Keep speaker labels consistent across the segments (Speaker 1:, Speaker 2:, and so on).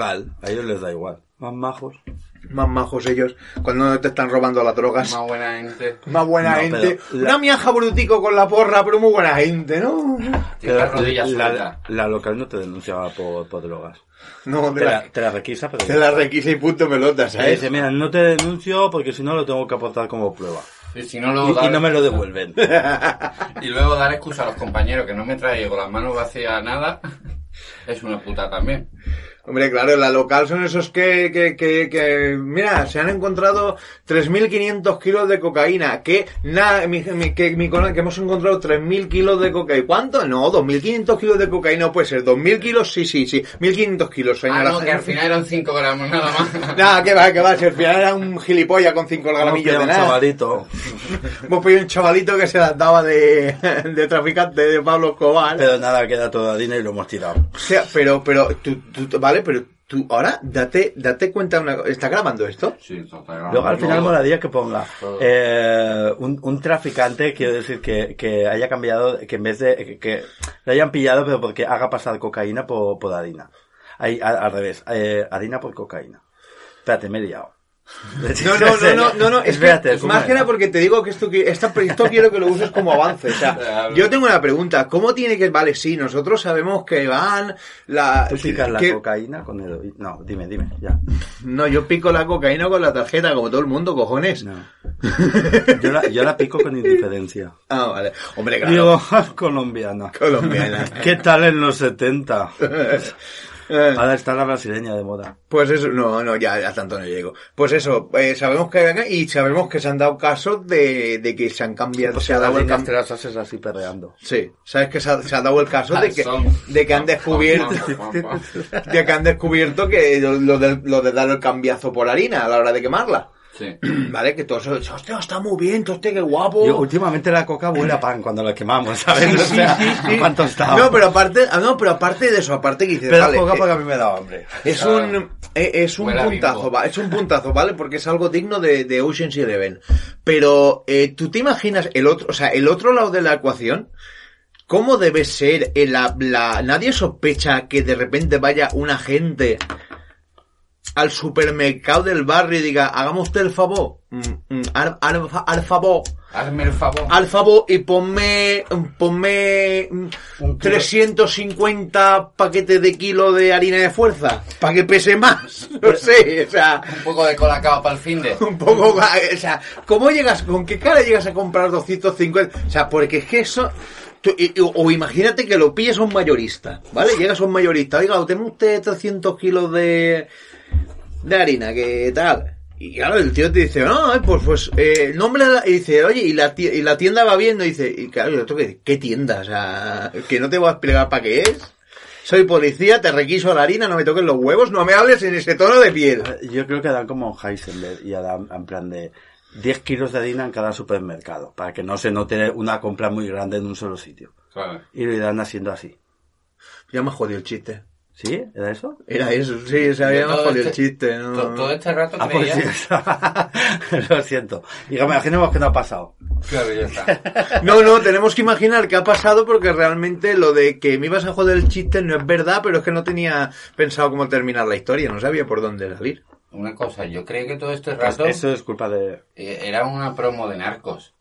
Speaker 1: Pal, a ellos les da igual. Más majos.
Speaker 2: Más majos ellos. Cuando no te están robando las drogas.
Speaker 3: Más buena gente.
Speaker 2: Más buena
Speaker 1: No,
Speaker 2: gente.
Speaker 1: pero la-
Speaker 2: Una miaja brutico con la porra, pero muy buena gente, ¿no?
Speaker 3: Tiene las rodillas
Speaker 1: la,
Speaker 3: sueltas.
Speaker 1: la local no te denunciaba por, por drogas.
Speaker 2: No,
Speaker 1: Te
Speaker 2: de la,
Speaker 1: la, te la requisa, pero...
Speaker 2: de la requisa y punto pelota,
Speaker 1: Te
Speaker 2: ¿sabes?
Speaker 1: dice, mira, no te denuncio porque si no lo tengo que aportar como prueba.
Speaker 3: Y si no, luego
Speaker 1: Y, y
Speaker 3: dar,
Speaker 1: no me lo devuelven.
Speaker 3: y luego dar excusa a los compañeros que no me trae con las manos vacías a nada. Es una puta también.
Speaker 2: Hombre, claro, la local son esos que, que, que, que mira, se han encontrado 3.500 kilos de cocaína. Que, nada, mi, mi- que, mi colega- que hemos encontrado 3.000 kilos de cocaína. ¿Cuánto? No, 2.500 kilos de cocaína puede ser. 2.000 kilos, sí, sí, sí. 1.500 kilos,
Speaker 3: Ah,
Speaker 2: señora.
Speaker 3: no, que al final eran 5 gramos nada más.
Speaker 2: Nada, que va, que va, si al final era un gilipollas con 5
Speaker 1: Hemos
Speaker 2: gramillos
Speaker 1: pillado
Speaker 2: de
Speaker 1: un
Speaker 2: nada.
Speaker 1: chavalito.
Speaker 2: Hemos pillado un chavalito que se las daba de, de traficante de Pablo Escobar.
Speaker 1: Pero nada, queda toda dinero y lo hemos tirado.
Speaker 2: O sea, pero, pero, tú, tú- tú- vale, pero tú, ahora, date, date cuenta de una cosa. ¿Está grabando esto?
Speaker 3: Sí, total.
Speaker 1: Luego al final molaría que ponga
Speaker 3: Todo.
Speaker 1: eh, un, un traficante, quiero decir, que, que haya cambiado, que en vez de que, que le hayan pillado, pero porque haga pasar cocaína por, por harina. Ahí, al, al revés, eh, harina por cocaína. Espérate, me he liado.
Speaker 2: No, no, no, no, no, no, es que
Speaker 1: Espérate,
Speaker 2: es
Speaker 1: ¿cómo
Speaker 2: más que
Speaker 1: era?
Speaker 2: nada porque te digo que esto, que- esta- esto quiero que lo uses como avance. O sea,
Speaker 3: Claro.
Speaker 2: yo tengo una pregunta. ¿Cómo tiene que...? Vale, sí, nosotros sabemos que van la...
Speaker 1: Tú picas la
Speaker 2: que-
Speaker 1: cocaína con el... No, dime, dime, ya.
Speaker 2: No, yo pico la cocaína con la tarjeta, como todo el mundo, cojones.
Speaker 1: No. Yo, la, yo la pico con indiferencia.
Speaker 2: Ah, vale. Hombre, claro.
Speaker 1: Digo, colombiana.
Speaker 2: Colombiana.
Speaker 1: ¿Qué tal en los 70?
Speaker 2: Eh,
Speaker 1: Ahora está la brasileña de moda.
Speaker 2: Pues eso, no, no, ya, ya tanto no llego. Pues eso, eh, sabemos que hay acá y sabemos que se han dado casos de, de que se han cambiado, se ha dado el cam-
Speaker 1: te las haces así perreando.
Speaker 2: Sí, sabes que se ha, se ha dado el caso de que, de que han descubierto, de que han descubierto que lo, lo de, lo de dar el cambiazo por harina a la hora de quemarla.
Speaker 3: Sí.
Speaker 2: Vale, que todo eso, dice, hostia, está muy bien, hostia, qué guapo.
Speaker 1: Yo, últimamente la coca huele a pan cuando la quemamos, ¿sabes?
Speaker 2: Sí,
Speaker 1: o
Speaker 2: sí,
Speaker 1: sea,
Speaker 2: sí, sí.
Speaker 1: pan tostado.
Speaker 2: No, pero aparte, ah, no, pero aparte de eso, aparte que dices,
Speaker 1: Pero
Speaker 2: vale,
Speaker 1: coca
Speaker 2: eh,
Speaker 1: porque a mí me da hambre.
Speaker 2: Es
Speaker 3: Claro.
Speaker 2: un, eh, es un
Speaker 3: Huele a
Speaker 2: puntazo,
Speaker 3: bimbo.
Speaker 2: va, es un puntazo, ¿vale? Porque es algo digno de, de Ocean's Eleven. Pero, eh, ¿tú te imaginas el otro, o sea, el otro lado de la ecuación? ¿Cómo debe ser el, la, la- nadie sospecha que de repente vaya un agente al supermercado del barrio y diga, hagamos usted el favor, mm, mm, al, al- al favor,
Speaker 3: Hazme el favor.
Speaker 2: al favor y ponme, ponme mm,
Speaker 1: Un kilo.
Speaker 2: 350 paquetes de kilo de harina de fuerza para que pese más. No sé, o sea,
Speaker 3: Un poco de colacao para el fin de.
Speaker 2: un poco, o sea, ¿cómo llegas, con qué cara llegas a comprar 250? O sea, porque es que eso, tú- y- y- o imagínate que lo pillas a un mayorista, ¿vale? Llegas a un mayorista, oiga, ¿tiene usted 300 kilos de, de harina, ¿qué tal? Y claro, el tío te dice, no, eh, pues, pues, eh, nombre, de la-", y dice, oye, y la, tie- y la tienda va viendo, y dice, y claro, yo tengo que decir, ¿qué tienda? O sea, que no te voy a explicar para qué es. Soy policía, te requiso la harina, no me toques los huevos, no me hables en ese tono de piel.
Speaker 1: Eh, Yo creo que dan como Heisenberg y dan en plan de 10 kilos de harina en cada supermercado para que no se note una compra muy grande en un solo sitio.
Speaker 3: Claro.
Speaker 1: Y lo irán haciendo así.
Speaker 2: Ya me jodió el chiste.
Speaker 1: ¿Sí? ¿Era eso?
Speaker 2: Era eso, sí, se había
Speaker 3: Todo
Speaker 2: mejor el
Speaker 3: este-
Speaker 2: chiste,
Speaker 3: to- Todo
Speaker 2: ¿no?
Speaker 3: este rato
Speaker 1: Ah, pues
Speaker 3: creía-
Speaker 1: sí. lo siento. Y imaginemos que no ha pasado.
Speaker 3: Claro, ya está.
Speaker 2: No, no, tenemos que imaginar qué ha pasado porque realmente lo de que me ibas a joder el chiste no es verdad, pero es que no tenía pensado cómo terminar la historia, no sabía por dónde salir.
Speaker 3: Una cosa, yo creí que todo este
Speaker 1: Pues
Speaker 3: rato
Speaker 1: eso es culpa de...
Speaker 3: eh, era una promo de narcos.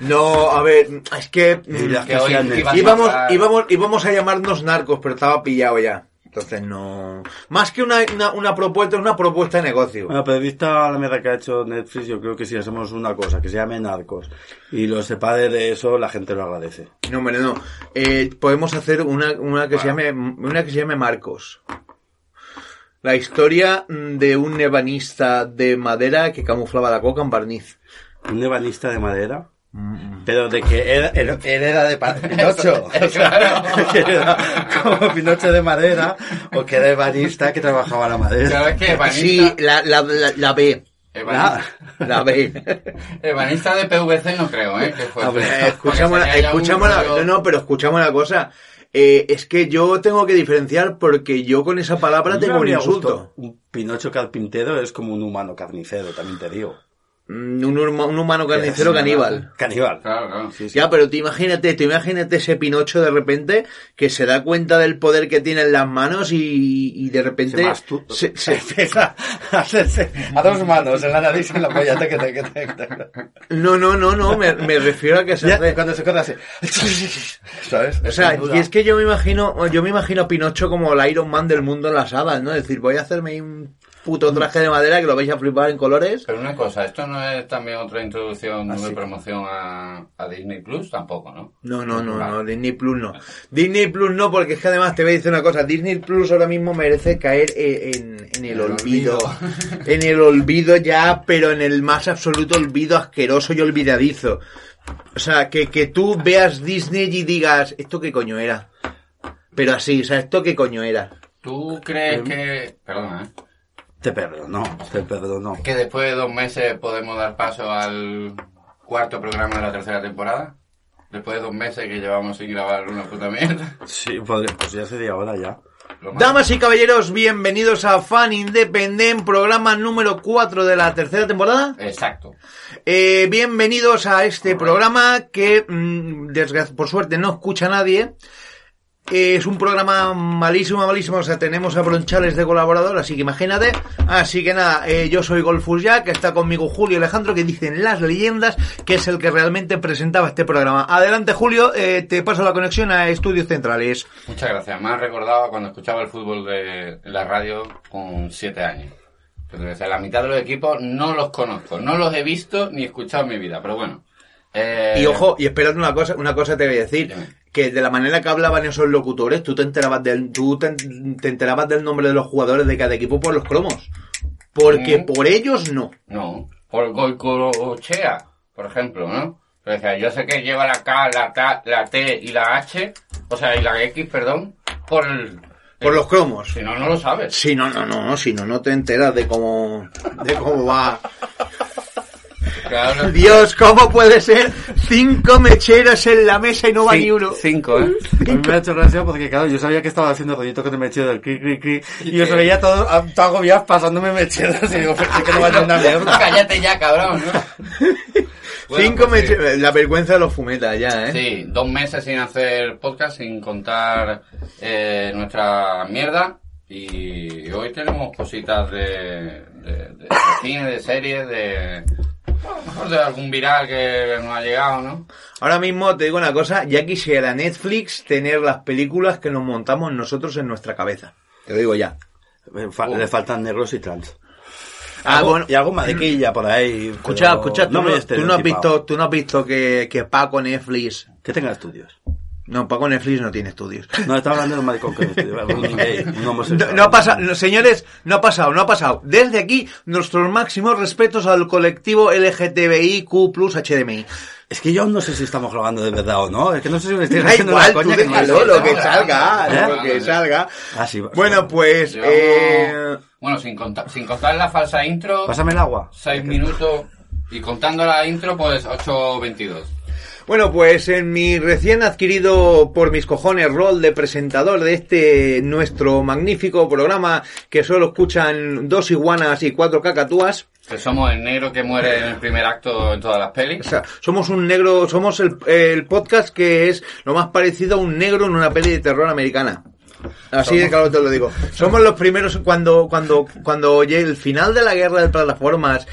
Speaker 2: No, a ver, es que mm,
Speaker 1: de las
Speaker 3: que hoy
Speaker 1: sean de-
Speaker 3: iban-
Speaker 2: íbamos,
Speaker 3: a-
Speaker 2: íbamos, íbamos a llamarnos narcos, pero estaba pillado ya. Entonces no... Más que una, una, una propuesta, una propuesta de negocio.
Speaker 1: Bueno, pero vista la mierda que ha hecho Netflix, yo creo que si hacemos una cosa, que se llame Narcos, y lo separe de eso, la gente lo agradece.
Speaker 2: No, hombre, no. Eh, podemos hacer una, una que se llame una que se llame Marcos. La historia mm, de un ebanista de madera que camuflaba la coca en barniz.
Speaker 1: Un ebanista de madera, pero de que era- era- Mm. él era de pa- Pinocho. O sea, que era como Pinocho de madera, o que era ebanista que trabajaba la madera.
Speaker 3: ¿Sabes qué? Ebanista,
Speaker 2: Sí, la, la, la, la B.
Speaker 3: ebanista,
Speaker 2: La B.
Speaker 3: ebanista de PVC no creo, ¿eh? Que fue,
Speaker 1: A ver,
Speaker 2: Eh, escuchamos
Speaker 3: Porque
Speaker 2: la,
Speaker 3: sería ya un
Speaker 2: escuchamos la- no,
Speaker 3: rollo-
Speaker 2: no, pero escuchamos una cosa. Eh, es que yo tengo que diferenciar porque yo con esa palabra
Speaker 1: Yo
Speaker 2: tengo un
Speaker 1: habría
Speaker 2: insulto.
Speaker 1: gustado- Un Pinocho carpintero es como un humano carnicero, también te digo.
Speaker 2: Mm, Un, huma- un humano carnicero
Speaker 1: Es-
Speaker 2: caníbal.
Speaker 1: Caníbal.
Speaker 3: Claro, claro.
Speaker 2: Ya, pero te imagínate, te imagínate ese Pinocho de repente que se da cuenta del poder que tiene en las manos y, y de repente
Speaker 1: Se mastur-
Speaker 2: se-
Speaker 1: Se
Speaker 2: se-
Speaker 1: empieza a hacerse a dos manos, en la nariz y en la polla. Te, que te, que te,
Speaker 2: No, no, no, no, me, me refiero a que se hace...
Speaker 1: cuando se corre así. ¿Sabes?
Speaker 2: O sea, y es que yo me imagino, yo me imagino a Pinocho como el Iron Man del mundo en las hadas, ¿no? Es decir, voy a hacerme ahí un puto traje de madera que lo vais a flipar en colores.
Speaker 3: Pero una cosa, ¿esto no es también otra introducción
Speaker 1: Ah, sí.
Speaker 3: de promoción a, a Disney Plus? Tampoco, ¿no?
Speaker 2: No, no, no,
Speaker 3: Vale.
Speaker 2: no, Disney Plus no. Disney Plus no, porque es que además te voy a decir una cosa, Disney Plus ahora mismo merece caer e- en, en el
Speaker 3: El
Speaker 2: olvido.
Speaker 3: olvido.
Speaker 2: en el olvido ya, pero en el más absoluto olvido asqueroso y olvidadizo. O sea, que, que tú veas Disney y digas, ¿esto qué coño era? Pero así, o sea, ¿esto qué coño era?
Speaker 3: ¿Tú
Speaker 2: Eh,
Speaker 3: crees que... Perdona, ¿eh?
Speaker 1: Te perdono, te perdono.
Speaker 3: ¿Que después de dos meses podemos dar paso al cuarto programa de la tercera temporada? Después de dos meses que llevamos sin grabar una puta mierda.
Speaker 1: Sí, podría- pues ya sería hora ya.
Speaker 3: Lo malo.
Speaker 2: Damas y caballeros, bienvenidos a Fan Independent, programa número 4 de la tercera temporada.
Speaker 3: Exacto.
Speaker 2: Eh, bienvenidos a este programa que, mm, desgra- por suerte, no escucha nadie. Eh, es un programa malísimo, malísimo. O sea, tenemos a Bronchales de colaborador, así que imagínate. Así que nada, eh, yo soy Golfus Jack, está conmigo Julio Alejandro, que dicen las leyendas, que es el que realmente presentaba este programa. Adelante, Julio, eh, te paso la conexión a Estudios Centrales.
Speaker 3: Muchas gracias. Me has recordado cuando escuchaba el fútbol de la radio con siete años. Pero, o sea, la mitad de los equipos no los conozco, no los he visto ni escuchado en mi vida, pero bueno. Eh,
Speaker 2: Y ojo, y espérate una cosa, una cosa te voy a decir,
Speaker 3: Dime.
Speaker 2: que de la manera que hablaban esos locutores, tú te enterabas del, tú te, te enterabas del nombre de los jugadores de cada equipo por los cromos. Porque
Speaker 3: Mm.
Speaker 2: por ellos no.
Speaker 3: No, por Goicochea, por ejemplo, ¿no? O sea, yo sé que lleva la K, la, T, la T y la H, o sea, y la X, perdón, por el...
Speaker 2: Por los cromos.
Speaker 3: Si no, no lo sabes.
Speaker 2: Si no, no, no, no, si no, no te enteras de cómo, de cómo va.
Speaker 3: Claro.
Speaker 2: Dios, ¿cómo puede ser cinco mecheros en la mesa y no va ni uno?
Speaker 3: Cinco, ¿eh?
Speaker 1: A mí me ha hecho gracia porque, claro, yo sabía que estaba haciendo rollito con el mechero del cri, cri, cri. Y os veía todos a- todos agobiados ah, pasándome mecheros y digo, ¿por qué no vaya una mierda?
Speaker 3: Cállate ya, cabrón, ¿no? Bueno,
Speaker 2: cinco
Speaker 3: pues sí.
Speaker 2: mecheros, la vergüenza de los fumetas ya, eh.
Speaker 3: Sí, dos meses sin hacer podcast, sin contar eh, nuestra mierda. Y hoy tenemos cositas de, de, de cine, de series, de. A lo mejor de algún viral que nos ha llegado, ¿no?
Speaker 2: Ahora mismo te digo una cosa, ya quisiera Netflix tener las películas que nos montamos nosotros en nuestra cabeza. Te lo digo ya.
Speaker 1: Me fa- Le faltan negros y trans.
Speaker 2: Ah,
Speaker 1: Hago-
Speaker 2: bueno,
Speaker 1: Y hago madequilla por ahí.
Speaker 2: escucha,
Speaker 1: pero
Speaker 2: escucha, tú,
Speaker 1: me este
Speaker 2: no, tú no has
Speaker 1: estereotipado.
Speaker 2: visto, tú no has visto que, que Paco Netflix...
Speaker 1: Que tenga estudios.
Speaker 2: No, Paco Netflix no tiene estudios.
Speaker 1: No, estaba hablando de un maricón que no estudia, un gay, un homosexual.
Speaker 2: No, no ha pasado, no, señores, no ha pasado, no ha pasado. Desde aquí, nuestros máximos respetos al colectivo LGTBIQ plus HDMI.
Speaker 1: Es que yo aún no sé si estamos grabando de verdad o no. Es que no sé si me estoy
Speaker 2: Da
Speaker 1: haciendo
Speaker 2: igual,
Speaker 1: una
Speaker 2: tú
Speaker 1: coña que no
Speaker 3: déjalo,
Speaker 1: sé.
Speaker 2: déjalo, lo que
Speaker 3: ¿no?
Speaker 2: salga,
Speaker 1: ¿Eh?
Speaker 2: lo que salga.
Speaker 1: Ah, sí, va.
Speaker 2: Bueno, pues,
Speaker 3: Llevamos-
Speaker 2: eh...
Speaker 3: Bueno, sin contar, sin contar la falsa intro,
Speaker 1: Pásame el agua.
Speaker 3: seis minutos. Y contando la intro, pues 8.22.
Speaker 2: Bueno, pues en mi recién adquirido por mis cojones rol de presentador de este nuestro magnífico programa que solo escuchan dos iguanas y cuatro cacatúas.
Speaker 3: Que somos el negro que muere en el primer acto en todas las
Speaker 2: O
Speaker 3: pelis.
Speaker 2: sea, somos un negro, somos el, el podcast que es lo más parecido a un negro en una peli de terror americana. Así de claro te lo digo. Somos los primeros cuando, cuando, cuando llegue el final de la guerra de plataformas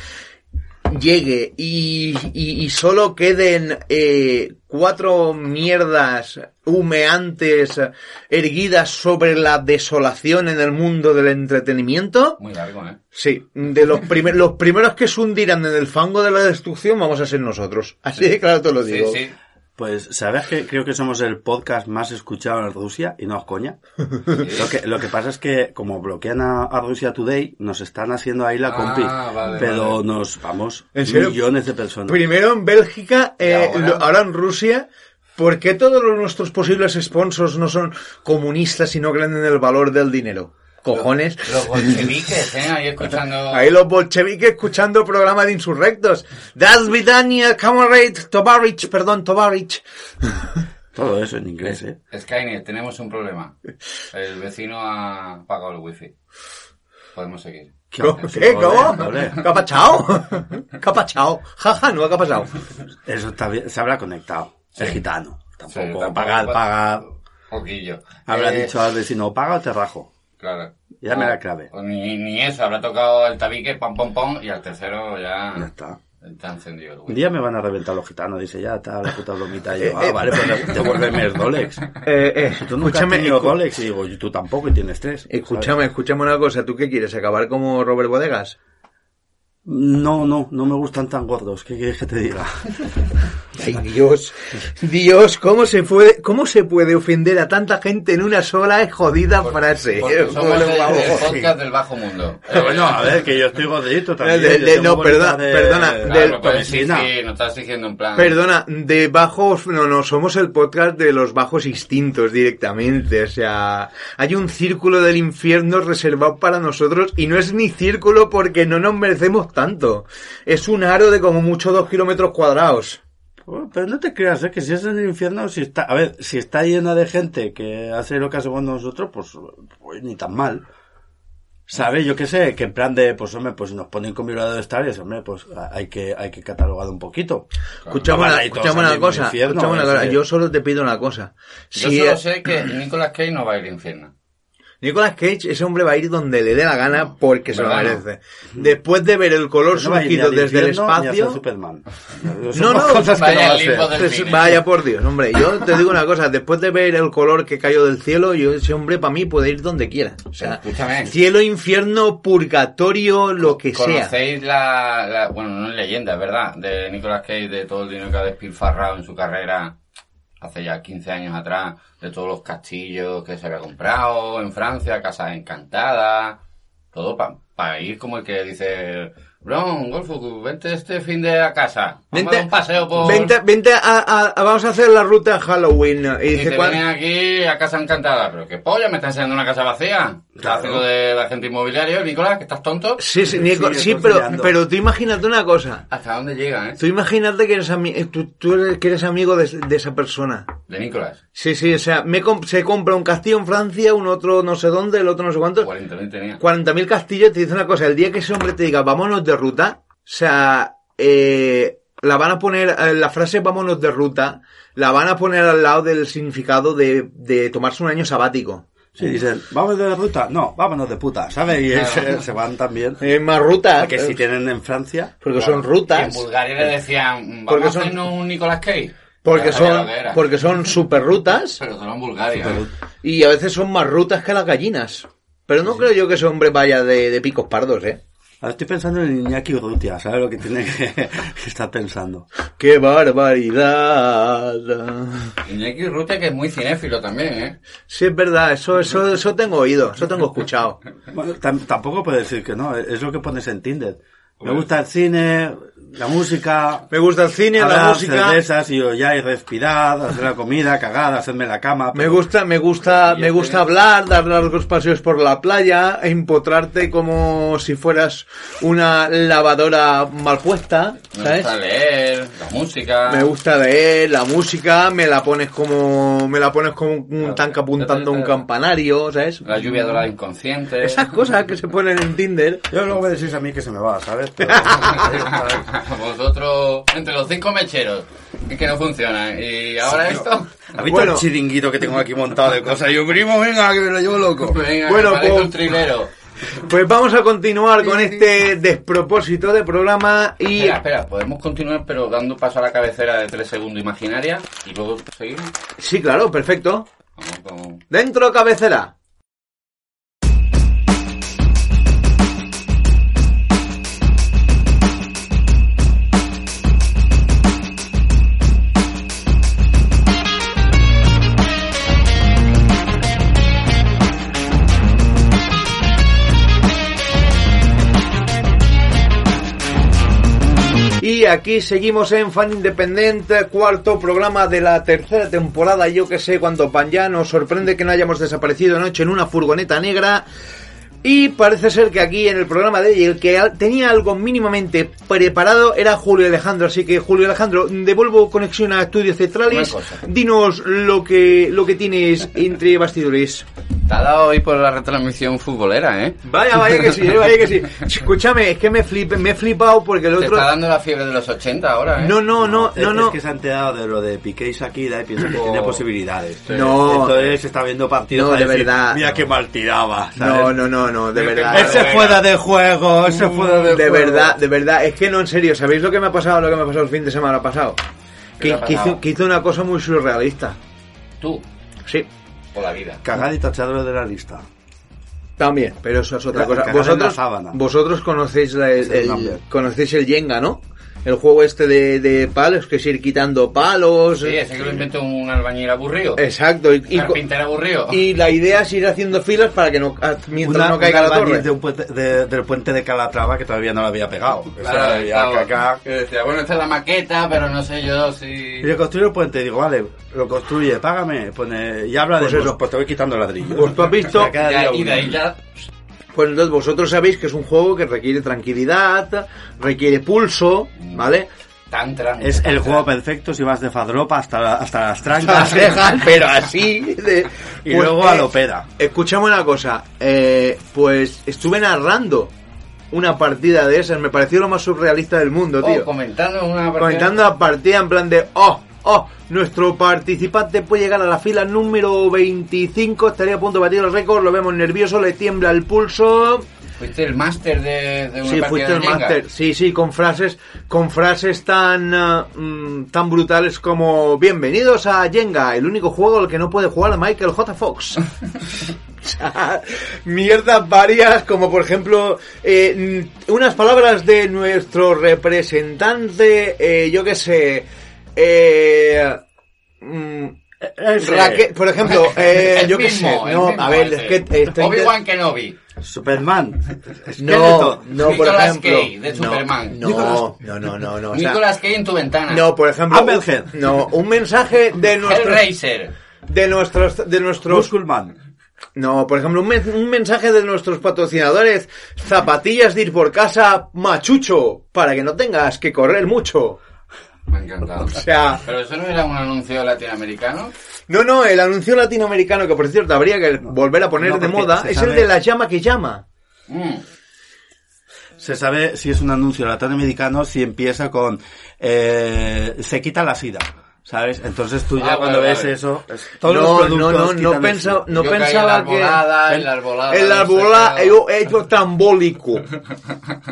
Speaker 2: llegue y, y- y solo queden eh, cuatro mierdas humeantes erguidas sobre la desolación en el mundo del entretenimiento.
Speaker 3: Muy largo, ¿eh?
Speaker 2: Sí, de los, primer- los primeros que se hundirán en el fango de la destrucción vamos a ser nosotros. Así de claro te lo
Speaker 3: Sí,
Speaker 2: digo.
Speaker 3: sí.
Speaker 1: Pues, ¿sabes que creo que somos el podcast más escuchado en Rusia? Y no es coña. Lo que, lo que pasa es que, como bloquean a, a Rusia Today, nos están haciendo ahí la
Speaker 3: Ah,
Speaker 1: compi.
Speaker 3: vale,
Speaker 1: pero
Speaker 3: vale.
Speaker 1: nos vamos
Speaker 2: ¿En serio?
Speaker 1: millones de personas.
Speaker 2: Primero en Bélgica, eh,
Speaker 3: ahora?
Speaker 2: lo- ahora? en Rusia. ¿Por qué todos los- nuestros posibles sponsors no son comunistas y no creen en el valor del dinero? Cojones.
Speaker 3: Los bolcheviques, ¿eh? Ahí escuchando...
Speaker 2: Ahí los bolcheviques escuchando programas de insurrectos. Das Vidania, Kamerad, Tovarich, perdón, Tovarich.
Speaker 1: Todo eso en inglés, ¿eh?
Speaker 3: Skynet, tenemos un problema. El vecino ha apagado el wifi. Podemos seguir.
Speaker 1: ¿Qué?
Speaker 2: ¿Qué? ¿Cómo?
Speaker 1: Doble, doble.
Speaker 2: ¿Qué ha pasado? ¿Qué ha pasado? Jaja, no, ¿qué ha pasado?
Speaker 1: Eso está bien, se habrá conectado. Es gitano. Tampoco,
Speaker 3: Sí, tampoco-
Speaker 1: pagar, pagar.
Speaker 3: Poquillo.
Speaker 1: Habrá
Speaker 3: Eh,
Speaker 1: dicho al vecino, paga o te rajo.
Speaker 3: Claro.
Speaker 1: Ya me
Speaker 3: O-
Speaker 1: la clavé.
Speaker 3: o Ni, ni eso, habrá tocado el tabique, pam, pam, pam, y al tercero ya,
Speaker 1: Ya está.
Speaker 3: está encendido el
Speaker 1: Un
Speaker 3: güey.
Speaker 1: día me van a reventar los gitanos. Dice, ya está, la puta bromita. Y
Speaker 2: Eh,
Speaker 1: yo, ah,
Speaker 2: eh.
Speaker 1: vale, pues devuélveme el Dolex.
Speaker 2: Eh, eh,
Speaker 1: Tú nunca
Speaker 2: escúchame,
Speaker 1: has tenido
Speaker 2: escu-
Speaker 1: Dolex. Y digo, y tú tampoco y tienes tres. ¿sabes?
Speaker 2: Eh, escúchame, escúchame una cosa. ¿Tú qué quieres? ¿Acabar como Robert Bodegas?
Speaker 1: No, no, no me gustan tan gordos. ¿Qué quieres que te diga?
Speaker 2: Ay, Dios, Dios, ¿cómo se, puede, ¿cómo se puede ofender a tanta gente en una sola jodida frase?
Speaker 3: Porque somos
Speaker 2: Bueno,
Speaker 3: el, el
Speaker 2: vamos.
Speaker 3: podcast del bajo mundo.
Speaker 1: Pero bueno, a ver, que yo estoy gordito también.
Speaker 2: De-
Speaker 1: yo
Speaker 2: de-
Speaker 1: tengo
Speaker 2: no,
Speaker 1: bolita
Speaker 2: perdona, perdona,
Speaker 1: de-
Speaker 3: Claro,
Speaker 2: del- pues
Speaker 3: no puedes decir,
Speaker 1: toxina.
Speaker 3: sí, no estás exigiendo en plan.
Speaker 2: Perdona, de bajos, no, no, somos el podcast de los bajos instintos directamente, o sea, hay un círculo del infierno reservado para nosotros y no es ni círculo porque no nos merecemos tanto, es un aro de como mucho dos kilómetros cuadrados.
Speaker 1: Oh, Pero no te creas, ¿eh? que si es en el infierno, si está, a ver, si está llena de gente que hace lo que hacemos nosotros, pues, pues, ni tan mal. ¿Sabes? Yo qué sé, que en plan de, pues hombre, pues nos ponen con vibrador de estadios, hombre, pues a- hay que, hay que catalogar un poquito.
Speaker 2: Escuchame
Speaker 1: Vale,
Speaker 2: una,
Speaker 1: ahí todos
Speaker 2: escuchame una
Speaker 1: salimos
Speaker 2: cosa,
Speaker 1: del infierno,
Speaker 2: escuchame una
Speaker 1: ¿eh?
Speaker 2: cosa,
Speaker 1: Sí.
Speaker 2: yo solo te pido una cosa.
Speaker 3: Yo
Speaker 2: Si-
Speaker 3: solo sé que Nicolas Cage no va a ir al infierno.
Speaker 2: Nicolas Cage, ese hombre va a ir donde le dé la gana porque se lo
Speaker 3: ¿Verdad?
Speaker 2: merece. Después de ver el color
Speaker 1: No va a ir ni
Speaker 2: surgido
Speaker 1: al
Speaker 2: desde el
Speaker 1: infierno ni a ser
Speaker 2: espacio,
Speaker 1: Superman.
Speaker 2: No, no,
Speaker 1: cosas que no
Speaker 3: vaya
Speaker 1: va a
Speaker 3: al limbo
Speaker 1: hacer.
Speaker 3: del
Speaker 2: Pues,
Speaker 3: cine.
Speaker 2: vaya por Dios, hombre, yo te digo una cosa, después de ver el color que cayó del cielo, yo ese hombre para mí puede ir donde quiera. O sea,
Speaker 3: Escúchame.
Speaker 2: cielo, infierno, purgatorio, lo que sea.
Speaker 3: ¿Conocéis la, la- Bueno, no es leyenda, es verdad. De Nicolas Cage, de todo el dinero que ha despilfarrado en su carrera hace ya 15 años atrás, de todos los castillos que se había comprado en Francia, casas encantadas, todo para ir como el que dice. Bron, Golfo, vente este fin de a casa. Vamos a dar un paseo por.
Speaker 2: vente, vente a, a- a- vamos a hacer la ruta de Halloween. Y
Speaker 3: Y
Speaker 2: dice,
Speaker 3: te
Speaker 2: ¿cuál-
Speaker 3: vienen aquí a casa encantada, pero qué polla, me estás enseñando una casa vacía. Estás haciendo de la gente inmobiliaria, Nicolás, que estás tonto.
Speaker 2: Sí, sí, Nico-
Speaker 1: Sí,
Speaker 2: sí,
Speaker 1: estás
Speaker 2: pero,
Speaker 1: enseñando.
Speaker 2: pero tú imagínate una cosa.
Speaker 3: ¿Hasta dónde llega, eh?
Speaker 2: Tú imagínate que eres, ami- eh, tú, tú eres- que eres amigo de, de esa persona.
Speaker 3: De Nicolás.
Speaker 2: Sí, sí, o sea, me comp- se compra un castillo en Francia, un otro no sé dónde, el otro no sé cuánto.
Speaker 3: 40.000 tenía.
Speaker 2: 40.000 castillos, te dice una cosa, el día que ese hombre te diga vámonos de ruta, o sea, eh, la van a poner, eh, la frase vámonos de ruta, la van a poner al lado del significado de, de tomarse un año sabático.
Speaker 1: Sí, dicen, vamos de ruta. No, vámonos de puta, ¿sabes? Y eh,
Speaker 3: Claro.
Speaker 1: se, se van también.
Speaker 2: Eh, más ruta,
Speaker 1: Porque Ah, si tienen en Francia,
Speaker 2: porque
Speaker 3: Claro.
Speaker 2: son rutas,
Speaker 3: Y En Bulgaria le decían,
Speaker 2: eh,
Speaker 3: "Mm,
Speaker 2: Porque
Speaker 3: vamos a
Speaker 2: son-
Speaker 3: hacernos un Nicolas Cage.
Speaker 2: porque
Speaker 3: Ya sabía lo
Speaker 2: son,
Speaker 3: que era.
Speaker 2: porque son super rutas,
Speaker 3: Pero solo en Bulgaria.
Speaker 2: y a veces son más rutas que las gallinas. Pero no creo yo que ese hombre vaya de, de picos pardos, eh.
Speaker 1: ahora estoy pensando en Iñaki Urrutia, ¿sabes lo que tiene que, que estar pensando?
Speaker 2: ¡Qué barbaridad!
Speaker 3: Iñaki Urrutia, que es muy cinéfilo también, ¿eh?
Speaker 2: Sí, es verdad, eso, eso, eso tengo oído, eso tengo escuchado.
Speaker 1: Bueno, tam- tampoco puedes decir que no, es lo que pones en Tinder. Me gusta el cine, la música,
Speaker 2: Me gusta el cine, la
Speaker 1: hablar,
Speaker 2: música.
Speaker 1: cervezas y yo ya y respirar, hacer la comida, cagar, hacerme la cama.
Speaker 2: Me
Speaker 1: pero-
Speaker 2: gusta, me gusta,
Speaker 3: Y
Speaker 2: me
Speaker 3: el
Speaker 2: gusta
Speaker 3: cine.
Speaker 2: hablar, dar largos paseos por la playa, empotrarte como si fueras una lavadora mal puesta,
Speaker 3: Me
Speaker 2: ¿sabes?
Speaker 3: gusta leer, la música.
Speaker 2: Me gusta leer, la música, me la pones como, me la pones como un
Speaker 3: Claro.
Speaker 2: tanque apuntando a un campanario, ¿sabes?
Speaker 3: La lluvia dorada inconsciente.
Speaker 2: Esas cosas que se ponen en Tinder.
Speaker 1: Yo luego me decís a mí que se me va, ¿sabes? Pero-
Speaker 3: Vosotros, entre los cinco mecheros, es que no funciona. ¿eh? Y ahora esto.
Speaker 1: ¿Has visto
Speaker 2: Bueno.
Speaker 1: el chiringuito que tengo aquí montado de cosas? Yo, primo, venga, que me lo llevo loco.
Speaker 3: Venga,
Speaker 2: Bueno,
Speaker 3: que parece
Speaker 2: pues-
Speaker 3: un trilero.
Speaker 2: Pues vamos a continuar con este despropósito de programa y
Speaker 3: Espera, espera, podemos continuar, pero dando paso a la cabecera de tres segundos imaginaria y luego seguimos.
Speaker 2: sí, claro, perfecto.
Speaker 3: Vamos con.
Speaker 2: Dentro cabecera. Y aquí seguimos en Fan Independiente, cuarto programa de la tercera temporada. Yo que sé cuánto pan ya nos sorprende que no hayamos desaparecido anoche en una furgoneta negra. Y parece ser que aquí en el programa de ayer, que al- tenía algo mínimamente preparado, era Julio Alejandro. Así que, Julio Alejandro, devuelvo conexión a Estudios Centrales.
Speaker 3: Una cosa.
Speaker 2: Dinos lo que, lo que tienes entre bastidores.
Speaker 3: Te ha dado hoy por la retransmisión futbolera, ¿eh?
Speaker 2: Vaya, vaya que sí, eh, vaya que sí. Escúchame, es que me, flip, me he flipado porque el
Speaker 3: Te
Speaker 2: otro...
Speaker 3: está dando la fiebre de los 80 ahora, ¿eh?
Speaker 2: No, no, no,
Speaker 1: Es-
Speaker 2: no, no.
Speaker 1: Es que se ha enterado de lo de Piqué y Shakira y piensa que
Speaker 3: Oh.
Speaker 1: tiene posibilidades.
Speaker 2: No.
Speaker 1: Entonces está viendo partidos
Speaker 2: No,
Speaker 1: para
Speaker 2: de
Speaker 1: decir,
Speaker 2: verdad.
Speaker 1: Mira qué mal tiraba.
Speaker 2: No,
Speaker 1: ¿sabes?
Speaker 2: no, no, no, de verdad.
Speaker 1: Ese fuera de juego, ese fuera de,
Speaker 2: De
Speaker 1: juego.
Speaker 2: verdad, de verdad, es que no, en serio, ¿sabéis lo que me ha pasado, lo que me ha pasado el fin de semana pasado?
Speaker 3: ¿Qué te
Speaker 2: Que,
Speaker 3: ha
Speaker 2: que
Speaker 3: pasado?
Speaker 2: hizo, que hizo una cosa muy surrealista.
Speaker 3: Tú,
Speaker 2: Sí,
Speaker 3: por la vida.
Speaker 1: Cagad y tachadlo de la lista.
Speaker 2: también, pero eso es otra
Speaker 1: La-
Speaker 2: cosa.
Speaker 1: cagar en la
Speaker 2: Vosotros,
Speaker 1: sábana.
Speaker 2: vosotros conocéis, la- el,
Speaker 1: el
Speaker 2: el-
Speaker 1: number.
Speaker 2: conocéis el Jenga, ¿no? El juego este de, de palos, que es ir quitando palos.
Speaker 3: Sí, ese que lo inventó un albañil aburrido.
Speaker 2: Exacto, y,
Speaker 3: Un
Speaker 2: Eh, y co-
Speaker 3: carpintero aburrido.
Speaker 2: y la idea es ir haciendo filas para que no, ah, mientras
Speaker 1: Una-
Speaker 2: no caiga
Speaker 1: un
Speaker 2: la
Speaker 1: albañil
Speaker 2: torre.
Speaker 1: de un puente- de- del puente de Calatrava que todavía no la había pegado. O sea,
Speaker 3: Claro,
Speaker 1: había
Speaker 3: estaba-
Speaker 1: caca.
Speaker 3: que decía, bueno, esta es la maqueta, pero no sé yo si...
Speaker 1: Y le construye el puente, digo, vale, lo construye, págame, pone, y habla
Speaker 2: Pues
Speaker 1: de
Speaker 2: eso.
Speaker 1: pues te voy quitando ladrillos.
Speaker 2: Pues tú has visto-
Speaker 1: O sea, cada
Speaker 3: Ya,
Speaker 1: día
Speaker 3: y de
Speaker 1: uno.
Speaker 3: ahí ya...
Speaker 2: Pues entonces vosotros sabéis que es un juego que requiere tranquilidad, requiere pulso, ¿vale?
Speaker 3: Tan, tan,
Speaker 1: Es
Speaker 3: tan,
Speaker 1: el juego
Speaker 3: tan.
Speaker 1: perfecto si vas de fadropa hasta, la- hasta las trancas.
Speaker 2: Las cejas, pero así. de-
Speaker 1: y
Speaker 2: pues,
Speaker 1: luego
Speaker 2: eh,
Speaker 1: a lo peda.
Speaker 2: Escuchame una cosa, eh, pues estuve narrando una partida de esas, me pareció lo más surrealista del mundo, tío.
Speaker 3: Oh, comentando una... partida.
Speaker 2: Comentando la partida en plan de, oh, oh, nuestro participante puede llegar a la fila número 25, estaría a punto de batir el récord, lo vemos nervioso, le tiembla el pulso,
Speaker 3: Fuiste el máster de, de una
Speaker 2: Sí,
Speaker 3: partida
Speaker 2: fuiste
Speaker 3: de
Speaker 2: el
Speaker 3: Jenga.
Speaker 2: máster. Sí, sí, con frases, con frases tan, ah, mm, tan brutales como Bienvenidos a Jenga, el único juego al que no puede jugar Michael J. Fox. O sea, Mierdas varias, como por ejemplo, eh, mm, unas palabras de nuestro representante, eh, yo qué sé, eh, mm,
Speaker 1: Ese.
Speaker 2: Raque- por ejemplo, eh,
Speaker 3: El
Speaker 2: yo qué sé,
Speaker 3: mismo, el
Speaker 2: no,
Speaker 3: mismo
Speaker 2: a ver,
Speaker 3: ese.
Speaker 2: es que eh, estoy-
Speaker 3: Obi-Wan Kenobi.
Speaker 1: Superman.
Speaker 2: no,
Speaker 1: Esqueleto.
Speaker 2: no, por
Speaker 3: Nicolas
Speaker 2: ejemplo.
Speaker 3: Cage, de
Speaker 2: no,
Speaker 3: Superman.
Speaker 2: No, no, no, no, no. o sea,
Speaker 3: Nicolas Cage en tu ventana.
Speaker 2: no, por ejemplo.
Speaker 1: Applehead.
Speaker 2: No, un mensaje de nuestros.
Speaker 3: Hellraiser.
Speaker 2: De nuestros. De nuestros.
Speaker 1: Musculman.
Speaker 2: No, por ejemplo, un, men- un mensaje de nuestros patrocinadores. Zapatillas de ir por casa, machucho, para que no tengas que correr mucho.
Speaker 3: Me ha encantado.
Speaker 2: O sea,
Speaker 3: Pero eso no era un anuncio latinoamericano.
Speaker 2: no, no, el anuncio latinoamericano, que por cierto habría que volver a poner
Speaker 1: No,
Speaker 2: de
Speaker 1: porque
Speaker 2: moda,
Speaker 1: se
Speaker 2: es el
Speaker 1: sabe-
Speaker 2: de la llama que llama.
Speaker 3: Mm.
Speaker 1: Se sabe si es un anuncio latinoamericano si empieza con eh, se quita la sida. ¿Sabes? Entonces tú ya
Speaker 3: Ah,
Speaker 1: cuando
Speaker 3: vale,
Speaker 1: ves
Speaker 3: vale.
Speaker 1: eso, es- todos
Speaker 2: no,
Speaker 1: los productos
Speaker 2: no, no, no,
Speaker 1: quitan
Speaker 2: pensaba,
Speaker 1: el
Speaker 2: no
Speaker 3: Yo
Speaker 2: pensaba
Speaker 3: caí en
Speaker 2: que...
Speaker 3: la arbolada, en este, la arbolada,
Speaker 2: En la
Speaker 3: no sé
Speaker 2: arbolada,
Speaker 3: qué.
Speaker 2: yo he hecho tambólico.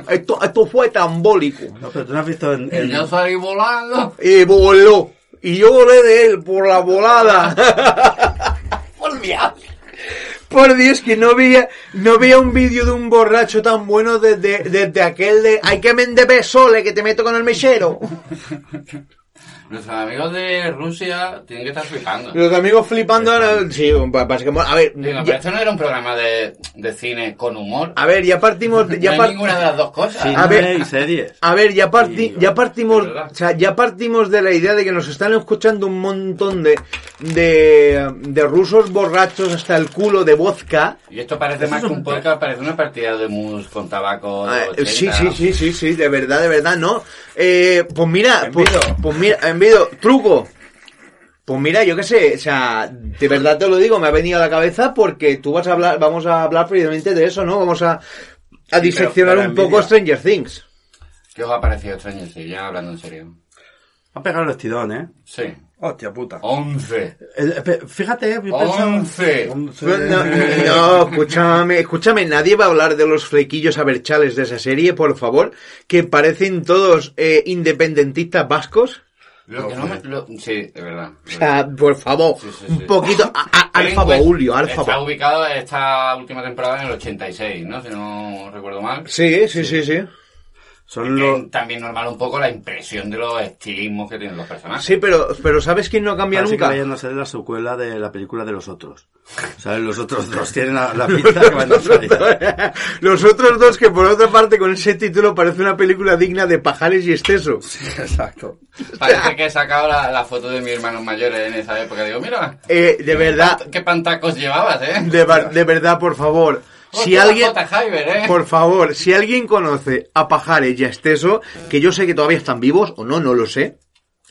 Speaker 2: esto, esto fue tambólico.
Speaker 1: sida. No, pero tú no has visto en, en-
Speaker 3: Y yo salí volando.
Speaker 2: Y voló. Y yo volé de él por la volada.
Speaker 3: Por diablo.
Speaker 2: Por Dios, que no veía, no veía un vídeo de un borracho tan bueno desde, desde aquel de hay que vender besoles que te meto con el mechero.
Speaker 3: Nuestros amigos de Rusia tienen que estar flipando.
Speaker 2: Los amigos flipando ahora. Sí, pa- parece que mo- A ver,
Speaker 3: Digo, pero
Speaker 2: Mm, ya,
Speaker 3: esto no era un programa de, de cine con humor.
Speaker 2: a ver, ya partimos.
Speaker 3: no
Speaker 2: Ya
Speaker 3: hay
Speaker 2: par-
Speaker 3: ninguna de las dos cosas.
Speaker 1: Sí,
Speaker 2: A ver.
Speaker 1: y series.
Speaker 2: A ver, ya, parti-
Speaker 1: Y-
Speaker 2: ya partimos,
Speaker 3: de verdad.
Speaker 2: o sea, ya partimos de la idea de que nos están escuchando un montón de, de, de rusos borrachos hasta el culo de vodka.
Speaker 3: Y esto parece más que un podcast, parece una partida de mus con tabaco. de
Speaker 2: Ah,
Speaker 3: 80.
Speaker 2: sí, sí, sí, sí, sí, de verdad, de verdad, ¿no? Eh, pues mira, pues,
Speaker 1: Envido.
Speaker 2: pues mira, envido, truco. Pues mira, yo qué sé, o sea, de verdad te lo digo, me ha venido a la cabeza porque tú vas a hablar, vamos a hablar precisamente de eso, ¿no? Vamos a, a diseccionar
Speaker 1: para
Speaker 2: un poco
Speaker 1: envidia.
Speaker 2: Stranger Things.
Speaker 3: ¿Qué os ha parecido extraño? Sí, ya hablando en serio.
Speaker 1: Ha pegado el estirón, ¿eh?
Speaker 3: Sí.
Speaker 1: Hostia puta.
Speaker 3: 11.
Speaker 1: Eh, pe- Fíjate, yo pensaba...
Speaker 3: Once.
Speaker 1: Once.
Speaker 2: No, no, no, escúchame, escúchame, nadie va a hablar de los flequillos aberchales de esa serie, por favor, que parecen todos eh, independentistas vascos.
Speaker 3: Lo que no me- lo- sí, de verdad.
Speaker 2: O sea, por favor,
Speaker 3: Sí, sí, sí.
Speaker 2: un poquito, a- a- al
Speaker 3: Penguin
Speaker 2: favor, Julio, al
Speaker 3: Está
Speaker 2: favor.
Speaker 3: ubicado esta última temporada en el 86, ¿no? Si no recuerdo mal.
Speaker 2: Sí, sí, sí, sí.
Speaker 1: Son
Speaker 3: Que
Speaker 1: los...
Speaker 3: También normal un poco la impresión de los estilismos que tienen los personajes.
Speaker 2: Sí, pero, pero ¿sabes quién no cambia
Speaker 1: Parece
Speaker 2: nunca?
Speaker 1: que vayan a ser la secuela de la película de los otros. ¿Sabes? Los otros dos tienen la, la pinta que van a salir.
Speaker 2: Los otros dos que por otra parte con ese título parece una película digna de Pajares y Esteso.
Speaker 1: Exacto.
Speaker 3: Parece que he sacado la, la foto de mis hermanos mayores en esa época. Digo, mira,
Speaker 2: Eh, de verdad,
Speaker 3: qué pantacos llevabas, ¿eh?
Speaker 2: de, var- de verdad, por favor. Si
Speaker 3: Hostia,
Speaker 2: alguien,
Speaker 3: J. Jaiber, ¿eh?
Speaker 2: Por favor, si alguien conoce a Pajares y a Esteso, que yo sé que todavía están vivos, o no, no lo sé,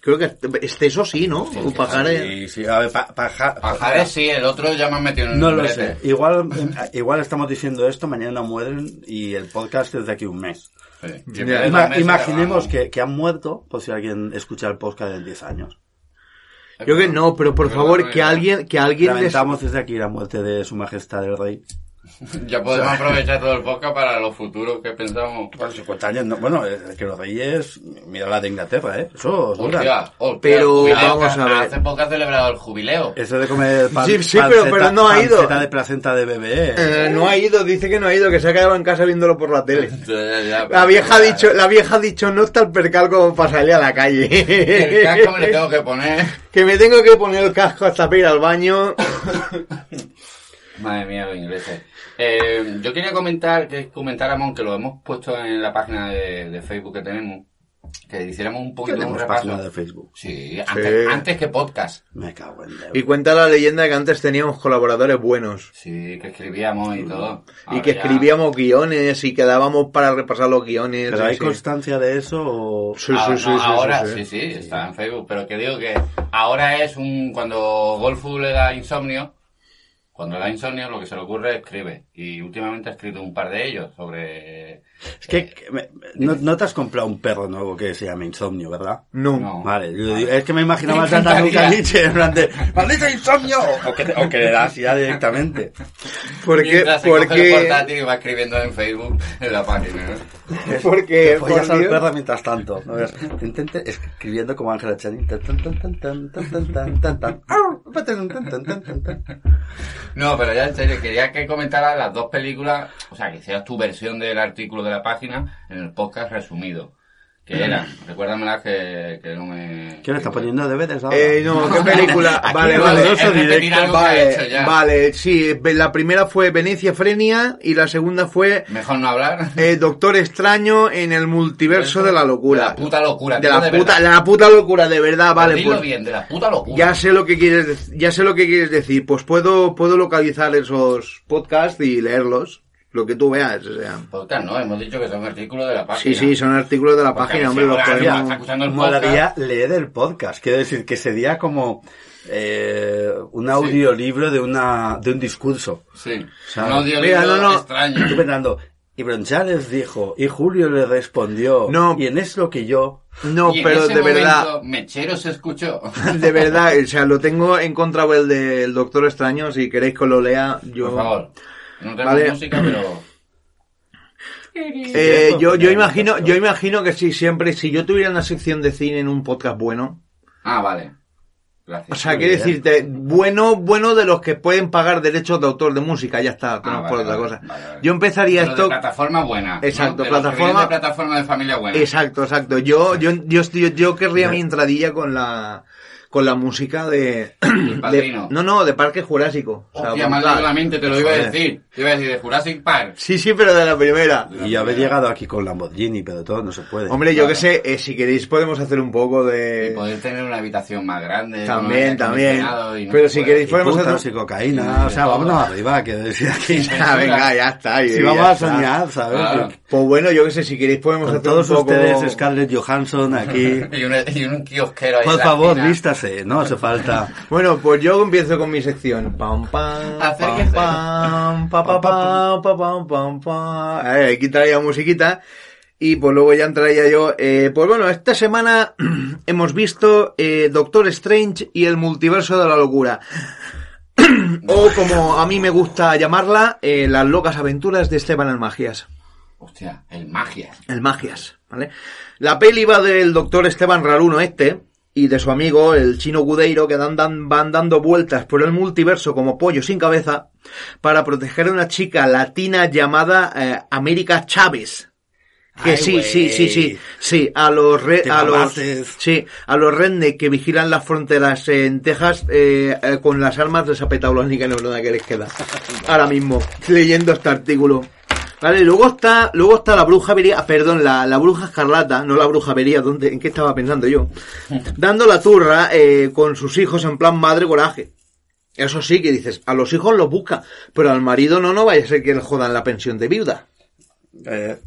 Speaker 2: Creo que exceso sí, ¿no? Un pajaré.
Speaker 1: Sí, sí, a ver, pa- paja-
Speaker 3: Pajares sí, el otro ya me ha metido en un
Speaker 1: No lo
Speaker 3: brete.
Speaker 1: sé. Igual, eh, igual estamos diciendo esto, mañana mueren y el podcast es de aquí a un mes.
Speaker 3: Sí.
Speaker 2: Ya.
Speaker 3: Y en vez de
Speaker 1: Ima-
Speaker 3: dos meses
Speaker 1: imaginemos
Speaker 3: grabamos.
Speaker 1: que, que han muerto, por si alguien escucha el podcast en 10 años.
Speaker 2: Yo que no, pero por
Speaker 3: Yo
Speaker 2: favor,
Speaker 3: creo
Speaker 2: que alguien, que alguien les-
Speaker 1: Lamentamos desde aquí la muerte de su majestad el rey.
Speaker 3: Ya podemos aprovechar todo el podcast para los futuros que pensamos.
Speaker 1: Bueno, 50 años, no, bueno, eh, que los reyes, mira la de Inglaterra, ¿eh. Eso dura.
Speaker 3: Hostia, hostia,
Speaker 2: Pero
Speaker 3: cuidado,
Speaker 2: vamos
Speaker 3: que
Speaker 2: a ver.
Speaker 3: Hace poco ha celebrado el jubileo.
Speaker 1: Eso de comer pan,
Speaker 2: Sí, sí, pero- pero no ha ido.
Speaker 1: panceta de placenta de bebé.
Speaker 2: Eh, no ha ido, dice que no ha ido, que se ha quedado en casa viéndolo por la tele.
Speaker 3: Ya, ya,
Speaker 2: La
Speaker 3: pero-
Speaker 2: vieja ha
Speaker 3: ya.
Speaker 2: dicho, la vieja ha dicho, no está el percal como para salir a la calle.
Speaker 3: El casco me le tengo que poner.
Speaker 2: Que me tengo que poner el casco hasta para ir al baño.
Speaker 3: Madre mía, los ingleses. Eh, yo quería comentar, que comentáramos, que lo hemos puesto en la página de, de Facebook que tenemos, que hiciéramos un poquito de un
Speaker 1: Tenemos
Speaker 3: repaso.
Speaker 1: Pues página de Facebook.
Speaker 3: Sí, antes,
Speaker 2: Sí.
Speaker 3: antes que podcast.
Speaker 1: Me cago en la-
Speaker 2: Y cuenta la leyenda que antes teníamos colaboradores buenos.
Speaker 3: Sí, que escribíamos y todo.
Speaker 2: y
Speaker 3: Ahora
Speaker 2: que
Speaker 3: Ah, ya-
Speaker 2: escribíamos guiones y quedábamos para repasar los guiones.
Speaker 1: ¿Pero
Speaker 2: sí,
Speaker 1: hay
Speaker 2: sí.
Speaker 1: constancia de eso o...?
Speaker 2: Sí, sí,
Speaker 3: ahora,
Speaker 2: sí,
Speaker 3: no,
Speaker 2: sí,
Speaker 3: ahora
Speaker 2: sí, sí.
Speaker 3: está en Facebook, pero que digo que ahora es un cuando Golfu le da insomnio, cuando le da insomnio lo que se le ocurre escribe y últimamente ha escrito un par de ellos sobre
Speaker 1: Es que que me- no, no te has comprado un perro nuevo que se llame Insomnio, ¿verdad?
Speaker 2: No.
Speaker 3: No.
Speaker 1: Vale, yo digo, es que me imaginaba
Speaker 3: Me
Speaker 1: a Santa Luca
Speaker 3: encantaría.
Speaker 1: Nietzsche en plan de ¡Maldito insomnio! O que, o que le das ya directamente.
Speaker 2: Porque,
Speaker 3: Mientras se coge el
Speaker 2: porque,
Speaker 3: portátil y va escribiendo en Facebook en la página. ¿no?
Speaker 2: porque, por
Speaker 1: Follas al
Speaker 2: Dios.
Speaker 1: perro mientras tanto. ¿no? Es- intente- escribiendo como Ángela Chanin. Tan, tan, tan, tan, tan, tan, tan, tan, tan. Au, pa, tan, tan, tan, tan, tan, tan.
Speaker 3: No, pero ya en serio, quería que comentaras las dos películas, o sea, que hicieras tu versión del artículo de la página en el podcast resumido. Que eran, recuérdamela que, que no me...
Speaker 1: ¿Qué me está poniendo deberes ahora?
Speaker 2: Eh, no, ¿qué película?
Speaker 1: Aquí
Speaker 2: Vale,
Speaker 1: no
Speaker 2: vale.
Speaker 1: es repetir
Speaker 3: directo. algo que ha hecho
Speaker 2: Vale,
Speaker 3: ya.
Speaker 2: vale, sí. ve- La primera fue Venecia Frenia y la segunda fue
Speaker 3: Mejor no hablar.
Speaker 2: eh, Doctor Extraño en el multiverso de la
Speaker 3: De
Speaker 2: locura.
Speaker 3: la puta locura.
Speaker 2: De
Speaker 3: tío,
Speaker 2: la puta, la puta locura, de verdad, vale.
Speaker 3: Dilo
Speaker 2: pues-
Speaker 3: bien, de la puta locura.
Speaker 2: Ya sé lo que quieres, dec- ya sé lo que quieres decir. Pues puedo, puedo localizar esos podcasts y leerlos, lo que tú veas. O sea.
Speaker 3: Podcast no, hemos dicho que son artículos de la página.
Speaker 2: Sí, sí, son artículos de la
Speaker 3: Porque
Speaker 2: página,
Speaker 3: a mí
Speaker 2: hombre, los
Speaker 3: seguro que alguien
Speaker 2: podemos.
Speaker 3: está escuchando el
Speaker 1: Molaría
Speaker 3: podcast.
Speaker 1: leer el podcast. Quiero decir, que sería como eh, un audiolibro de, una, de un discurso.
Speaker 3: Sí.
Speaker 1: ¿Sabes?
Speaker 3: Un audiolibro
Speaker 2: Mira, no, no.
Speaker 3: extraño.
Speaker 1: Estoy pensando, y Bronchales dijo, y Julio le respondió,
Speaker 2: No.
Speaker 1: y en es lo que yo...
Speaker 2: No,
Speaker 3: Y en
Speaker 2: pero
Speaker 3: ese
Speaker 2: de verdad,
Speaker 3: momento, Mechero se escuchó.
Speaker 2: de verdad, o sea, lo tengo encontrado el del Doctor Extraño, si queréis que lo lea, yo...
Speaker 3: Por favor. No tenemos
Speaker 2: Vale.
Speaker 3: música, pero...
Speaker 2: Eh, yo, yo imagino, yo imagino que sí, siempre, si yo tuviera una sección de cine en un podcast bueno,
Speaker 3: Ah, vale.
Speaker 2: o
Speaker 3: Gracias.
Speaker 2: sea, quiero
Speaker 1: bien.
Speaker 2: decirte, bueno, bueno de los que pueden pagar derechos de autor de música, ya está, que no es
Speaker 3: Ah, vale,
Speaker 2: por otra
Speaker 3: vale,
Speaker 2: cosa.
Speaker 3: vale, vale.
Speaker 2: Yo empezaría
Speaker 3: Pero
Speaker 2: esto...
Speaker 3: de plataforma buena.
Speaker 2: Exacto,
Speaker 3: ¿no? De los que
Speaker 2: plataforma-
Speaker 3: vienen de plataforma de familia buena.
Speaker 2: Exacto, exacto. Yo, yo, yo, yo, yo querría mi entradilla con la con la música de,
Speaker 3: El Padrino.
Speaker 2: de- no, no, de Parque Jurásico. O sea,
Speaker 3: Hostia,
Speaker 2: vamos,
Speaker 3: mal
Speaker 2: claro.
Speaker 3: digo la mente, te lo iba a
Speaker 1: Joder.
Speaker 3: decir. Te iba a decir de Jurassic Park.
Speaker 2: Sí, sí, pero de la primera.
Speaker 1: Y yo haber llegado aquí con Lamborghini, pero todo no se puede.
Speaker 2: Hombre, yo que sé, eh, si queréis podemos hacer un poco de
Speaker 3: Poder tener una habitación más grande. con
Speaker 2: también,
Speaker 3: aire
Speaker 2: también.
Speaker 3: acondicionado y no
Speaker 2: Pero
Speaker 3: se
Speaker 2: si
Speaker 3: puede.
Speaker 2: queréis
Speaker 1: Y
Speaker 2: podemos
Speaker 1: putas
Speaker 2: hacer
Speaker 1: y cocaína, o sea,
Speaker 3: todo.
Speaker 1: vámonos arriba, quiero decir aquí.
Speaker 2: Ah, venga, ya está. y-
Speaker 1: Si
Speaker 2: ya
Speaker 1: vamos a
Speaker 2: está.
Speaker 1: soñar, ¿sabes?
Speaker 3: Claro.
Speaker 2: Pues bueno, yo que sé, si queréis podemos
Speaker 1: Con
Speaker 2: hacer
Speaker 1: todos
Speaker 2: un poco
Speaker 1: ustedes, Scarlett Johansson aquí.
Speaker 3: Y un, y un kiosquero ahí. en
Speaker 1: Por
Speaker 3: la
Speaker 1: favor,
Speaker 3: esquina.
Speaker 1: vístase, no hace falta.
Speaker 2: Bueno, pues yo empiezo con mi sección. Pam, pam,
Speaker 3: Acérquese.
Speaker 2: pam, pam, pa, pa, pa, pa, pam, pam, pam. A ver, aquí traía musiquita. Y pues luego ya entraría yo. Eh, pues bueno, esta semana hemos visto eh, Doctor Strange y el multiverso de la locura. o como a mí me gusta llamarla, eh, las locas aventuras de Esteban el Magias.
Speaker 3: Hostia, el magia.
Speaker 2: El Magias, ¿vale? La peli va del doctor Esteban Raruno este y de su amigo, el chino Gudeiro, que dan, dan- van dando vueltas por el multiverso como pollo sin cabeza para proteger a una chica latina llamada eh, América Chávez. Que
Speaker 1: Ay,
Speaker 2: sí,
Speaker 1: güey.
Speaker 2: sí, sí, sí, sí, a los re-
Speaker 1: Te
Speaker 2: a los
Speaker 1: mamases.
Speaker 2: sí, a los redneck que vigilan las fronteras en Texas eh, eh, con las armas de esa petaulónica neurona que les queda. Ahora mismo, leyendo este artículo. Vale, luego está, luego está la bruja vería, perdón, la, la bruja escarlata, no la bruja vería, ¿dónde, ¿en qué estaba pensando yo? Dando la turra eh, con sus hijos en plan madre coraje. Eso sí que dices, a los hijos los busca, pero al marido no, no vaya a ser que le jodan la pensión de viuda.
Speaker 1: Eh,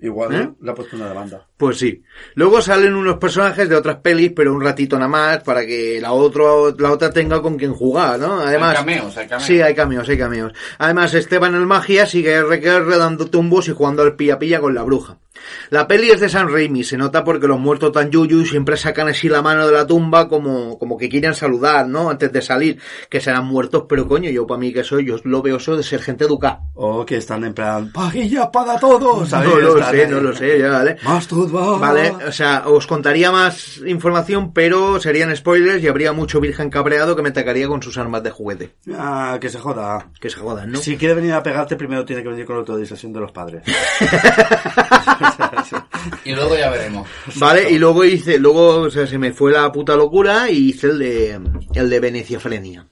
Speaker 1: igual
Speaker 2: ¿Eh?
Speaker 1: le ha puesto una demanda.
Speaker 2: Pues sí. Luego salen unos personajes de otras pelis, pero un ratito nada más, para que la, otro, la otra tenga con quien jugar, ¿no? Además,
Speaker 3: Hay cameos, hay cameos.
Speaker 2: Sí, hay cameos, hay cameos. Además, Esteban el Magia sigue RQR dando tumbos y jugando al pilla-pilla con la bruja. La peli es de San Raimi, se nota porque los muertos tan yuyu siempre sacan así la mano de la tumba como, como que quieren saludar, ¿no? Antes de salir, que serán muertos, pero coño, yo para mí que soy, yo lo veo eso de ser gente educada.
Speaker 1: O que están en plan, pajilla para todos, ¿sabes?
Speaker 2: No lo
Speaker 1: Están
Speaker 2: sé,
Speaker 1: ahí.
Speaker 2: no lo sé, ya, ¿vale?
Speaker 3: Ah.
Speaker 1: Masturba.
Speaker 2: Vale, o sea, os contaría más información, pero serían spoilers y habría mucho virgen cabreado que me atacaría con sus armas de juguete.
Speaker 1: Ah, que se joda.
Speaker 2: Que se jodan, ¿no?
Speaker 1: Si quiere venir a pegarte, primero tiene que venir con la autorización de los padres.
Speaker 3: Y luego ya veremos.
Speaker 2: Vale, y luego hice, luego, o sea, se me fue la puta locura y hice el de, el de Veneciafrenia.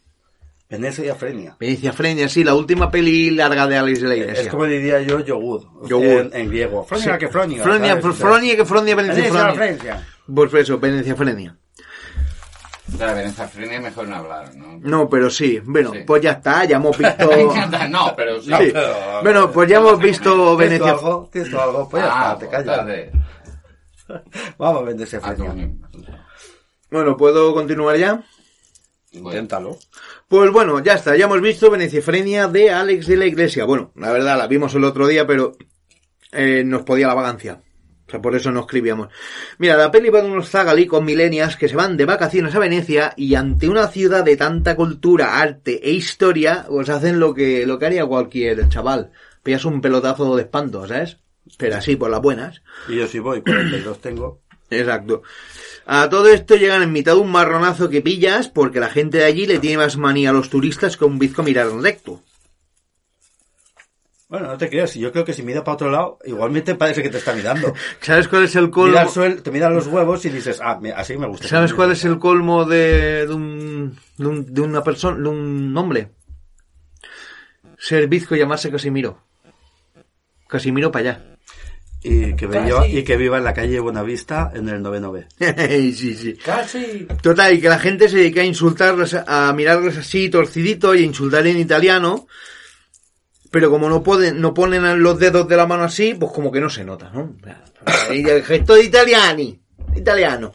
Speaker 1: Venecia y afrenia.
Speaker 2: Veneciafrenia, sí, la última peli larga de Alice de la Iglesia.
Speaker 1: Es como diría yo, yogur.
Speaker 2: Yogur.
Speaker 1: En, en griego.
Speaker 2: Sí.
Speaker 1: Fronia que fronia.
Speaker 2: Fronia, pues
Speaker 1: ¿sabes?
Speaker 2: Fronia que Fronia,
Speaker 1: Venecia y
Speaker 2: Veneciafrenia.
Speaker 1: afrenia.
Speaker 2: Pues eso, Veneciafrenia.
Speaker 3: De la venezafrenia es mejor no hablar, ¿no?
Speaker 2: No, pero sí, bueno,
Speaker 3: Sí.
Speaker 2: pues ya está, ya hemos visto...
Speaker 3: Me encanta, no, pero sí. Ah,
Speaker 2: Sí.
Speaker 3: pero-
Speaker 2: Bueno, pues ya hemos visto
Speaker 1: ¿Tienes tú
Speaker 2: Venecia...
Speaker 1: algo? ¿Tienes tú algo? Pues ya
Speaker 3: Ah,
Speaker 1: está, te
Speaker 3: pues
Speaker 1: callas.
Speaker 3: tarde.
Speaker 1: Vamos, Venecia y
Speaker 3: Ah,
Speaker 1: afrenia.
Speaker 3: coño.
Speaker 2: Bueno, ¿puedo continuar ya?
Speaker 3: Bueno,
Speaker 1: Inténtalo.
Speaker 2: Pues bueno, ya está, ya hemos visto Venecifrenia de Alex de la Iglesia. Bueno, la verdad, la vimos el otro día, pero eh, nos podía la vagancia. O sea, por eso no escribíamos. Mira, la peli va de unos zagalicos milenias que se van de vacaciones a Venecia y ante una ciudad de tanta cultura, arte e historia, pues hacen lo que, lo que haría cualquier chaval. Pillas un pelotazo de espanto, ¿sabes? Pero así, por las buenas.
Speaker 1: Y yo sí voy, 42 tengo.
Speaker 2: Exacto. A todo esto llegan en mitad de un marronazo que pillas porque la gente de allí le tiene más manía a los turistas que a un bizco mirar recto.
Speaker 1: Bueno, no te creas, yo creo que si mira para otro lado, igualmente parece que te está mirando.
Speaker 2: ¿Sabes cuál es el colmo?
Speaker 1: Mira al suelo, te mira los huevos y dices, ah, me- así me gusta.
Speaker 2: ¿Sabes cuál es el colmo de, de un, de un- de una persona, de un hombre? Ser bizco y llamarse Casimiro. Casimiro para allá.
Speaker 1: Y que, viva, y que viva en la calle Buenavista en el 99B.
Speaker 2: sí, sí. Total, y que la gente se dedica a insultarles, a mirarles así torcidito y a insultar en italiano. Pero como no pueden, no ponen los dedos de la mano así, pues como que no se nota, ¿no? Y el gesto de italiani, italiano.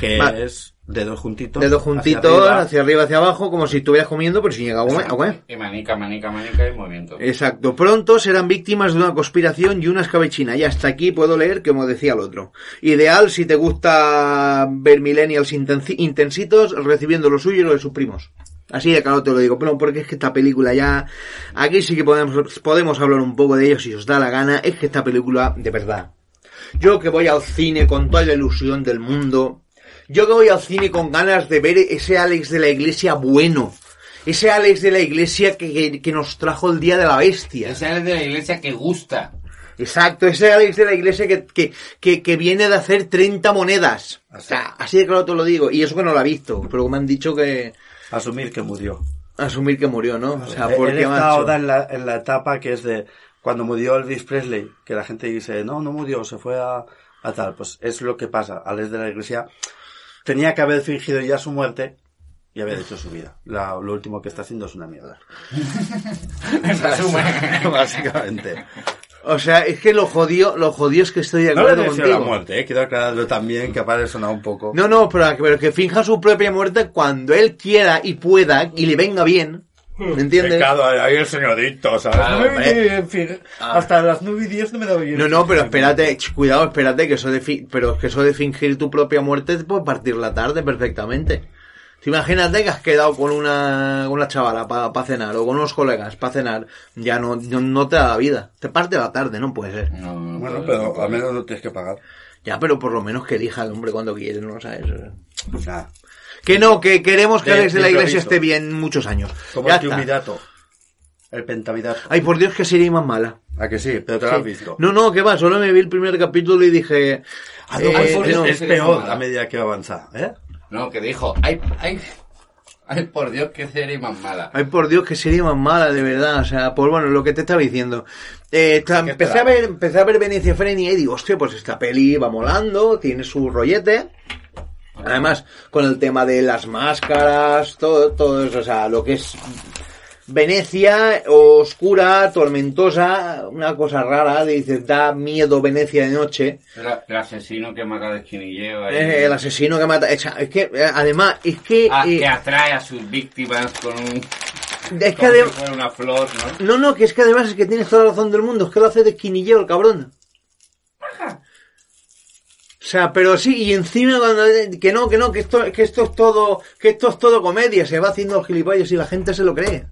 Speaker 1: Que
Speaker 2: Vale.
Speaker 1: es dedos juntitos.
Speaker 2: Dedos
Speaker 1: hacia
Speaker 2: juntitos,
Speaker 1: arriba.
Speaker 2: hacia arriba, hacia abajo, como si estuvieras comiendo, pero sin llegar a comer. a comer.
Speaker 3: Y manica, manica, manica y movimiento.
Speaker 2: Eh, Exacto. Pronto serán víctimas de una conspiración y una escabechina. Y hasta aquí puedo leer, como decía el otro. Ideal si te gusta ver millennials intensi- intensitos recibiendo lo suyo y lo de sus primos. Así de claro te lo digo, pero porque es que esta película ya... Aquí sí que podemos, podemos hablar un poco de ello si os da la gana. Es que esta película, de verdad. Yo que voy al cine con toda la ilusión del mundo. Yo que voy al cine con ganas de ver ese Alex de la iglesia bueno. Ese Alex de la iglesia que, que- que nos trajo el día de la bestia.
Speaker 3: Esa es de la iglesia que gusta.
Speaker 2: Exacto, ese Alex de la iglesia que, que, que, que viene de hacer 30 monedas. O sea, así de claro te lo digo. Y eso que no lo ha visto, pero me han dicho que...
Speaker 1: Asumir que murió.
Speaker 2: Asumir que murió, ¿no? O sea,
Speaker 1: Eh, él
Speaker 2: porque
Speaker 1: está
Speaker 2: macho.
Speaker 1: ahora en la, en la etapa que es de cuando murió Elvis Presley, que la gente dice, no, no murió, se fue a, a tal. Pues es lo que pasa. Alex de la Iglesia tenía que haber fingido ya su muerte y haber hecho su vida. La- lo último que está haciendo es una mierda.
Speaker 3: En resumen.
Speaker 1: Básicamente.
Speaker 2: O sea, es que lo jodió, lo jodió es que estoy de
Speaker 1: No le
Speaker 2: acuerdo
Speaker 1: deseo la
Speaker 2: contigo.
Speaker 1: muerte, eh, quiero aclararlo también, que aparte sonado un poco.
Speaker 2: No, no, pero, pero que finja su propia muerte cuando él quiera y pueda y le venga bien.
Speaker 1: Hmm.
Speaker 2: ¿Me entiendes? Ah,
Speaker 1: Pecado, ahí el señorito, ¿sabes? eh,
Speaker 3: Claro,
Speaker 1: Muy
Speaker 3: hombre.
Speaker 1: bien, fin. Hasta las 9 y 10 no me da bien.
Speaker 2: No, no, pero espérate, ch, cuidado, espérate, que eso de, fi- pero que eso de fingir tu propia muerte te puede partir la tarde perfectamente. Tú Imagínate que has quedado con una, con una chavala para cenar o con unos colegas para cenar, ya no, no, no te da la vida, te parte la tarde, no puede ser.
Speaker 3: No, no
Speaker 1: Bueno,
Speaker 3: puedo, no
Speaker 1: pero
Speaker 3: puedo.
Speaker 1: al menos no tienes que pagar.
Speaker 2: Ya, pero por lo menos que elija el hombre cuando quiere, no sabes. O sea.
Speaker 1: Nada.
Speaker 2: Que no, que queremos que
Speaker 1: De-
Speaker 2: Alex de
Speaker 1: de
Speaker 2: la iglesia
Speaker 1: improviso.
Speaker 2: esté bien muchos años.
Speaker 1: Como
Speaker 2: Ya
Speaker 1: el
Speaker 2: está.
Speaker 1: triunvirato. El pentamidato.
Speaker 2: Ay, por Dios, que sería más mala.
Speaker 1: ¿A que sí? Pero te lo has visto.
Speaker 2: No, no, que va, solo me vi el primer capítulo y dije...
Speaker 1: Ah, no,
Speaker 2: eh,
Speaker 1: pues es,
Speaker 2: no.
Speaker 1: es peor a medida que avanza, ¿eh?
Speaker 3: No, que dijo, ay, ay, ay, por Dios, qué serie más mala.
Speaker 2: Ay, por Dios, que sería más mala, de verdad. O sea, pues bueno, lo que te estaba diciendo. Eh, ta-
Speaker 1: que
Speaker 2: empecé,
Speaker 1: esperar.
Speaker 2: a ver, empecé a ver Venecia Frenia y digo, hostia, pues esta peli va molando, tiene su rollete. Además, con el tema de las máscaras, todo, todo eso, o sea, lo que es Venecia oscura, tormentosa, una cosa rara, dices, da miedo Venecia de noche.
Speaker 3: El, el asesino que mata de esquinilleo. ahí.
Speaker 2: Eh, el asesino que mata, echa- es que, eh, además, es que,
Speaker 3: Ah,
Speaker 2: eh,
Speaker 3: que atrae a sus víctimas con un.
Speaker 2: es que
Speaker 3: como
Speaker 2: adem-
Speaker 3: si fuera una flor, ¿no?
Speaker 2: no, no, que es que además es que tienes toda la razón del mundo, es que lo hace de esquinilleo el cabrón. O sea, pero sí, y encima cuando, que no, que no, que esto, que esto es todo, que esto es todo comedia, se va haciendo el gilipollas y la gente se lo cree.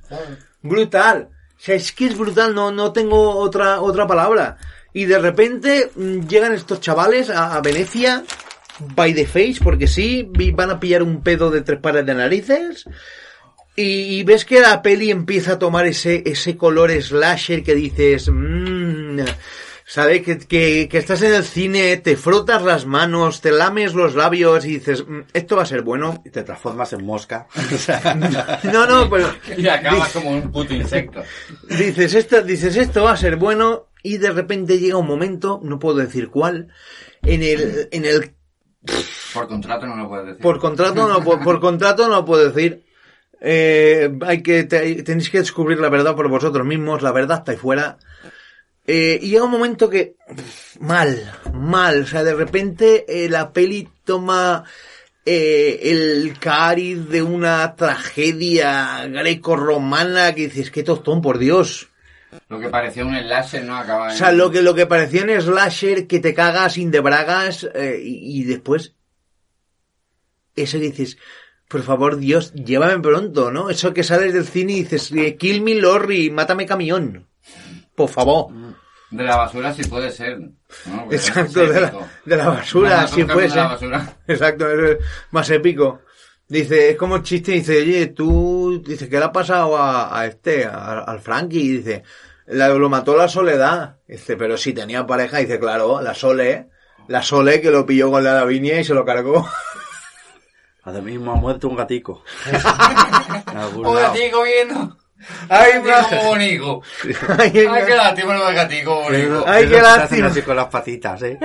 Speaker 2: Brutal. O sea, es que es brutal, no, no tengo otra, otra palabra. Y de repente mm, llegan estos chavales a, a Venecia, by the face, porque sí, y van a pillar un pedo de tres pares de narices. Y, y ves que la peli empieza a tomar ese, ese color slasher que dices, mmm, sabes que, que, que estás en el cine, te frotas las manos, te lames los labios y dices, "Mm, esto va a ser bueno.
Speaker 1: Y te transformas en mosca. O sea,
Speaker 2: No, no, pero...
Speaker 3: Y acaba
Speaker 2: dices-
Speaker 3: como un puto insecto.
Speaker 2: Dices esto, dices esto va a ser bueno y de repente llega un momento, no puedo decir cuál, en el, en el,
Speaker 3: Por contrato no lo puedes decir.
Speaker 2: por contrato no, por, por contrato no puedo decir, eh, hay que, te- tenéis que descubrir la verdad por vosotros mismos, la verdad está ahí fuera. Eh, y llega un momento que, pff, mal, mal, o sea, de repente eh, la peli toma eh, el cariz de una tragedia greco-romana que dices, qué tostón, por Dios.
Speaker 3: Lo que parecía un enlace no acaba
Speaker 2: O
Speaker 3: en-
Speaker 2: sea, lo que, lo que parecía un slasher que te cagas sin de bragas eh, y, y después... Eso que dices, por favor, Dios, llévame pronto, ¿no? Eso que sales del cine y dices, eh, kill me Lorry, mátame camión. Por favor.
Speaker 3: Mm, De la basura sí puede ser. ¿no? Porque es
Speaker 2: Exacto, de la,
Speaker 3: épico.
Speaker 2: de la basura,
Speaker 3: Van a
Speaker 2: si
Speaker 3: tocar
Speaker 2: puede
Speaker 3: de la
Speaker 2: ser.
Speaker 3: basura.
Speaker 2: Exacto, es más épico. Dice, es como el chiste, dice, oye, tú, dice, ¿qué le ha pasado a, a este, a- al Frankie? Dice, "La- lo mató la soledad. Dice, pero si tenía pareja, dice, claro, la Sole, la Sole que lo pilló con la Lavinia y se lo cargó.
Speaker 1: ahora mismo ha muerto un gatico. En algún
Speaker 3: Un
Speaker 1: lado.
Speaker 3: gatico viendo.
Speaker 2: Ay,
Speaker 3: Un
Speaker 2: bra-
Speaker 3: gatico bonito.
Speaker 2: Ay,
Speaker 3: Ay, qué
Speaker 2: qué-
Speaker 3: lástima el gatico bonito.
Speaker 2: Ay, qué
Speaker 1: Pero se hacen
Speaker 2: lástima.
Speaker 1: así con las patitas, ¿eh?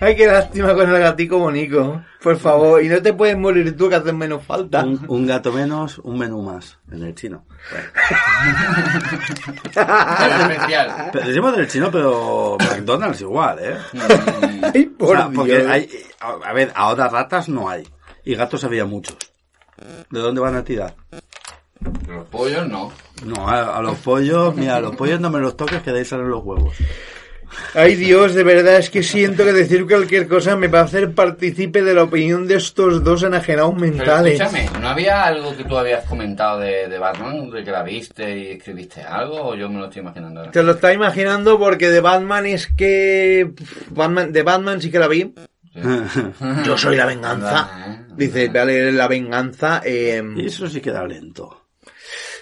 Speaker 2: Ay, qué lástima con el gatico bonico. Por favor, y no te puedes morir tú que haces menos falta.
Speaker 1: Un, un gato menos, un menú más. En el chino.
Speaker 3: Ah, Es especial.
Speaker 1: Pero decimos del chino, pero McDonald's igual, ¿eh?
Speaker 3: Mm,
Speaker 2: Ay, por
Speaker 1: O sea, porque
Speaker 2: Dios.
Speaker 1: hay, a, a ver, ahora ratas no hay. Y gatos había muchos. ¿De dónde van a tirar?
Speaker 3: Los pollos no.
Speaker 1: No, a, a los pollos, mira, a los pollos no me los toques que de ahí salen los huevos.
Speaker 2: Ay Dios, de verdad es que siento que decir cualquier cosa me va a hacer partícipe de la opinión de estos dos enajenados
Speaker 3: Pero
Speaker 2: mentales.
Speaker 3: escúchame, ¿no había algo que tú habías comentado de, de Batman? ¿De que la viste y escribiste algo? ¿O yo me lo estoy imaginando ahora?
Speaker 2: Te lo está imaginando porque de Batman es que pff, Batman, de Batman sí que la vi. Yo soy la
Speaker 3: Ah,
Speaker 2: venganza. Dice, vale, la venganza. eh,
Speaker 1: Y
Speaker 2: o
Speaker 1: eso sí queda lento.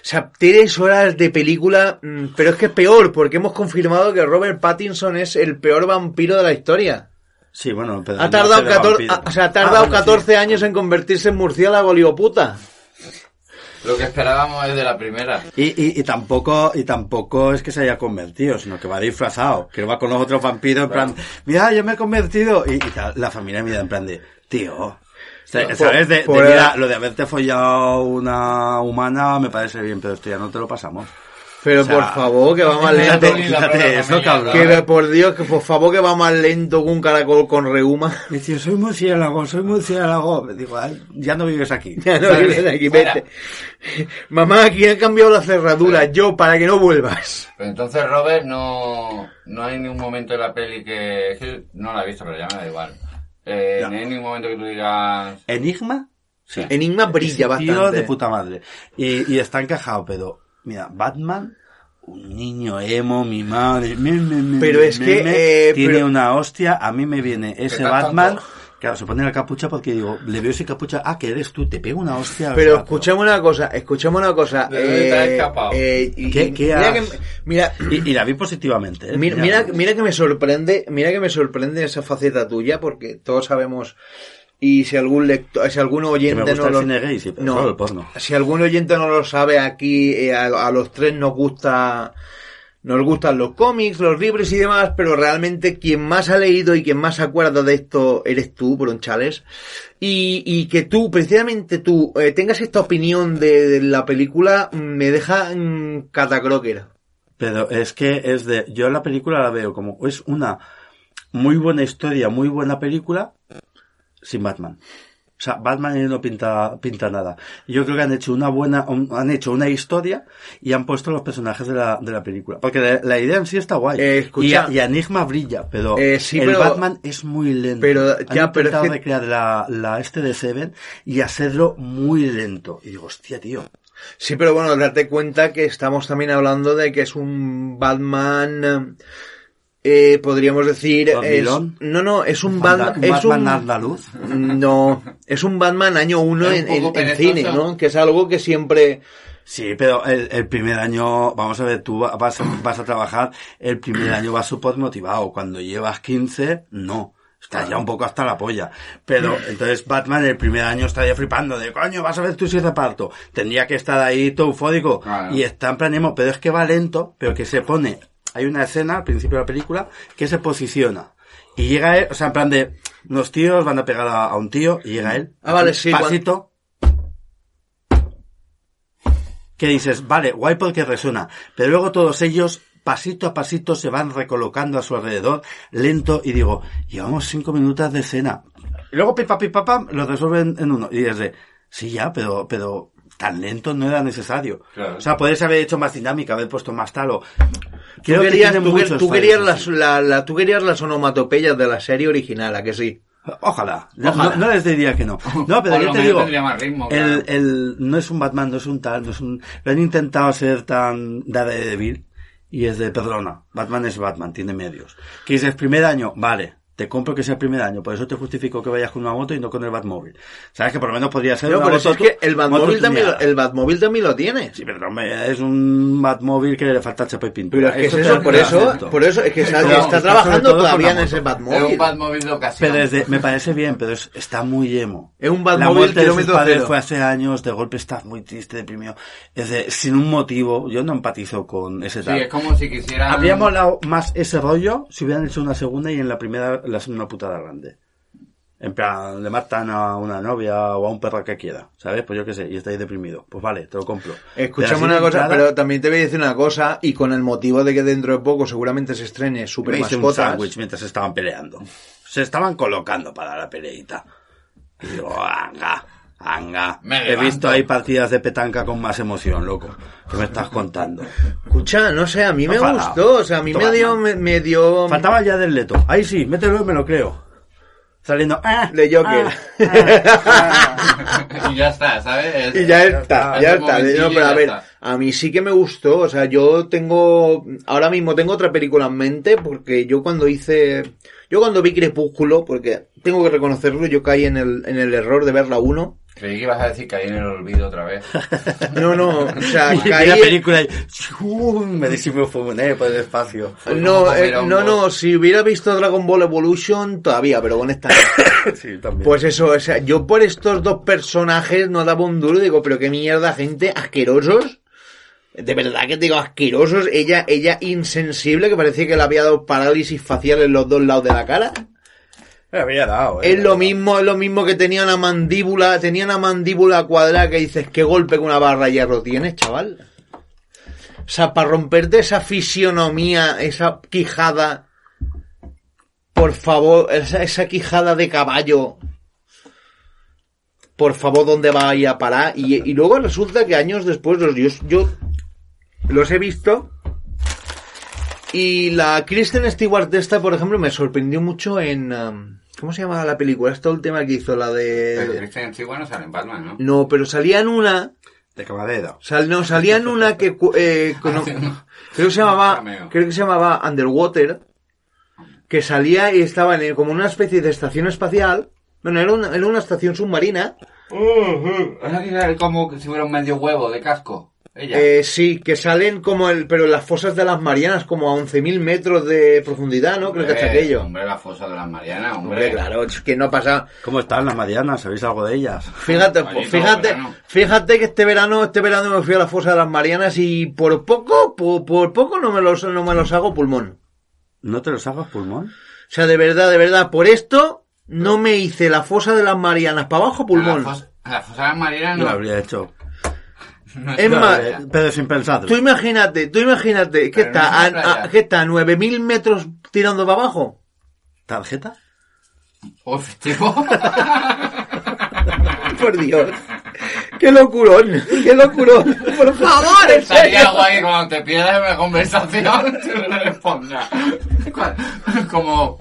Speaker 2: sea, tres horas de película, mm, pero es que es peor porque hemos confirmado que Robert Pattinson es el peor vampiro de la historia.
Speaker 1: Sí, bueno, pero
Speaker 2: Ha
Speaker 1: no
Speaker 2: tardado,
Speaker 1: hace de
Speaker 2: 14,
Speaker 1: vampiro.
Speaker 2: o sea, ha
Speaker 1: Ah,
Speaker 2: tardado
Speaker 1: bueno, sí.
Speaker 2: 14 años en convertirse en murciélago, lío puta.
Speaker 3: Lo que esperábamos es de la primera.
Speaker 1: Y, y, y tampoco y tampoco es que se haya convertido, sino que va disfrazado, que va con los otros vampiros en plan, mira, yo me he convertido. Y, y la, la familia mira en plan de, tío, o sea,
Speaker 2: Por-
Speaker 1: ¿sabes? De, de,
Speaker 2: por-
Speaker 1: mira, lo de haberte follado una humana me parece bien, pero esto ya no te lo pasamos.
Speaker 2: Pero
Speaker 1: O sea,
Speaker 2: por favor, que va más lento.
Speaker 1: Quítate,
Speaker 3: Tony, la
Speaker 1: quítate
Speaker 3: propia
Speaker 1: eso,
Speaker 3: familia,
Speaker 1: cabrón.
Speaker 3: ¿no?
Speaker 2: Que por Dios, que por favor que va más lento que un caracol con reuma.
Speaker 1: Me dice, soy murciélago, soy murciélago. Me digo, "Ay, ya no vives aquí.
Speaker 2: Ya no
Speaker 3: Vale,
Speaker 2: vienes aquí,
Speaker 3: fuera.
Speaker 2: vete. Mamá, aquí han cambiado la cerradura, yo, para que no vuelvas.
Speaker 3: Pero entonces, Robert, no, no hay ningún momento de la peli que... es que no la he visto, pero ya me da igual. Eh,
Speaker 1: Ya.
Speaker 3: No hay ningún momento que tú digas...
Speaker 1: Enigma, sí.
Speaker 2: Enigma brilla
Speaker 1: Tío
Speaker 2: bastante.
Speaker 1: de puta madre. Y, y está encajado, pero mira, Batman, un niño emo, mi madre. me, me, me,
Speaker 2: Pero
Speaker 1: me,
Speaker 2: es
Speaker 1: me,
Speaker 2: que,
Speaker 1: me,
Speaker 2: eh,
Speaker 1: tiene
Speaker 2: pero-
Speaker 1: una hostia. A mí me viene ese
Speaker 3: estás
Speaker 1: Batman.
Speaker 3: tonto.
Speaker 1: Claro, se pone la capucha porque digo, le veo sin capucha. Ah, que eres tú, te pego una hostia. al
Speaker 2: Pero
Speaker 1: gato.
Speaker 2: escuchamos una cosa, escuchamos una cosa.
Speaker 3: ¿De dónde te has
Speaker 2: eh,
Speaker 3: escapado?
Speaker 2: eh, y-
Speaker 1: ¿Qué-
Speaker 2: y
Speaker 1: qué
Speaker 2: mira,
Speaker 1: has-
Speaker 2: que, mira,
Speaker 1: Y, y la vi positivamente. ¿eh?
Speaker 2: Mira, mira, mira que me sorprende, mira que me sorprende esa faceta tuya, porque todos sabemos, y si algún lector, si algún oyente
Speaker 1: gusta
Speaker 2: no
Speaker 1: el
Speaker 2: lo,
Speaker 1: cine gay, sí, pero solo el porno.
Speaker 2: si algún oyente no lo sabe aquí, eh, a, a los tres nos gusta, Nos gustan los cómics, los libros y demás, pero realmente quien más ha leído y quien más se acuerda de esto eres tú, Bronchales. Y, y que tú, precisamente tú, eh, tengas esta opinión de, de la película me deja mm, catacroker.
Speaker 1: Pero es que es de. Yo la película la veo como. Es una muy buena historia, muy buena película sin Batman. O sea, Batman ahí no pinta, pinta nada. Yo creo que han hecho una buena, un- han hecho una historia y han puesto los personajes de la, de la película. Porque la, la idea en sí está guay.
Speaker 2: Eh, escucha.
Speaker 1: y, y Enigma brilla, pero
Speaker 2: Eh, sí,
Speaker 1: el
Speaker 2: pero-
Speaker 1: Batman es muy lento.
Speaker 2: pero,
Speaker 1: han
Speaker 2: ya, pero es
Speaker 1: intentado
Speaker 2: que-
Speaker 1: recrear la, la este de Seven y hacerlo muy lento. Y digo, hostia, tío.
Speaker 2: Sí, pero bueno, date cuenta que estamos también hablando de que es un Batman. eh, podríamos decir. Es,
Speaker 1: ¿Dormilón?
Speaker 2: no, no, es un
Speaker 1: Anda-
Speaker 2: Batman. Es
Speaker 1: Batman
Speaker 2: un,
Speaker 1: andaluz.
Speaker 2: no, es un Batman año uno
Speaker 3: Es
Speaker 2: en,
Speaker 3: un poco
Speaker 2: en- en
Speaker 3: perezoso.
Speaker 2: cine, ¿no? Que es algo que siempre.
Speaker 1: Sí, pero el, el primer año, vamos a ver, tú va- vas, vas a trabajar, el primer año vas súper motivado. Cuando llevas 15, no. Estás ya un poco hasta la polla. Pero entonces Batman el primer año está ya flipando de coño, vas a ver tú si reparto. Tendría que estar ahí todo eufórico.
Speaker 3: Claro.
Speaker 1: Y está en plan emo, pero es que va lento, pero que se pone. Hay una escena al principio de la película que se posiciona. Y llega él, o sea, en plan de, unos tíos van a pegar a, a un tío y llega él.
Speaker 2: Ah, vale, sí,
Speaker 1: Pasito que dices, vale, guay porque resuena, pero luego todos ellos pasito a pasito se van recolocando a su alrededor, lento, y digo, llevamos cinco minutos de escena. Y luego pipa, pipa, pam, lo resuelven en uno. Y es de, sí, ya, pero, pero tan lento no era necesario.
Speaker 3: Claro.
Speaker 1: O sea, podéis haber hecho más dinámica, haber puesto más talo.
Speaker 2: Tú
Speaker 1: Creo que
Speaker 2: querías,
Speaker 1: tiene
Speaker 2: tú que-
Speaker 1: muchos
Speaker 2: tú querías
Speaker 1: fallos,
Speaker 2: las,
Speaker 1: sí.
Speaker 2: la- la- tú querías las onomatopeyas de la serie original, ¿a que sí?
Speaker 1: Ojalá. No-
Speaker 3: Ojalá.
Speaker 1: No, no les diría que no. No, pero
Speaker 3: Por
Speaker 1: yo
Speaker 3: lo
Speaker 1: te
Speaker 3: menos
Speaker 1: digo,
Speaker 3: tendría más ritmo,
Speaker 1: el,
Speaker 3: claro.
Speaker 1: el- no es un Batman, no es un tal, no es un... Lo han intentado ser tan débil y es de, perdona, Batman es Batman, tiene medios. Que dices, primer año, vale, te compro que sea el primer año, por eso te justifico que vayas con una moto y no con el Batmóvil. Sabes que por lo menos podría ser
Speaker 2: No,
Speaker 1: una
Speaker 2: pero
Speaker 1: moto
Speaker 2: si es
Speaker 1: tu-
Speaker 2: que el Batmóvil
Speaker 1: moto
Speaker 2: también, lo-
Speaker 1: tuneada.
Speaker 2: el Batmóvil también lo tienes.
Speaker 1: Sí, pero hombre, es un Batmóvil que le falta chapa y pintura.
Speaker 2: Pero es que es
Speaker 1: te
Speaker 2: eso,
Speaker 1: lo
Speaker 2: por eso,
Speaker 1: acepto.
Speaker 2: por eso, es que está,
Speaker 1: Pero
Speaker 2: está
Speaker 1: sobre
Speaker 2: trabajando
Speaker 1: todo con la
Speaker 2: todavía en ese
Speaker 1: moto.
Speaker 2: Batmóvil.
Speaker 3: Es un Batmóvil de ocasión.
Speaker 1: Pero es de- me parece bien, pero es- está muy emo.
Speaker 2: Es un
Speaker 1: La
Speaker 2: Batmóvil
Speaker 1: muerte de sus
Speaker 2: kilómetro
Speaker 1: padres
Speaker 2: cero.
Speaker 1: fue hace años, de golpe está muy triste, deprimido. Es de, sin un motivo, yo no empatizo con ese
Speaker 3: Sí,
Speaker 1: tal.
Speaker 3: es como si quisieran...
Speaker 1: Habría molado más ese rollo si hubieran hecho una segunda y en la primera le hacen una putada grande. En plan, le matan a una novia o a un perro que quiera, ¿sabes? Pues yo qué sé, y estáis deprimido. Pues vale, te lo compro. Pero
Speaker 2: Escuchamos
Speaker 1: así
Speaker 2: una cosa,
Speaker 1: pintada,
Speaker 2: pero también te voy a decir una cosa, y con el motivo de que dentro de poco seguramente se estrene Super
Speaker 1: me hice un
Speaker 2: Mascotas.
Speaker 1: sándwich mientras estaban peleando. Se estaban colocando para la peleita. Y digo, anga, anga.
Speaker 3: Me
Speaker 1: He
Speaker 3: levanto.
Speaker 1: visto ahí partidas de petanca con más emoción, loco. ¿Qué me estás contando?
Speaker 2: Escucha, no sé, a mí me
Speaker 1: Ojalá.
Speaker 2: gustó, o sea, a mí me
Speaker 1: Toma,
Speaker 2: dio,
Speaker 1: no.
Speaker 2: me, me dio...
Speaker 1: Faltaba ya del leto. Ahí sí, mételo y me lo creo. Saliendo, ah,
Speaker 2: De Joker.
Speaker 3: y ya está, ¿sabes?
Speaker 2: Y ya está, ya
Speaker 3: Hace un
Speaker 2: está.
Speaker 3: momentillo
Speaker 2: No,
Speaker 3: y
Speaker 2: pero a
Speaker 3: ya
Speaker 2: ver,
Speaker 3: está.
Speaker 2: a mí sí que me gustó. O sea, yo tengo. Ahora mismo tengo otra película en mente porque yo cuando hice. Yo cuando vi Crepúsculo, porque tengo que reconocerlo, yo caí en el, en el error de verla uno.
Speaker 3: Creí que ibas a decir que ahí en el olvido otra vez.
Speaker 2: No, no, o sea,
Speaker 1: Y vi
Speaker 2: caí.
Speaker 1: la película y ¡chum! me disimufuné eh, por el espacio.
Speaker 2: No, eh,
Speaker 3: Era un
Speaker 2: no, no,
Speaker 3: boss.
Speaker 2: si hubiera visto Dragon Ball Evolution todavía, pero con esta. no.
Speaker 1: Sí, también.
Speaker 2: Pues eso, o sea, yo por estos dos personajes no daba un duro, digo, pero qué mierda, gente, asquerosos. De verdad que te digo, asquerosos. Ella, ella insensible, que parecía que le había dado parálisis facial en los dos lados de la cara.
Speaker 1: me había dado. eh.
Speaker 2: Es lo mismo, es lo mismo que tenía una mandíbula, tenía una mandíbula cuadrada que dices, qué golpe con una barra de hierro tienes, chaval. O sea, para romperte esa fisionomía, esa quijada, por favor, esa, esa quijada de caballo, por favor, ¿dónde va a ir a parar? Y, y luego resulta que años después los yo, yo los he visto y la Kristen Stewart esta, por ejemplo, me sorprendió mucho en... um, ¿Cómo se llamaba la película? Esta última que hizo, la
Speaker 3: Pero
Speaker 2: de...
Speaker 3: Christian Stewart no sale en Batman, ¿no?
Speaker 2: No, pero salía en una...
Speaker 1: De camarera.
Speaker 2: Sal, no, salía en una que... cu- eh, con- no, creo que se llamaba... Creo que se llamaba Underwater. Que salía y estaba en el- como una especie de estación espacial. Bueno, era una, era una estación submarina.
Speaker 3: Es como que si fuera un medio huevo de casco. Ella.
Speaker 2: Eh, sí, que salen como el, pero en las fosas de las Marianas, como a 11.000 metros de profundidad, ¿no? Creo que
Speaker 3: Hombre,
Speaker 2: es aquello. Hombre,
Speaker 3: Eh, Hombre, la fosa de las Marianas, hombre.
Speaker 2: claro, es que no ha pasado.
Speaker 1: ¿Cómo están las Marianas? ¿Sabéis algo de ellas?
Speaker 2: Fíjate,
Speaker 3: Allí
Speaker 2: pues,
Speaker 3: todo
Speaker 2: fíjate,
Speaker 3: verano.
Speaker 2: fíjate que este verano, este verano me fui a la fosa de las Marianas y por poco, por, por poco no me los, no me los hago pulmón.
Speaker 1: ¿No te los hagas pulmón?
Speaker 2: O sea, de verdad, de verdad, por esto no me hice la fosa de las Marianas para abajo
Speaker 3: A
Speaker 2: pulmón.
Speaker 3: la fosa, a la fosa de las Marianas
Speaker 1: No
Speaker 3: Ah, no.
Speaker 1: lo habría hecho.
Speaker 2: Es
Speaker 1: Pero,
Speaker 2: más,
Speaker 1: eh, pero sin pensarlo.
Speaker 2: tú imagínate, tú imagínate que
Speaker 3: Pero no
Speaker 2: está,
Speaker 3: es una
Speaker 2: a- a-
Speaker 3: playa.
Speaker 2: que está a 9.000 metros tirando para abajo.
Speaker 1: ¿Tarjeta?
Speaker 3: Uf, tipo.
Speaker 2: Por Dios. Qué locurón, qué locurón. Por favor, en
Speaker 3: Estaría
Speaker 2: serio.
Speaker 3: guay cuando te pierdas una conversación, tú le respondas. Cu- Como,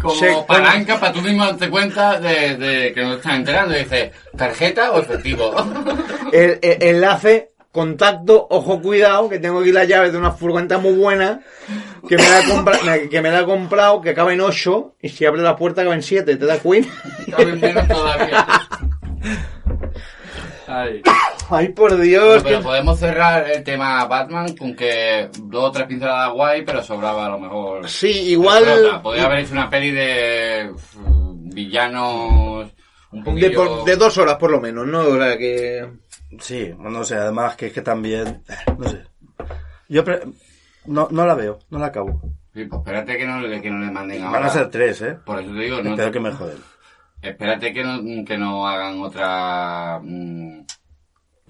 Speaker 3: como
Speaker 2: Sí, bueno.
Speaker 3: palanca para tú mismo darte cuenta de, de que no te estás enterando. Y dices, ¿tarjeta o efectivo?
Speaker 2: El, el- enlace, contacto, ojo, cuidado, que tengo aquí la llave de una furgoneta muy buena, que me la ha, compra- me- que me la ha comprado, que acaba en 8, y si abre la puerta acaba en 7, ¿te da cuenta?
Speaker 3: Caben menos todavía. Ay.
Speaker 2: Ay, por
Speaker 3: Bueno,
Speaker 2: Dios.
Speaker 3: pero
Speaker 2: que-
Speaker 3: podemos cerrar el tema Batman con que dos o tres pinceladas guay, pero sobraba a lo mejor.
Speaker 2: Sí, igual-
Speaker 3: Pelota. Podría haber hecho una peli de uf, villanos un poquillo.
Speaker 2: De, por- de dos horas por lo menos, ¿no? O sea, que...
Speaker 1: Sí, no sé, además que es que también... eh, No sé. Yo pre- no, no la veo, no la acabo.
Speaker 3: Sí, pues espérate que no, le- que no le manden ahora.
Speaker 1: Van a ser tres, ¿eh?
Speaker 3: Por eso te digo, no,
Speaker 1: Espero que me joden.
Speaker 3: espérate que no, que no hagan otra. mm,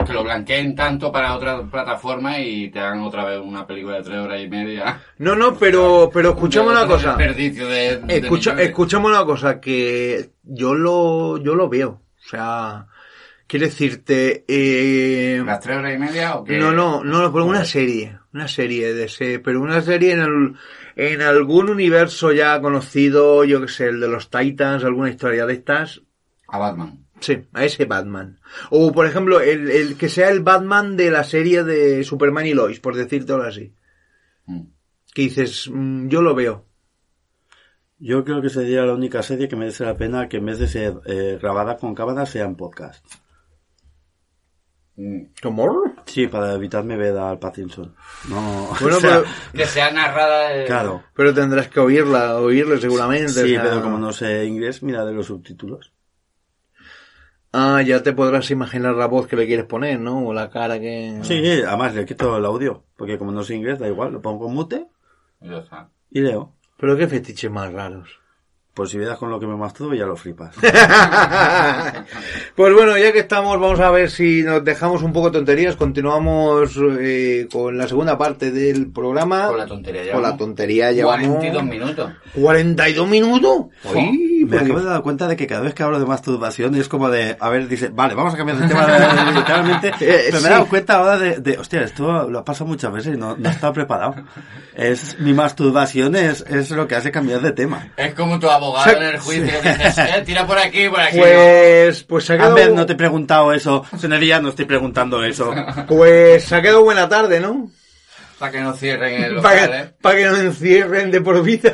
Speaker 3: que lo blanqueen tanto para otra plataforma y te hagan otra vez una película de tres horas y media.
Speaker 2: No, no, pero, pero escuchamos una
Speaker 3: Otro
Speaker 2: cosa.
Speaker 3: desperdicio de- de
Speaker 2: Escucha,
Speaker 3: millones.
Speaker 2: escuchamos una cosa, que yo lo, yo lo veo. O sea, quiero decirte, eh,
Speaker 3: ¿Las tres horas y media o qué?
Speaker 2: no, no, no, no, pero una serie, una serie de ese, pero una serie en el- en algún universo ya conocido, yo que sé, el de los Titans, alguna historia de estas,
Speaker 3: A Batman.
Speaker 2: sí, a ese Batman. O por ejemplo, el, el que sea el Batman de la serie de Superman y Lois, por decírtelo así.
Speaker 3: Mm.
Speaker 2: Que dices, mm, yo lo veo.
Speaker 1: Yo creo que sería la única serie que merece la pena que en vez de ser eh, grabada con cámara sea en podcast.
Speaker 3: Mm.
Speaker 2: ¿Tomorrow?
Speaker 1: Sí, para evitarme ver al Pattinson. No,
Speaker 2: Bueno,
Speaker 1: o sea,
Speaker 2: pero,
Speaker 3: Que sea narrada. eh,
Speaker 1: claro.
Speaker 2: pero tendrás que oírla, oírle seguramente. o
Speaker 1: Sí,
Speaker 2: sea.
Speaker 1: pero como no sé inglés, mira de los subtítulos.
Speaker 2: Ah, ya te podrás imaginar la voz que le quieres poner, ¿no? O la cara
Speaker 3: Ah.
Speaker 2: que...
Speaker 1: Sí, además le quito el audio, porque como no sé inglés, da igual, lo pongo en mute
Speaker 3: y ya está.
Speaker 1: y leo.
Speaker 2: Pero qué fetiches más raros.
Speaker 1: Pues si vieras con lo que me masturbo ya lo flipas.
Speaker 2: pues bueno, ya que estamos, vamos a ver si nos dejamos un poco tonterías. Continuamos eh, con la segunda parte del programa.
Speaker 3: Con la tontería
Speaker 2: Con
Speaker 3: llevamos.
Speaker 2: la tontería llevamos...
Speaker 3: 42 minutos.
Speaker 2: 42 minutos. Sí,
Speaker 1: Me
Speaker 2: porque-
Speaker 1: acabo de dar cuenta de que cada vez que hablo de masturbación es como de, a ver, dice, vale, vamos a cambiar el tema de- literalmente.
Speaker 2: Eh,
Speaker 1: Pero
Speaker 2: sí.
Speaker 1: me he dado cuenta ahora de, de, hostia, esto lo ha pasado muchas veces y no, no estaba preparado. Es, mi masturbación es, es lo que hace cambiar de tema.
Speaker 3: Es como tu abogado en el juicio que dices, eh, tira por aquí, por aquí.
Speaker 2: Pues, pues se ha
Speaker 1: A
Speaker 2: quedado...
Speaker 1: ver, no te he preguntado eso. Señoría, no estoy preguntando eso.
Speaker 2: Pues se ha quedado buena tarde, ¿no?
Speaker 3: Para que no cierren el
Speaker 2: para,
Speaker 3: local,
Speaker 2: que,
Speaker 3: eh.
Speaker 2: para que no encierren de por vida.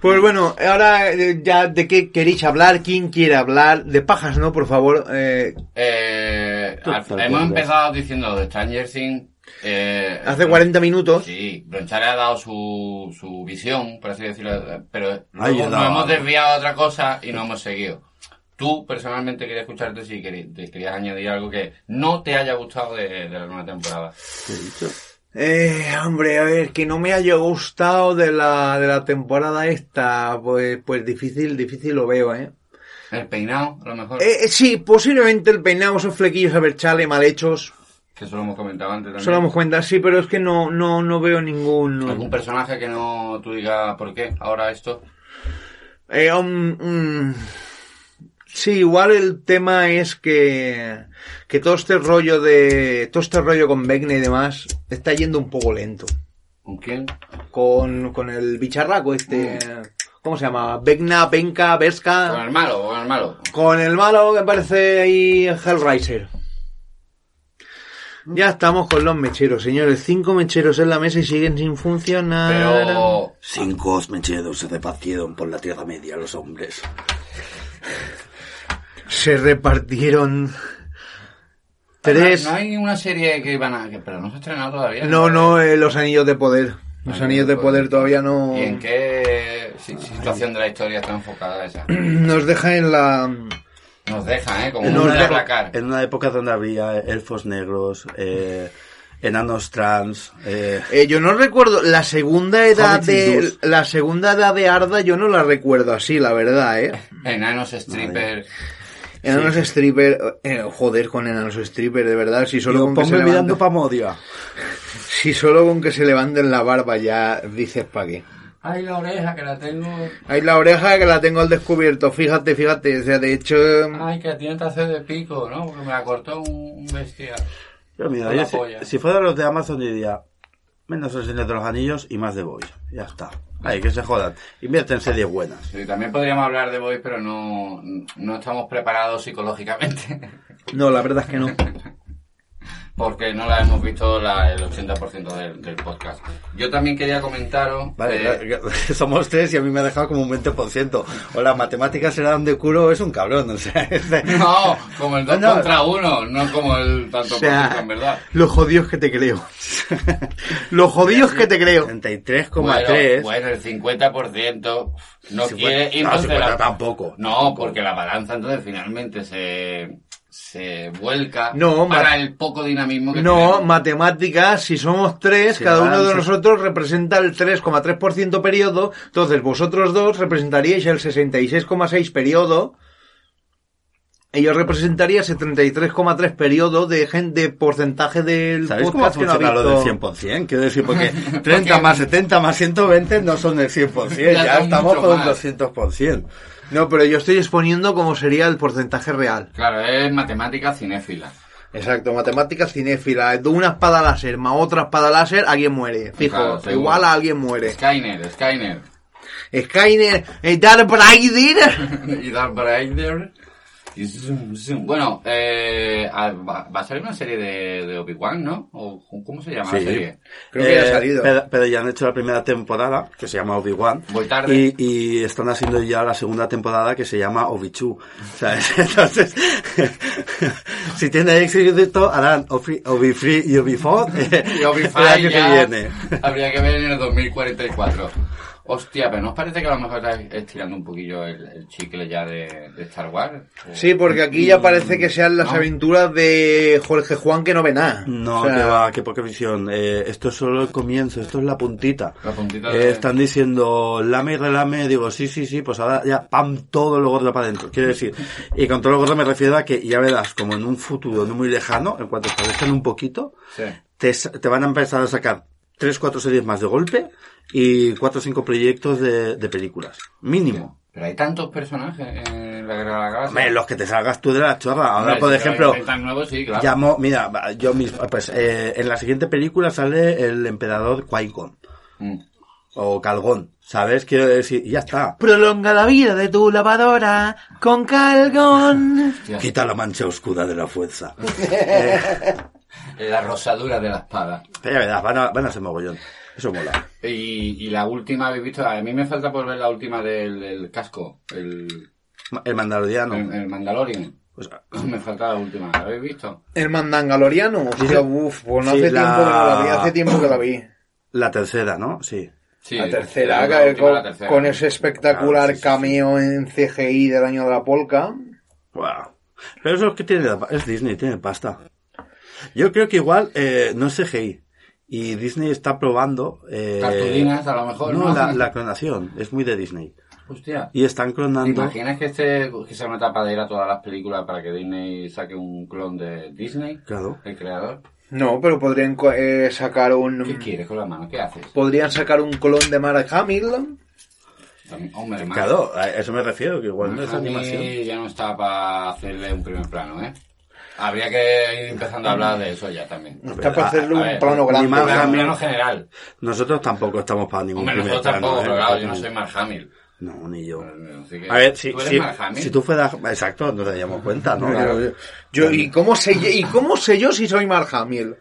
Speaker 2: pues bueno, ahora eh, ya de qué queréis hablar, quién quiere hablar, de pajas, ¿no? Por favor. eh,
Speaker 3: Eh,
Speaker 1: Tú
Speaker 3: al-
Speaker 1: estás
Speaker 3: hemos
Speaker 1: bien,
Speaker 3: empezado diciendo de Stranger Things. Eh,
Speaker 2: hace 40 minutos.
Speaker 3: Sí, Bronchara ha dado su, su visión, por así decirlo, pero
Speaker 1: Ha
Speaker 3: luego nos
Speaker 1: ayudado.
Speaker 3: hemos desviado a otra cosa y no hemos seguido. Tú, personalmente, quería escucharte si querí- te querías añadir algo que no te haya gustado de, de la nueva temporada.
Speaker 1: ¿Qué he dicho?
Speaker 2: Eh, hombre, a ver, que no me haya gustado de la, de la temporada esta, pues, pues difícil, difícil lo veo, ¿eh?
Speaker 3: El peinado, a lo mejor,
Speaker 2: Eh, eh, sí, posiblemente el peinado, esos flequillos a berchale mal hechos,
Speaker 3: que eso lo hemos comentado antes también.
Speaker 2: solo hemos cuenta, sí, pero es que no, no, no veo ningún...
Speaker 3: ¿Algún personaje que no tú digas por qué ahora esto?
Speaker 2: Eh, um, mm. sí, igual el tema es que, que todo este rollo de, todo este rollo con Beckner y demás está yendo un poco lento.
Speaker 3: ¿Con quién?
Speaker 2: Con, con el bicharraco este, ¿cómo se llama? Begna, Penca,
Speaker 3: ¿Con
Speaker 2: Berska.
Speaker 3: el malo? ¿Con el malo?
Speaker 2: Con el malo que parece ahí Hellraiser. Ya estamos con los mecheros, señores. Cinco mecheros en la mesa y siguen sin funcionar.
Speaker 3: Pero...
Speaker 1: Cinco mecheros se repartieron por la Tierra Media los hombres.
Speaker 2: Se repartieron. Tres.
Speaker 3: No hay una serie que van a... que- pero no se ha estrenado todavía.
Speaker 2: No, no, eh, los anillos de poder. Los
Speaker 3: Anillos
Speaker 2: anillos
Speaker 3: de
Speaker 2: de poder
Speaker 3: poder.
Speaker 2: todavía no.
Speaker 3: pues, ¿Y en qué si- situación de la historia está enfocada esa?
Speaker 2: Nos deja en la.
Speaker 3: Nos deja, ¿eh? Como
Speaker 1: En
Speaker 3: un
Speaker 1: una,
Speaker 3: placar.
Speaker 1: época, en una época donde había elfos negros, eh, enanos trans, eh,
Speaker 2: Eh, yo no recuerdo la segunda edad
Speaker 1: Hobbits
Speaker 2: de
Speaker 1: hindús.
Speaker 2: la segunda edad de Arda yo no la recuerdo así la verdad eh
Speaker 3: Enanos stripper.
Speaker 2: enanos stripper eh, joder con enanos stripper de verdad si solo
Speaker 1: yo
Speaker 2: con que se
Speaker 1: ponme mirando
Speaker 2: levanten,
Speaker 1: pa' Modia.
Speaker 2: si solo con que se levanten la barba ya dices pa qué
Speaker 3: Ay, la oreja que la tengo.
Speaker 2: hay la oreja que la tengo al descubierto fíjate fíjate o sea de hecho
Speaker 3: Ay, que tiene que hacer de pico, ¿no? Porque me la cortó un, un bestia.
Speaker 1: Yo, mira,
Speaker 3: Con la
Speaker 1: yo si-
Speaker 3: polla.
Speaker 1: si, fuera los de Amazon diría menos el Señor de los Anillos y más de Boy. Ya está. Ay, que se jodan. Invierte en series buenas.
Speaker 3: Sí, también podríamos hablar de Boys, pero no, no estamos preparados psicológicamente.
Speaker 2: no la verdad es que no
Speaker 3: Porque no la hemos visto la- el 80% del, del podcast. Yo también quería comentaros.
Speaker 1: Vale,
Speaker 3: eh,
Speaker 1: claro, que- somos tres y a mí me ha dejado como un 20%. O las matemáticas se la dan de culo, es un cabrón. O sea, es de-
Speaker 3: No, como el 2
Speaker 1: No.
Speaker 3: contra 1, no como el tanto
Speaker 2: o sea
Speaker 3: por ciento, en verdad.
Speaker 2: los jodidos que te creo los jodidos que te creo
Speaker 1: 33,3.
Speaker 3: Bueno, bueno, el 50% no
Speaker 1: Si
Speaker 3: quiere
Speaker 1: fuera-
Speaker 3: ir
Speaker 1: no,
Speaker 3: donde
Speaker 1: si fuera
Speaker 3: la-
Speaker 1: tampoco,
Speaker 3: No,
Speaker 1: tampoco.
Speaker 3: porque la balanza entonces finalmente se, se vuelca
Speaker 2: No, ma-
Speaker 3: para el poco dinamismo que
Speaker 2: No,
Speaker 3: tenemos.
Speaker 2: matemáticas, si somos tres,
Speaker 1: Sí,
Speaker 2: cada uno de
Speaker 1: balance.
Speaker 2: nosotros representa el 3,3% periodo, entonces vosotros dos representaríais el 66,6 periodo, y yo representaría ese 33,3 periodo de gente, de porcentaje del
Speaker 1: ¿Sabéis cómo
Speaker 2: podcast que no ha
Speaker 1: funciona lo
Speaker 2: visto.
Speaker 1: del 100%? Quiero decir, porque 30 más 70 más 120 no son el 100%,
Speaker 3: Ya
Speaker 1: ya,
Speaker 3: son
Speaker 1: estamos
Speaker 3: mucho
Speaker 1: por un
Speaker 3: más.
Speaker 1: 200%.
Speaker 2: No, pero yo estoy exponiendo cómo sería el porcentaje real.
Speaker 3: Claro, es matemática cinéfila.
Speaker 2: Exacto, matemáticas
Speaker 3: eh,
Speaker 2: cinéfilas, de una espada láser más otra espada láser, alguien muere. Fijo,
Speaker 3: Claro, seguro.
Speaker 2: igual a alguien muere.
Speaker 3: Skynet, Skynet.
Speaker 2: Skynet, eh, Darth Vader.
Speaker 3: y Darth Vader. Y zoom, zoom. Bueno, eh, a- va, va a salir una serie de, de Obi-Wan, ¿no? ¿O cómo se llama
Speaker 1: Sí.
Speaker 3: la serie?
Speaker 2: Creo que ya ha
Speaker 1: Eh,
Speaker 2: salido.
Speaker 1: Pero, pero ya han hecho la primera temporada, que se llama Obi-Wan.
Speaker 3: Voy tarde.
Speaker 1: Y, y están haciendo ya la segunda temporada, que se llama Obi-Chu. ¿sabes? Entonces, si tiene éxito, harán Obi- Obi-Free y Obi-4 eh,
Speaker 3: Y obi
Speaker 1: el año que viene.
Speaker 3: Habría que ver en el 2044. Hostia, pero ¿nos parece que a lo mejor está estirando un poquillo el, el chicle ya de, de Star Wars? O-
Speaker 2: Sí, porque aquí ya parece que sean las
Speaker 3: No.
Speaker 2: aventuras de Jorge Juan que no ve nada.
Speaker 1: No,
Speaker 2: O sea,
Speaker 1: que va, que poca visión. Eh, esto es solo el comienzo, esto es la puntita.
Speaker 3: La puntita
Speaker 1: Eh,
Speaker 3: de-
Speaker 1: Están diciendo lame y relame, digo sí, sí, sí, pues ahora ya pam, todo lo gordo para adentro. Quiero decir, y con todo lo gordo me refiero a que ya verás, como en un futuro no muy lejano, en cuanto establezcan un poquito,
Speaker 3: Sí.
Speaker 1: te, sa- te van a empezar a sacar tres, cuatro series más de golpe y cuatro o cinco proyectos de, de películas. Mínimo.
Speaker 3: Pero hay tantos personajes en la Guerra de la Galaxia.
Speaker 1: Hombre, los que te salgas tú de la chorra. Ahora,
Speaker 3: Hombre,
Speaker 1: por
Speaker 3: si
Speaker 1: ejemplo,
Speaker 3: hay tan nuevos, sí, claro.
Speaker 1: Llamo, mira, va, yo mismo, pues eh, en la siguiente película sale el emperador qui
Speaker 3: Mm.
Speaker 1: o Calgón, ¿sabes? Quiero decir, y ya está.
Speaker 2: Prolonga la vida de tu lavadora con Calgón.
Speaker 3: Hostia,
Speaker 1: Quita la mancha oscura de la fuerza.
Speaker 3: La rosadura de la espada.
Speaker 1: Pero ya verás, van a, van a ser mogollón. Eso mola.
Speaker 3: Y, y la última, ¿habéis visto? A mí me falta por ver la última del, del casco, el,
Speaker 1: Ma- El mandaloriano.
Speaker 3: el, el Mandalorian.
Speaker 1: Pues,
Speaker 3: Me falta la última, ¿la habéis visto?
Speaker 2: El mandangaloriano. Hostia,
Speaker 1: Dice-
Speaker 2: uff, pues no
Speaker 1: Sí,
Speaker 2: hace
Speaker 1: la-
Speaker 2: tiempo que no la vi, hace tiempo que la vi.
Speaker 1: la tercera, ¿no? Sí.
Speaker 3: Sí,
Speaker 2: la tercera,
Speaker 3: la
Speaker 2: que-
Speaker 3: última,
Speaker 2: con,
Speaker 3: la tercera. Ah,
Speaker 2: con ese espectacular
Speaker 1: Claro, sí, sí, sí.
Speaker 2: cameo en CGI del año de la polca.
Speaker 1: Buah. Pero eso es que tiene, la pa- es Disney, tiene pasta. Yo creo que igual, eh, no es CGI. Y Disney está probando... Eh,
Speaker 3: Cartulinas, a lo mejor, ¿no?
Speaker 1: la, la clonación. Es muy de Disney.
Speaker 3: Hostia.
Speaker 1: Y están
Speaker 3: ¿Te
Speaker 1: clonando...
Speaker 3: imaginas que, este, que sea una tapadera todas las películas para que Disney saque un clon de Disney?
Speaker 1: Claro.
Speaker 3: El creador.
Speaker 2: No, pero podrían co- eh, sacar
Speaker 1: Mm.
Speaker 3: ¿Qué
Speaker 2: un...
Speaker 3: quieres con la mano? ¿Qué haces?
Speaker 2: Podrían sacar un clon de Mark Hamill.
Speaker 3: También- Hombre, más.
Speaker 1: Claro, a eso me refiero, que igual no es
Speaker 3: A mí
Speaker 1: animación.
Speaker 3: ya no está para hacerle un primer plano, ¿eh? Habría que ir empezando a hablar de eso ya también.
Speaker 2: Está para
Speaker 1: A-
Speaker 2: hacerle
Speaker 3: a
Speaker 2: un
Speaker 3: ver,
Speaker 2: plano
Speaker 1: ni
Speaker 2: grande.
Speaker 1: Mm. Mark
Speaker 3: Un
Speaker 1: Hamill.
Speaker 3: plano general.
Speaker 1: Nosotros tampoco estamos para ningún
Speaker 3: Hombre,
Speaker 1: primer
Speaker 3: nosotros
Speaker 1: plano,
Speaker 3: tampoco,
Speaker 1: ¿eh?
Speaker 3: pero claro, yo no soy Mark Hamill.
Speaker 1: No, ni yo.
Speaker 3: Así que-
Speaker 1: A ver, si
Speaker 3: ¿Tú eres
Speaker 1: si,
Speaker 3: Mark Hamill?
Speaker 1: si tú fueras... Exacto, nos daríamos cuenta, ¿no?
Speaker 2: Claro. Yo, ¿y, cómo sé, ¿Y cómo sé yo si soy Mark Hamill?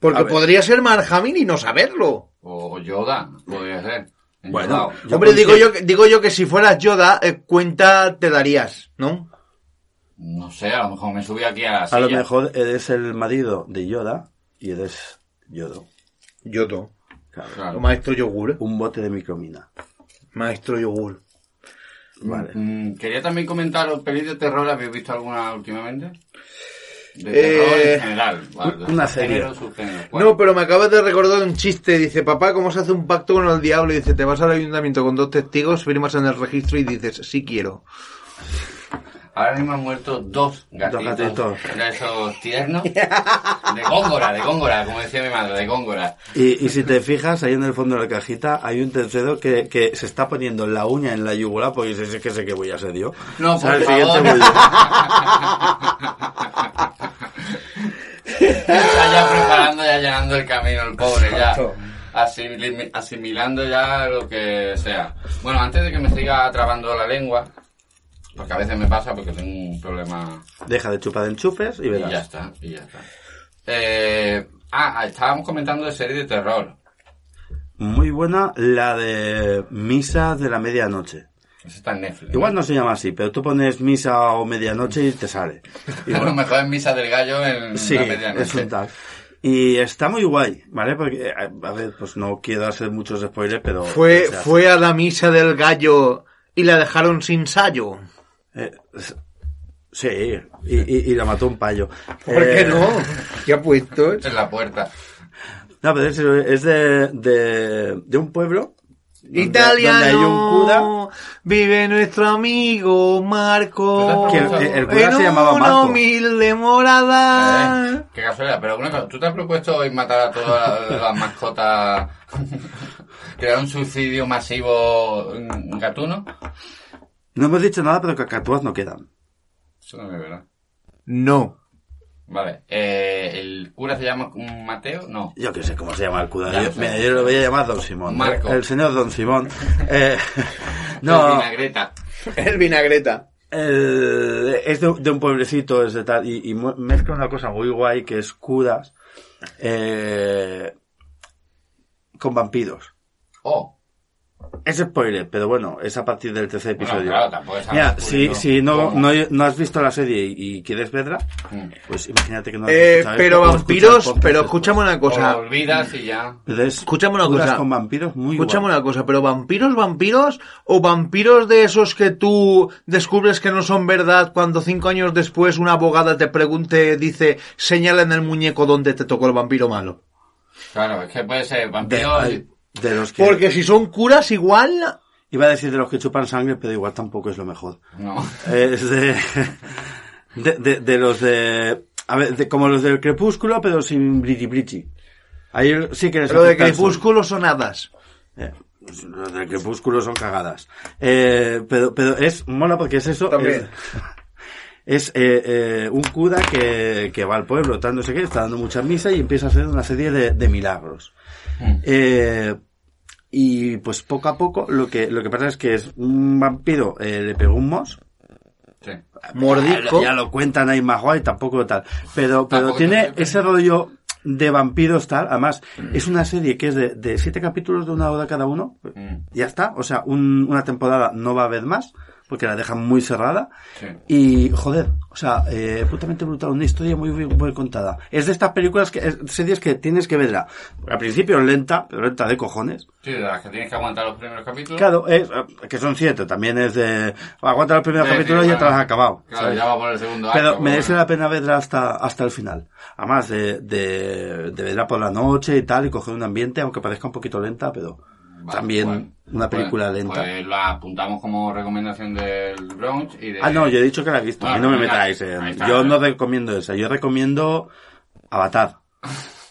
Speaker 2: Porque
Speaker 1: A ver.
Speaker 2: podría ser Mark Hamill y no saberlo.
Speaker 3: O Yoda, podría ser.
Speaker 1: Bueno,
Speaker 3: Enchufado.
Speaker 1: Yo
Speaker 2: Hombre,
Speaker 1: pensé-
Speaker 2: digo yo, que- digo yo que si fueras Yoda, eh, cuenta te darías, ¿no?
Speaker 3: No sé, a lo mejor me subí aquí a la
Speaker 1: A
Speaker 3: silla.
Speaker 1: lo mejor eres el marido de Yoda y eres Yodo.
Speaker 2: Yoto.
Speaker 1: Claro.
Speaker 3: Claro.
Speaker 2: Maestro yogur.
Speaker 1: Un bote de micromina.
Speaker 2: Maestro yogur.
Speaker 1: Vale.
Speaker 3: Mm, quería también comentar los pelis de terror. ¿Habéis visto alguna últimamente? De
Speaker 2: Eh,
Speaker 3: terror en general. vale,
Speaker 1: una serie.
Speaker 3: subgénero, subgénero. ¿Cuál?
Speaker 2: No, pero me acabas de recordar un chiste. Dice, papá, ¿cómo se hace un pacto con el diablo? Y dice, te vas al ayuntamiento con dos testigos, firmas en el registro y dices, sí quiero.
Speaker 3: Ahora mismo han muerto dos gatitos.
Speaker 1: gatitos.
Speaker 3: De esos tiernos. De Góngora, de Góngora, como decía mi madre, de Góngora.
Speaker 1: Y, y si te fijas, ahí en el fondo de la cajita hay un tercero que, que se está poniendo la uña en la yugular porque dice, "Sí que sé que voy a ser yo.
Speaker 3: No,
Speaker 1: O sea,
Speaker 3: por
Speaker 1: el siguiente
Speaker 3: favor.
Speaker 1: voy yo.
Speaker 3: Está ya preparando, ya llenando el camino el pobre, ya. asimili- Asimilando ya lo que sea. Bueno, antes de que me siga trabando la lengua, porque a veces me pasa porque tengo un problema
Speaker 1: Deja de chupar enchufes y
Speaker 3: Y ya
Speaker 1: verás.
Speaker 3: está, y ya está. Eh, ah, ah, estábamos comentando de serie de terror.
Speaker 1: Muy buena la de Misa de la Medianoche.
Speaker 3: Eso está en Netflix.
Speaker 1: Igual no se llama así, pero tú pones Misa o Medianoche y te sale.
Speaker 3: A lo mejor en Misa del Gallo en
Speaker 1: Sí,
Speaker 3: la medianoche.
Speaker 1: es un tag. Y está muy guay, ¿vale? Porque, eh, a ver, pues no quiero hacer muchos spoilers, pero...
Speaker 2: Fue,
Speaker 1: o sea,
Speaker 2: fue a la misa del gallo y la dejaron sin sayo.
Speaker 1: eh, s- sí, y, y- y la mató un payo.
Speaker 2: ¿Por
Speaker 1: Eh,
Speaker 2: qué no? ¿Qué ha puesto?
Speaker 3: En la puerta.
Speaker 1: No, pero es, es de, de, de un pueblo... donde- Donde hay un cura...
Speaker 2: Italiano vive nuestro amigo Marco.
Speaker 3: Que el- el
Speaker 1: cura
Speaker 2: en
Speaker 1: se llamaba
Speaker 2: Una
Speaker 1: Marco.
Speaker 2: humilde morada.
Speaker 3: Eh, qué casualidad, pero una cosa, ¿tú te has propuesto hoy matar a todas las mascotas? ¿Crear un suicidio masivo mm, gatuno?
Speaker 1: No hemos dicho nada, pero cacatúas no quedan.
Speaker 3: Eso no es verdad.
Speaker 2: No.
Speaker 3: Vale, eh, ¿el cura se llama Mateo? No.
Speaker 1: Yo que sé cómo se llama el cura.
Speaker 3: Ya,
Speaker 1: Yo,
Speaker 3: sí.
Speaker 1: mira, yo lo voy a llamar Don Simón. ¿eh?
Speaker 3: Marco.
Speaker 1: El señor Don Simón. Eh, no,
Speaker 3: Vinagreta.
Speaker 2: El vinagreta.
Speaker 1: el- es de, de un pueblecito, es de tal, y, y mu- mezcla una cosa muy guay que es curas eh, con vampiros.
Speaker 3: Oh,
Speaker 1: Es spoiler, pero bueno, es a partir del tercer
Speaker 3: Bueno,
Speaker 1: episodio.
Speaker 3: claro, tampoco es algo
Speaker 1: Mira,
Speaker 3: oscuro,
Speaker 1: si,
Speaker 3: ¿no?
Speaker 1: si no,
Speaker 3: ¿Cómo?
Speaker 1: no, no has visto la serie y, y quieres verla,
Speaker 3: Mm.
Speaker 1: pues imagínate que no has
Speaker 2: Eh,
Speaker 1: escuchado
Speaker 2: pero
Speaker 1: esto, o
Speaker 2: vampiros,
Speaker 1: escuchas
Speaker 2: pero
Speaker 1: podcast este.
Speaker 2: escúchame una
Speaker 3: o
Speaker 2: cosa.
Speaker 3: lo olvidas y ya.
Speaker 1: después. Es
Speaker 2: escúchame una
Speaker 1: curas
Speaker 2: cosa.
Speaker 1: con vampiros muy
Speaker 2: Escúchame
Speaker 1: guay.
Speaker 2: una cosa, pero vampiros, vampiros o vampiros de esos que tú descubres que no son verdad cuando cinco años después una abogada te pregunte, dice, señala en el muñeco donde te tocó el vampiro malo.
Speaker 3: Claro, es que puede ser
Speaker 1: de,
Speaker 3: vampiro.
Speaker 1: ay, de los que
Speaker 2: Porque si son curas igual,
Speaker 1: iba a decir de los que chupan sangre pero igual tampoco es lo mejor Eh,
Speaker 3: No.
Speaker 1: es de de, de- de los de a ver de- como los del crepúsculo pero sin bliti bliti ahí sí que les
Speaker 2: lo de
Speaker 1: afecta el sol.
Speaker 2: crepúsculo son hadas.
Speaker 1: Eh, pues los del crepúsculo son cagadas Eh, pero pero es mola porque es eso
Speaker 2: También.
Speaker 1: es, es, eh, eh, un cura que, que va al pueblo tal no sé qué está dando muchas misas y empieza a hacer una serie de- de milagros Eh, y pues poco a poco lo que, lo que pasa es que es un vampiro, eh, le pegó un mos.
Speaker 3: Sí.
Speaker 2: Mordisco.
Speaker 1: Ya, lo cuentan ahí más guay, tampoco tal. Pero, pero
Speaker 3: Tampoco
Speaker 1: tiene
Speaker 3: tan-
Speaker 1: ese rollo de vampiros tal. Además, es una serie que es de, de siete capítulos de una hora cada uno.
Speaker 3: Mm.
Speaker 1: Ya está. O sea, un- una temporada no va a haber más. Porque la dejan muy cerrada.
Speaker 3: Sí.
Speaker 1: Y, joder, o sea, eh, putamente brutal, una historia muy bien, muy contada. Es de estas películas, que, es- series que tienes que verla. Al principio lenta, pero lenta de cojones.
Speaker 3: Sí, de las que tienes que aguantar los primeros capítulos.
Speaker 1: Claro, es, eh, que son siete, también es de... Aguanta los primeros
Speaker 3: Sí, sí,
Speaker 1: capítulos y ya te
Speaker 3: bueno.
Speaker 1: las has acabado.
Speaker 3: Claro,
Speaker 1: ¿sabes?
Speaker 3: ya va por el segundo acto.
Speaker 1: Pero
Speaker 3: pues
Speaker 1: merece
Speaker 3: bueno.
Speaker 1: la pena verla hasta, hasta el final. Además, de, de, de verla por la noche y tal, y coger un ambiente, aunque parezca un poquito lenta, pero
Speaker 3: Vale,
Speaker 1: también
Speaker 3: bueno.
Speaker 1: una película
Speaker 3: Pues-
Speaker 1: lenta.
Speaker 3: Pues la apuntamos como recomendación del Bronx y de.
Speaker 1: ah, no, yo he dicho que la he visto, a mí
Speaker 3: Bueno,
Speaker 1: no me
Speaker 3: mira,
Speaker 1: metáis. en-
Speaker 3: ah, ahí está.
Speaker 1: yo no recomiendo esa, yo recomiendo Avatar,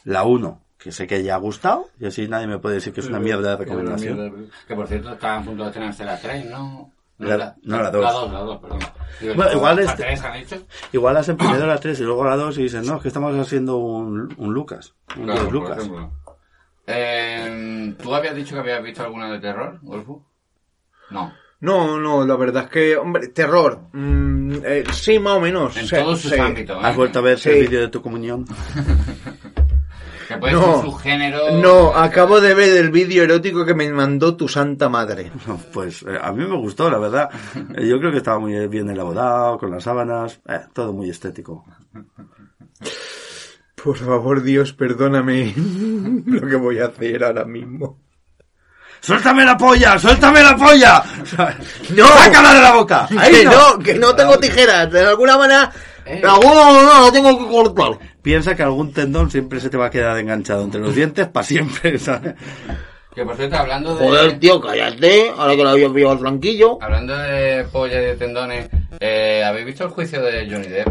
Speaker 1: la 1, que sé que ya ha gustado, y así nadie me puede decir que es una mierda de
Speaker 3: Que es una
Speaker 1: recomendación.
Speaker 3: mierda de- Que por cierto, está a punto de estrenarse la 3, ¿no?
Speaker 1: La- no, la dos.
Speaker 3: La 2, la 2, perdón. Digo,
Speaker 1: Bueno,
Speaker 3: ¿la-
Speaker 1: igual
Speaker 3: ¿La
Speaker 1: este-
Speaker 3: 3 han hecho?
Speaker 1: Igual hacen primero la 3 y luego la 2 y dicen, no, es que estamos haciendo un, un Lucas. Un
Speaker 3: Claro,
Speaker 1: Dios
Speaker 3: por
Speaker 1: Lucas.
Speaker 3: ejemplo. Eh, ¿Tú habías dicho que habías visto alguna de terror, Golfo? No.
Speaker 2: No, no, la verdad es que, hombre, terror. Mm, eh, sí, más o menos.
Speaker 3: En
Speaker 2: Sí,
Speaker 3: todos sus
Speaker 2: sí.
Speaker 3: ámbitos. ¿eh?
Speaker 1: ¿Has vuelto a ver
Speaker 2: Sí.
Speaker 1: el vídeo de tu comunión?
Speaker 3: Que puede
Speaker 2: No.
Speaker 3: ser su género.
Speaker 2: No, acabo de ver el vídeo erótico que me mandó tu santa madre.
Speaker 1: Pues eh, a mí me gustó, la verdad. Eh, Yo creo que estaba muy bien elaborado, con las sábanas, eh, todo muy estético.
Speaker 2: Por favor, Dios, perdóname lo que voy a hacer ahora mismo.
Speaker 1: ¡Suéltame la polla! ¡Suéltame la polla!
Speaker 2: ¡No!
Speaker 1: ¡Sácala de la boca!
Speaker 2: que no. que no tengo tijeras. De alguna manera, de alguna manera lo tengo que cortar.
Speaker 1: Piensa que algún tendón siempre se te va a quedar enganchado entre los dientes para siempre, ¿sabes?
Speaker 3: Que por cierto, hablando de.
Speaker 2: Joder, tío, cállate. Ahora que lo había pillado al tranquillo.
Speaker 3: Hablando de polla y de tendones, eh, ¿habéis visto el juicio de Johnny Depp?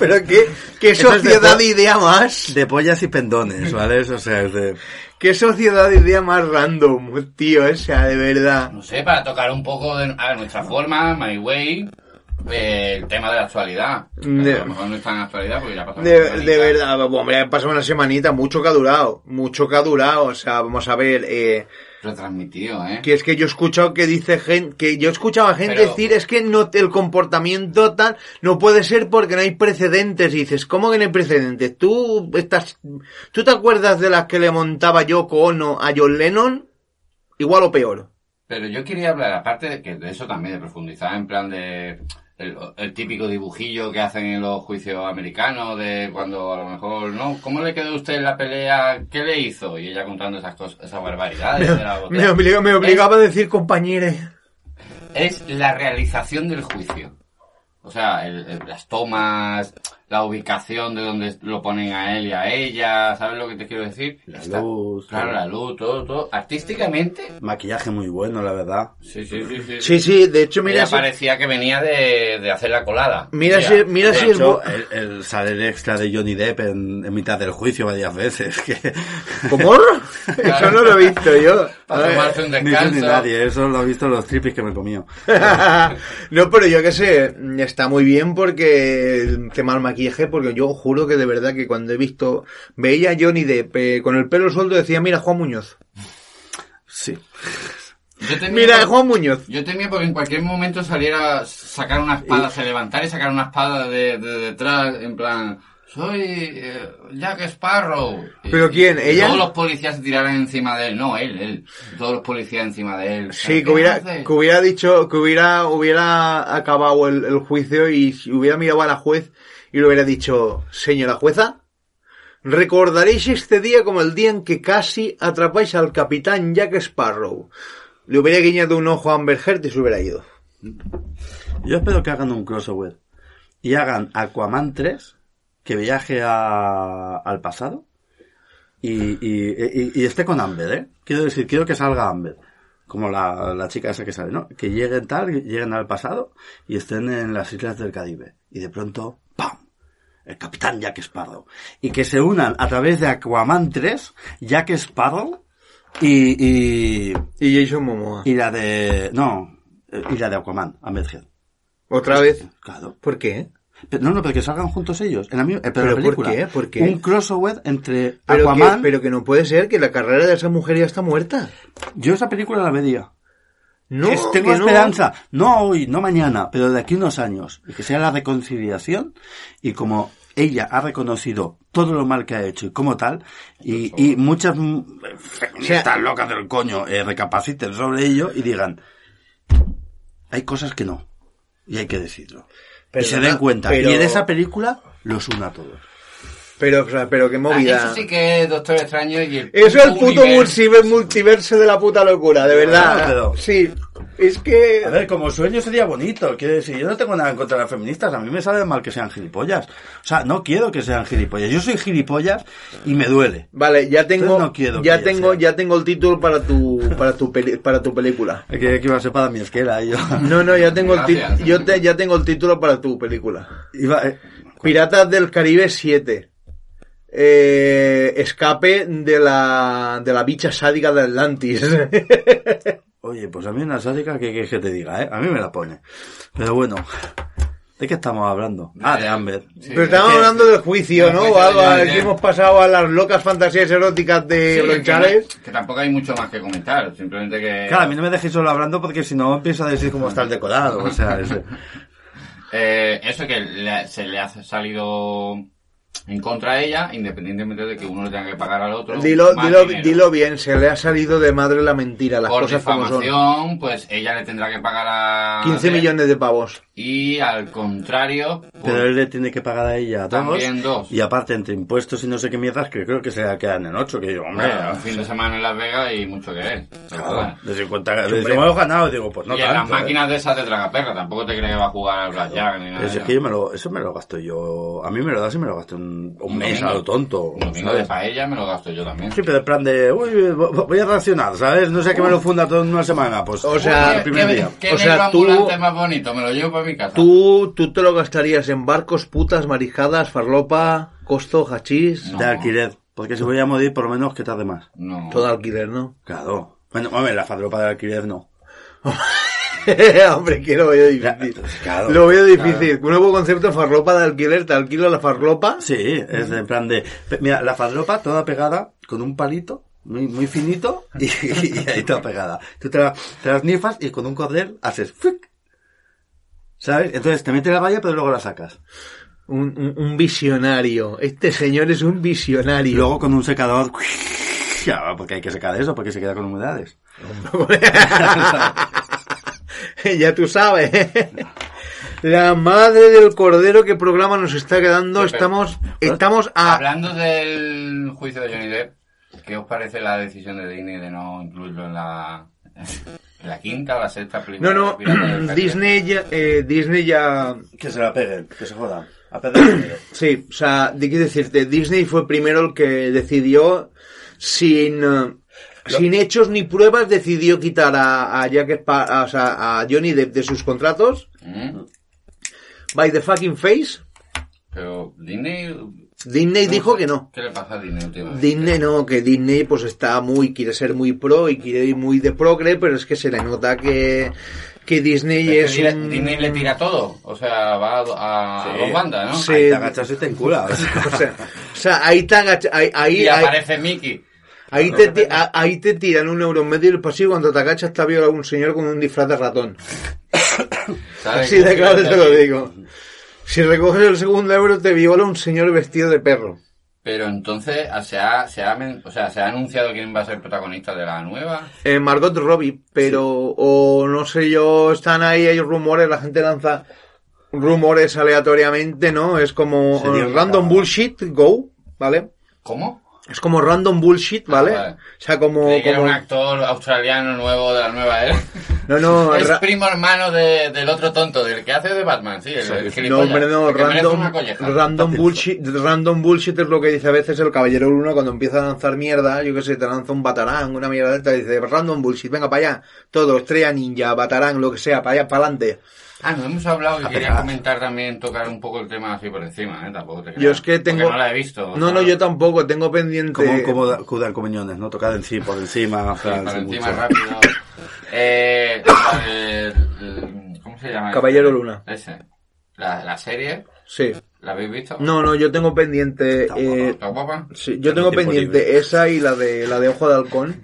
Speaker 2: Pero qué, qué
Speaker 1: Eso es de
Speaker 2: sociedad
Speaker 1: po-
Speaker 2: de idea más.
Speaker 1: De pollas y pendones, ¿vale? O sea, es de...
Speaker 2: Qué sociedad de idea más random, tío. O sea, de verdad.
Speaker 3: No sé, para tocar un poco de, a nuestra forma, My Way, eh, el tema de la actualidad.
Speaker 2: De-
Speaker 3: A lo mejor no está en la actualidad porque ya pasó.
Speaker 2: De, de verdad, hombre, ha pasado una semanita, mucho que ha durado, mucho que ha durado, o sea, vamos a ver, eh,
Speaker 3: Retransmitido, ¿eh?
Speaker 2: que es que yo he escuchado que dice gente, que yo he escuchado a gente
Speaker 3: Pero-
Speaker 2: decir, es que no, el comportamiento tal, no puede ser porque no hay precedentes, y dices, ¿cómo que no hay precedentes? ¿Tú estás, tú te acuerdas de las que le montaba yo Ono a John Lennon? Igual o peor.
Speaker 3: Pero yo quería hablar, aparte de, que de eso también, de profundizar en plan de... El, el típico dibujillo que hacen en los juicios americanos de cuando a lo mejor, ¿no? ¿Cómo le quedó a usted en la pelea? ¿Qué le hizo? Y ella contando esas cosas, esas barbaridades de la
Speaker 2: Me,
Speaker 3: botella.
Speaker 2: obliga- me obligaba a decir compañeros.
Speaker 3: es la realización del juicio. O sea, el- el- las tomas, la ubicación de donde lo ponen a él y a ella, ¿sabes lo que te quiero decir?
Speaker 1: La
Speaker 3: Está-
Speaker 1: luz,
Speaker 3: Claro,
Speaker 1: todo.
Speaker 3: la luz, todo, todo. Artísticamente.
Speaker 1: Maquillaje muy bueno, la verdad.
Speaker 3: Sí, sí, sí, sí.
Speaker 2: Sí, sí, de hecho,
Speaker 3: Mira,
Speaker 2: mira, si-
Speaker 3: parecía que venía de, de hacer la colada.
Speaker 2: mira, si- mira
Speaker 1: De
Speaker 2: si el
Speaker 1: hecho,
Speaker 2: bo-
Speaker 1: el, el salir extra de Johnny Depp en, en mitad del juicio varias veces. Que...
Speaker 2: ¿Cómo? Eso no lo he visto yo.
Speaker 3: Para tomarse un
Speaker 1: ni tú ni
Speaker 3: descanso.
Speaker 1: nadie, eso lo han visto los tripis que me comió.
Speaker 2: no, pero yo qué sé, está muy bien porque el tema del maquillaje, porque yo juro que de verdad que cuando he visto, veía a Johnny Depp eh, con el pelo suelto decía, mira Juan Muñoz.
Speaker 1: Sí.
Speaker 3: Yo temía
Speaker 2: Mira
Speaker 3: por-
Speaker 2: Juan Muñoz.
Speaker 3: Yo temía porque en cualquier momento saliera sacar una espada, se levantara y sacar una espada de, de detrás, en plan, soy eh, Jack Sparrow. Y-
Speaker 2: ¿Pero quién?
Speaker 3: y
Speaker 2: ¿Ella?
Speaker 3: Todos los policías se tiraran encima de él, no él, él. Todos los policías encima de él.
Speaker 2: Sí,
Speaker 3: ¿Qué
Speaker 2: que hubiera,
Speaker 3: haces?
Speaker 2: que hubiera dicho, que hubiera, hubiera acabado el, el juicio y si hubiera mirado a la juez y le hubiera dicho, señora jueza, recordaréis este día como el día en que casi atrapáis al capitán Jack Sparrow. Le hubiera guiñado un ojo a Amber Heard y se hubiera ido.
Speaker 1: Yo espero que hagan un crossover y hagan Aquaman 3 que viaje a- al pasado y, y- y- y esté con Amber, ¿eh? Quiero decir, quiero que salga Amber, como la, la chica esa que sale, ¿no? Que lleguen tal, que lleguen al pasado y estén en las islas del Caribe. Y de pronto, ¡pam! El capitán Jack Sparrow. Y que se unan a través de Aquaman 3, Jack Sparrow y, y,
Speaker 2: Y Jason Momoa.
Speaker 1: y la de... No, eh, y la de Aquaman, Amber Heard.
Speaker 2: ¿Otra vez?
Speaker 1: Claro.
Speaker 2: ¿Por qué?
Speaker 1: Pero, no, no, pero que salgan juntos ellos. En la, mi- eh, pero
Speaker 2: ¿Pero
Speaker 1: en la
Speaker 2: por
Speaker 1: película.
Speaker 2: qué? ¿Por qué?
Speaker 1: Un crossover entre
Speaker 2: Pero que,
Speaker 1: Aquaman.
Speaker 2: pero que no puede ser que la carrera de esa mujer ya está muerta.
Speaker 1: Yo esa película la vería.
Speaker 2: No,
Speaker 1: Es- tengo
Speaker 2: que no.
Speaker 1: esperanza. No. hoy, no mañana, pero de aquí unos años. Y que sea la reconciliación. Y como ella ha reconocido todo lo mal que ha hecho y como tal, y, y muchas mm, feministas locas del coño eh, recapaciten sobre ello y digan, hay cosas que no. Y hay que decirlo. y se
Speaker 2: Perdona,
Speaker 1: den cuenta.
Speaker 2: pero-
Speaker 1: Y en esa película los una a todos.
Speaker 2: Pero, o sea, pero qué
Speaker 3: Ah,
Speaker 2: movida.
Speaker 3: Eso sí que es Doctor Extraño y el
Speaker 2: Eso es el puto
Speaker 3: universo.
Speaker 2: multiver- multiverso de la puta locura, de
Speaker 1: Ah,
Speaker 2: verdad.
Speaker 1: pero-
Speaker 2: Sí, es que...
Speaker 1: A ver, como sueño sería bonito. Quiero decir, yo no tengo nada en contra de las feministas. A mí me sabe mal que sean gilipollas. O sea, no quiero que sean gilipollas. Yo soy gilipollas y me duele.
Speaker 2: Vale, ya tengo,
Speaker 1: no quiero
Speaker 2: ya
Speaker 1: que
Speaker 2: tengo,
Speaker 1: sea.
Speaker 2: ya tengo el título para tu, para tu, peli- para tu película.
Speaker 1: Que, que iba a ser para mi esquera. y Yo
Speaker 2: No, no, ya tengo el
Speaker 3: Gracias.
Speaker 2: título, yo te, ya tengo el título para tu película.
Speaker 1: iba, eh,
Speaker 2: Piratas del Caribe 7. Eh, escape de la, de la bicha sádica de Atlantis.
Speaker 1: Oye, pues a mí una sádica que quieres que te diga, ¿eh? A mí me la pone. Pero bueno, ¿de qué estamos hablando? Ah, de Amber.
Speaker 3: Sí,
Speaker 2: Pero
Speaker 3: es
Speaker 2: estábamos
Speaker 3: que-
Speaker 2: hablando del juicio,
Speaker 3: del
Speaker 2: ¿no?
Speaker 3: juicio
Speaker 2: O algo,
Speaker 3: de Johnny
Speaker 2: que
Speaker 3: Depp.
Speaker 2: hemos pasado a las locas fantasías eróticas
Speaker 3: Sí,
Speaker 2: de
Speaker 3: que no-
Speaker 2: Bronchales.
Speaker 3: que tampoco hay mucho más que comentar, simplemente que...
Speaker 1: Claro, a mí no me dejéis solo hablando porque si no empiezo a decir cómo está el decorado. O sea, es-
Speaker 3: Eh, eso que le- se le ha salido en contra de ella, independientemente de que uno le tenga que pagar al otro.
Speaker 2: Dilo,
Speaker 3: más
Speaker 2: dilo,
Speaker 3: dinero.
Speaker 2: dilo bien, se le ha salido de madre la mentira, las
Speaker 3: Por
Speaker 2: cosas como son.
Speaker 3: difamación, pues ella le tendrá que pagar a...
Speaker 2: 15 millones de pavos.
Speaker 3: Y al contrario, pues,
Speaker 1: Pero él le tiene que pagar a ella dos.
Speaker 3: También dos.
Speaker 1: Y aparte, entre impuestos y no sé qué mierdas, que creo que se quedan en ocho. Que yo, hombre,
Speaker 3: bueno, un fin de semana en Las Vegas y mucho que ver. Pero
Speaker 1: claro,
Speaker 3: bueno.
Speaker 1: de 50 de 50 ganado, digo, pues no
Speaker 3: y en las
Speaker 1: tanto. ¿eh?
Speaker 3: máquinas de esas de tragaperra, tampoco te crees que va a jugar al Blackjack ni nada.
Speaker 1: Es
Speaker 3: de eso.
Speaker 1: que yo me lo, eso me lo gasto yo. A mí me lo das y me lo gasto un, un
Speaker 3: Un
Speaker 1: mes
Speaker 3: domingo.
Speaker 1: a lo tonto.
Speaker 3: Un domingo de
Speaker 1: ¿sabes?
Speaker 3: paella me lo gasto yo también.
Speaker 1: Sí, pero el plan de, uy, vo- voy a reaccionar, ¿sabes? No sé que me lo funda todo en una semana, pues.
Speaker 2: O sea,
Speaker 1: el primer
Speaker 3: Ah, ¿Qué-
Speaker 1: día.
Speaker 3: qué
Speaker 2: O sea,
Speaker 3: negro
Speaker 2: tú-
Speaker 3: ambulante más bonito? Me lo llevo para mi casa.
Speaker 2: ¿Tú, tú te lo gastarías en barcos, putas, marijadas, farlopa, costo, hachís,
Speaker 3: No.
Speaker 1: De alquiler. Porque si voy a morir, por lo menos que tarde más.
Speaker 3: No.
Speaker 2: todo alquiler, ¿no?
Speaker 1: Claro. Bueno, hombre, la fadropa de alquiler no.
Speaker 2: Hombre, que lo veo difícil.
Speaker 1: Ya, claro,
Speaker 2: lo veo difícil. Nuevo concepto, farlopa de alquiler, te alquilo la farlopa.
Speaker 1: Sí, es en plan de. pe- Mira, la fadropa toda pegada con un palito, muy, muy finito, y, y ahí toda pegada. Tú te, la, te las nifas y con un cordel haces. ¡fuic! ¿Sabes? Entonces te metes la valla, pero luego la sacas.
Speaker 2: Un, un- un visionario. Este señor es un
Speaker 1: Y
Speaker 2: visionario.
Speaker 1: luego con un secador. Ya, porque hay que secar eso, porque se queda con humedades.
Speaker 2: ya tú sabes. La madre del cordero, que programa nos está quedando.
Speaker 3: Sí, pero-
Speaker 2: Estamos, estamos a.
Speaker 3: Hablando del juicio de Johnny Depp, ¿qué os parece la decisión de Disney de no incluirlo en la, en la quinta o la sexta
Speaker 2: No,
Speaker 3: película?
Speaker 2: no,
Speaker 3: de Piratas del Caribe?
Speaker 2: Disney ya, eh, Disney ya.
Speaker 1: Que se la peguen, que se jodan. A perder
Speaker 2: Sí, o sea, de qué decirte, Disney fue primero el que decidió, sin, eh, sin hechos ni pruebas, decidió quitar a, a Jack Spa- a- o sea, a Johnny Depp de sus contratos,
Speaker 3: Mm,
Speaker 2: by the fucking face.
Speaker 3: Pero Disney...
Speaker 2: Disney dijo que no.
Speaker 3: ¿Qué le pasa a Disney últimamente?
Speaker 2: Disney no, que Disney pues está muy, quiere ser muy pro y quiere ir muy de progre, pero es que se le nota que, que Disney
Speaker 3: Es
Speaker 2: es,
Speaker 3: que Disney,
Speaker 2: un...
Speaker 3: Disney le tira todo. O sea, va a, do- a
Speaker 1: Sí.
Speaker 3: dos bandas, ¿no?
Speaker 2: Sí.
Speaker 1: Ahí te agachas y te enculas.
Speaker 2: O sea, o sea, ahí te, agacha- ahí, ahí,
Speaker 3: Y
Speaker 2: ahí-
Speaker 3: aparece Mickey.
Speaker 2: Ahí te, ti- a- ahí te tiran un euro en medio del pasillo y cuando te agachas te ha violado un señor con un disfraz de ratón.
Speaker 3: ¿sabes?
Speaker 2: Así de claro te lo digo. Si recoges el segundo euro te viola un señor vestido de perro.
Speaker 3: Pero entonces ah, se ha, se, ha, men- o sea, se ha anunciado quién va a ser protagonista de la nueva.
Speaker 2: Eh, Margot Robbie, pero o no sé yo, están ahí, hay rumores, la gente lanza rumores aleatoriamente, ¿no? Es como
Speaker 1: Sería
Speaker 2: eh,
Speaker 1: una
Speaker 2: random
Speaker 1: cagada.
Speaker 2: bullshit, go, ¿vale?
Speaker 3: ¿Cómo?
Speaker 2: Es como random bullshit, ¿vale?
Speaker 3: vale.
Speaker 2: O sea, como...
Speaker 3: Creí que era
Speaker 2: como-
Speaker 3: un actor australiano nuevo de la nueva era.
Speaker 2: No, no,
Speaker 3: es
Speaker 2: ra-
Speaker 3: primo hermano de- del otro tonto, del que hace de Batman, sí, el, el
Speaker 2: No,
Speaker 3: gilipollas.
Speaker 2: hombre, no,
Speaker 3: el que merece
Speaker 2: random,
Speaker 3: una colleja.
Speaker 2: random, bullshit, random bullshit es lo que dice a veces el Caballero Bruno cuando empieza a lanzar mierda, yo que sé, te lanza un batarán, una mierda de esta, dice, random bullshit, venga para allá, todo, estrella ninja, batarán, lo que sea, para allá, para adelante.
Speaker 3: Ah, no hemos hablado que quería comentar también, tocar un poco el tema así por encima, ¿eh? Tampoco te creas.
Speaker 2: Yo es que
Speaker 3: Porque
Speaker 2: tengo...
Speaker 3: no la he visto. o
Speaker 2: No,
Speaker 3: sea,
Speaker 2: no, yo tampoco, tengo pendiente...
Speaker 1: Como, como da- cudan con miñones, ¿no? Tocar encima, por encima. o
Speaker 3: Sí,
Speaker 1: sea,
Speaker 3: por
Speaker 1: sí,
Speaker 3: encima
Speaker 1: mucho.
Speaker 3: rápido. Eh, la del- ¿Cómo se llama?
Speaker 2: Caballero Luna.
Speaker 3: Ese. La, la serie,
Speaker 2: Sí.
Speaker 3: ¿la habéis visto?
Speaker 2: No, no, yo tengo pendiente...
Speaker 1: Tampoco,
Speaker 2: eh,
Speaker 3: ¿Está guapa?
Speaker 2: sí, yo
Speaker 1: Tengo
Speaker 2: tengo
Speaker 1: tiempo
Speaker 2: pendiente
Speaker 1: libre.
Speaker 2: esa y la de, la de Ojo de Halcón.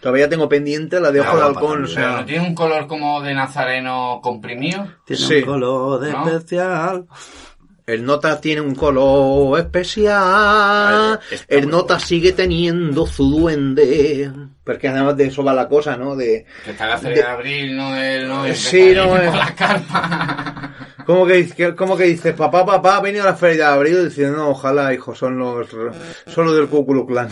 Speaker 2: Todavía tengo pendiente la de
Speaker 1: Ah,
Speaker 2: Ojo de
Speaker 1: guapa
Speaker 2: Halcón, o
Speaker 1: también.
Speaker 3: Pero
Speaker 2: sea...
Speaker 3: no tiene un color como de nazareno comprimido.
Speaker 1: Tiene
Speaker 2: Sí.
Speaker 1: un color
Speaker 3: ¿No?
Speaker 1: especial.
Speaker 2: El nota tiene un color especial.
Speaker 1: Vale, está
Speaker 2: el
Speaker 1: muy
Speaker 2: nota sigue teniendo su duende. Porque además de eso va la cosa, ¿no? De
Speaker 3: Que está la feria de abril, no el no, el
Speaker 2: Sí,
Speaker 3: que está
Speaker 2: no,
Speaker 3: ahí
Speaker 2: eh.
Speaker 3: con la carpa.
Speaker 2: ¿Cómo que, dice- cómo que dices, papá, papá, ha venido a la feria de abril diciendo, no, ojalá, hijo, son los, son los del Cúculo Clan.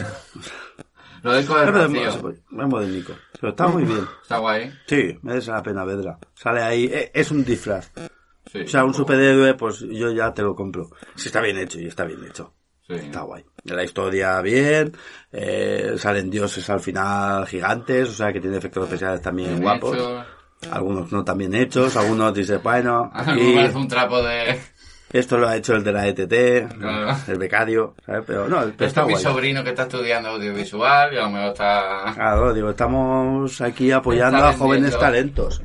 Speaker 3: Lo dejo de
Speaker 1: Es
Speaker 3: vacío.
Speaker 1: modernico, es modernico. Pero está muy bien.
Speaker 3: Está guay. ¿eh?
Speaker 1: Sí, merece la pena Vedra. Sale ahí, e- es un disfraz.
Speaker 3: Sí,
Speaker 1: O sea, un superhéroe, pues yo ya te lo compro. Si está bien hecho, y está bien hecho.
Speaker 3: Sí.
Speaker 1: Está guay. La historia bien, eh, salen dioses al final gigantes, o sea que tiene efectos especiales también
Speaker 3: Bien
Speaker 1: guapos.
Speaker 3: hecho.
Speaker 1: Algunos no tan bien hechos, algunos dices, bueno,
Speaker 3: Ah,
Speaker 1: aquí,
Speaker 3: me parece un trapo de...
Speaker 1: esto lo ha hecho el de la ETT,
Speaker 3: Claro.
Speaker 1: el becario, ¿sabes? Pero no, pero
Speaker 3: Este
Speaker 1: está
Speaker 3: es mi
Speaker 1: guay. Ah,
Speaker 3: sobrino que está estudiando audiovisual y a lo mejor está...
Speaker 1: Claro, digo, estamos aquí apoyando
Speaker 3: Está
Speaker 1: a jóvenes
Speaker 3: vendiendo.
Speaker 1: talentos.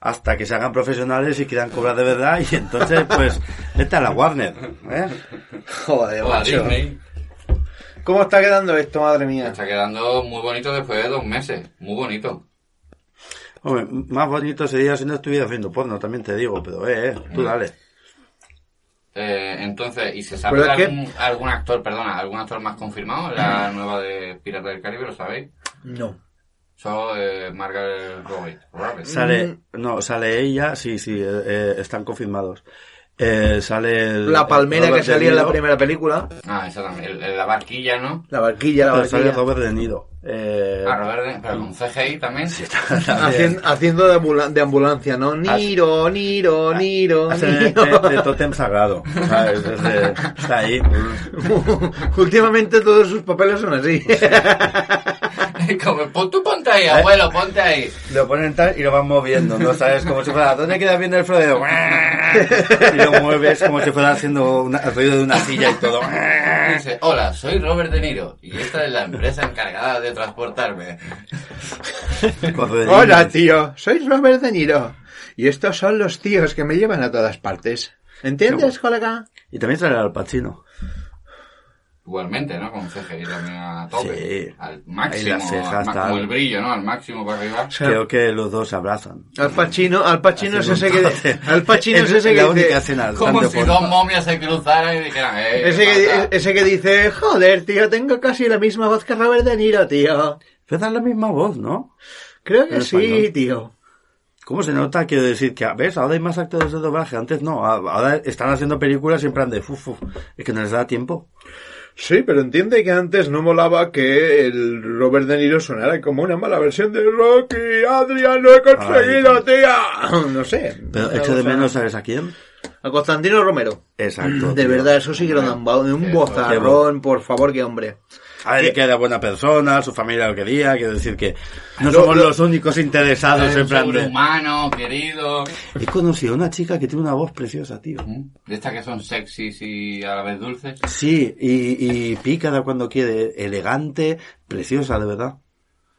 Speaker 1: Hasta que se hagan profesionales y quieran cobrar de verdad, y entonces, pues, vete a la Warner, ¿eh?
Speaker 2: Joder,
Speaker 3: o a
Speaker 2: macho.
Speaker 3: Disney.
Speaker 2: ¿Cómo está quedando esto, madre mía?
Speaker 3: Está quedando muy bonito después de dos meses. Muy bonito.
Speaker 1: Hombre, más bonito sería si no estuviera haciendo porno, también te digo, pero eh, eh, tú dale.
Speaker 3: Eh, entonces, ¿y se sabe
Speaker 2: Pero es
Speaker 3: algún, algún actor, perdona, algún actor más confirmado? La nueva de Piratas del Caribe, ¿lo sabéis?
Speaker 2: No.
Speaker 3: Solo eh, Margaret Robbie. Robbie.
Speaker 1: Sale, no, sale ella, sí, sí, eh, eh, están confirmados. Eh, sale el-
Speaker 2: La palmera que
Speaker 1: Robert De
Speaker 2: salía en la
Speaker 1: Niro,
Speaker 2: primera película.
Speaker 3: Ah, esa también. el- el- la barquilla, ¿no?
Speaker 2: La barquilla, la
Speaker 1: pero Sale
Speaker 2: barquilla.
Speaker 1: Robert De Niro. Eh,
Speaker 3: Ah, Robert De- pero con CGI también.
Speaker 2: Hacien- haciendo de, ambula- de ambulancia, ¿no? Niro, Niro, Niro.
Speaker 1: Es de,
Speaker 2: Niro.
Speaker 1: de, de Totem Sagrado. ¿sabes? Es de- está ahí.
Speaker 2: Últimamente todos sus papeles son así.
Speaker 1: Pues
Speaker 3: Como, pon, tú ponte ahí, abuelo, ponte ahí.
Speaker 1: Lo ponen tal y lo van moviendo, ¿no? ¿Sabes? Como si fuera, ¿dónde queda viendo el Frodeo? Y lo mueves como si fuera haciendo una- el ruido de una silla y todo.
Speaker 3: Dice, hola, soy Robert De Niro y esta es la empresa encargada de transportarme.
Speaker 1: Corre-
Speaker 2: Hola, tío. Soy Robert De Niro. Y estos son los tíos que me llevan a todas partes. ¿Entiendes, colega?
Speaker 1: Y también sale Al Pacino.
Speaker 3: Igualmente, ¿no? Con CGI también a tope.
Speaker 1: Sí.
Speaker 3: Al
Speaker 1: Ahí
Speaker 3: máximo.
Speaker 1: las cejas,
Speaker 3: al ma-
Speaker 1: tal.
Speaker 3: como el brillo, ¿no? Al máximo para arriba.
Speaker 1: Creo que los dos se abrazan.
Speaker 2: Al Pacino, Al Pacino es
Speaker 1: Haciendo
Speaker 2: ese
Speaker 1: un
Speaker 2: que...
Speaker 1: tote.
Speaker 2: Al Pacino es ese que
Speaker 1: la única
Speaker 2: dice...
Speaker 1: escena
Speaker 3: Como
Speaker 1: bastante
Speaker 3: si
Speaker 1: porno.
Speaker 3: dos momias se cruzaran y dijeran, eh, ¿qué
Speaker 2: Ese
Speaker 3: pasa?
Speaker 2: que, ese que dice, joder, tío, tengo casi la misma voz que Robert De Niro, tío.
Speaker 1: Pero dan la misma voz, ¿no?
Speaker 2: Creo que
Speaker 1: En
Speaker 2: sí,
Speaker 1: español.
Speaker 2: tío.
Speaker 1: ¿Cómo se nota? Quiero decir que, ¿ves? Ahora hay más actores de doblaje. Antes no. A- Ahora están haciendo películas y en plan de fufu. Es que no les da tiempo.
Speaker 2: Sí, pero entiende que antes no molaba que el Robert De Niro sonara como una mala versión de Rocky. Adrián, lo he
Speaker 1: conseguido,
Speaker 2: tía. No sé.
Speaker 1: Pero
Speaker 2: Una
Speaker 1: echo de
Speaker 2: cosa-
Speaker 1: menos, ¿sabes a quién?
Speaker 2: A Constantino Romero.
Speaker 1: Exacto.
Speaker 2: De
Speaker 1: tío.
Speaker 2: verdad, eso sí que lo dan ba- de un
Speaker 3: Qué
Speaker 2: bozarrón, por favor, que hombre.
Speaker 1: A ver, que era buena persona, su familia lo quería. Quiero decir que no somos
Speaker 2: lo-
Speaker 1: los únicos interesados en plan de...
Speaker 3: humano, querido. ¿Mm?
Speaker 1: He conocido a una chica que tiene una voz preciosa, tío.
Speaker 3: De estas que son sexys y a la vez dulces.
Speaker 1: Sí, y, y pícara cuando quiere. Elegante, preciosa, de verdad.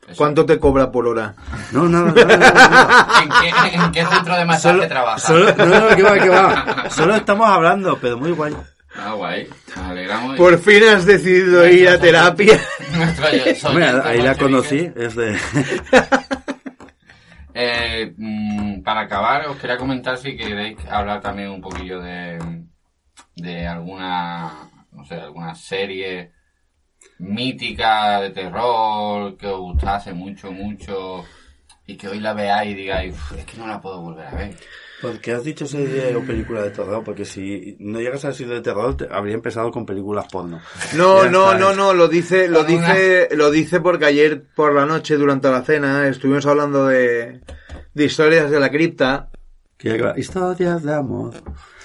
Speaker 3: Eso.
Speaker 2: ¿Cuánto te cobra por hora?
Speaker 1: No, no, no, no, no, no.
Speaker 3: ¿En qué, en qué centro de masaje trabajas?
Speaker 1: Solo, no, no, que va, que va. Solo estamos hablando, pero muy guay.
Speaker 3: Ah, guay. Nos alegramos.
Speaker 2: Por fin has decidido ir a terapia.
Speaker 3: Nuestro oyente
Speaker 1: Hombre, ahí la
Speaker 3: bolchevique.
Speaker 1: conocí, es de...
Speaker 3: Eh, mm, para acabar, os quería comentar si queréis hablar también un poquillo de, de alguna, no sé, alguna serie mítica de terror que os gustase mucho, mucho y que hoy la veáis y digáis, "Uf, es que no la puedo volver a ver.
Speaker 1: Porque has dicho serie o película de terror, porque si no llegas a decir de terror, te- habría empezado con películas porno.
Speaker 2: No,
Speaker 1: Ya
Speaker 2: no,
Speaker 1: sabes.
Speaker 2: no, no, lo dice, lo
Speaker 3: Con una-
Speaker 2: dice, lo dice porque ayer por la noche durante la cena estuvimos hablando de, de historias de la cripta.
Speaker 1: Que ya- Historias de amor.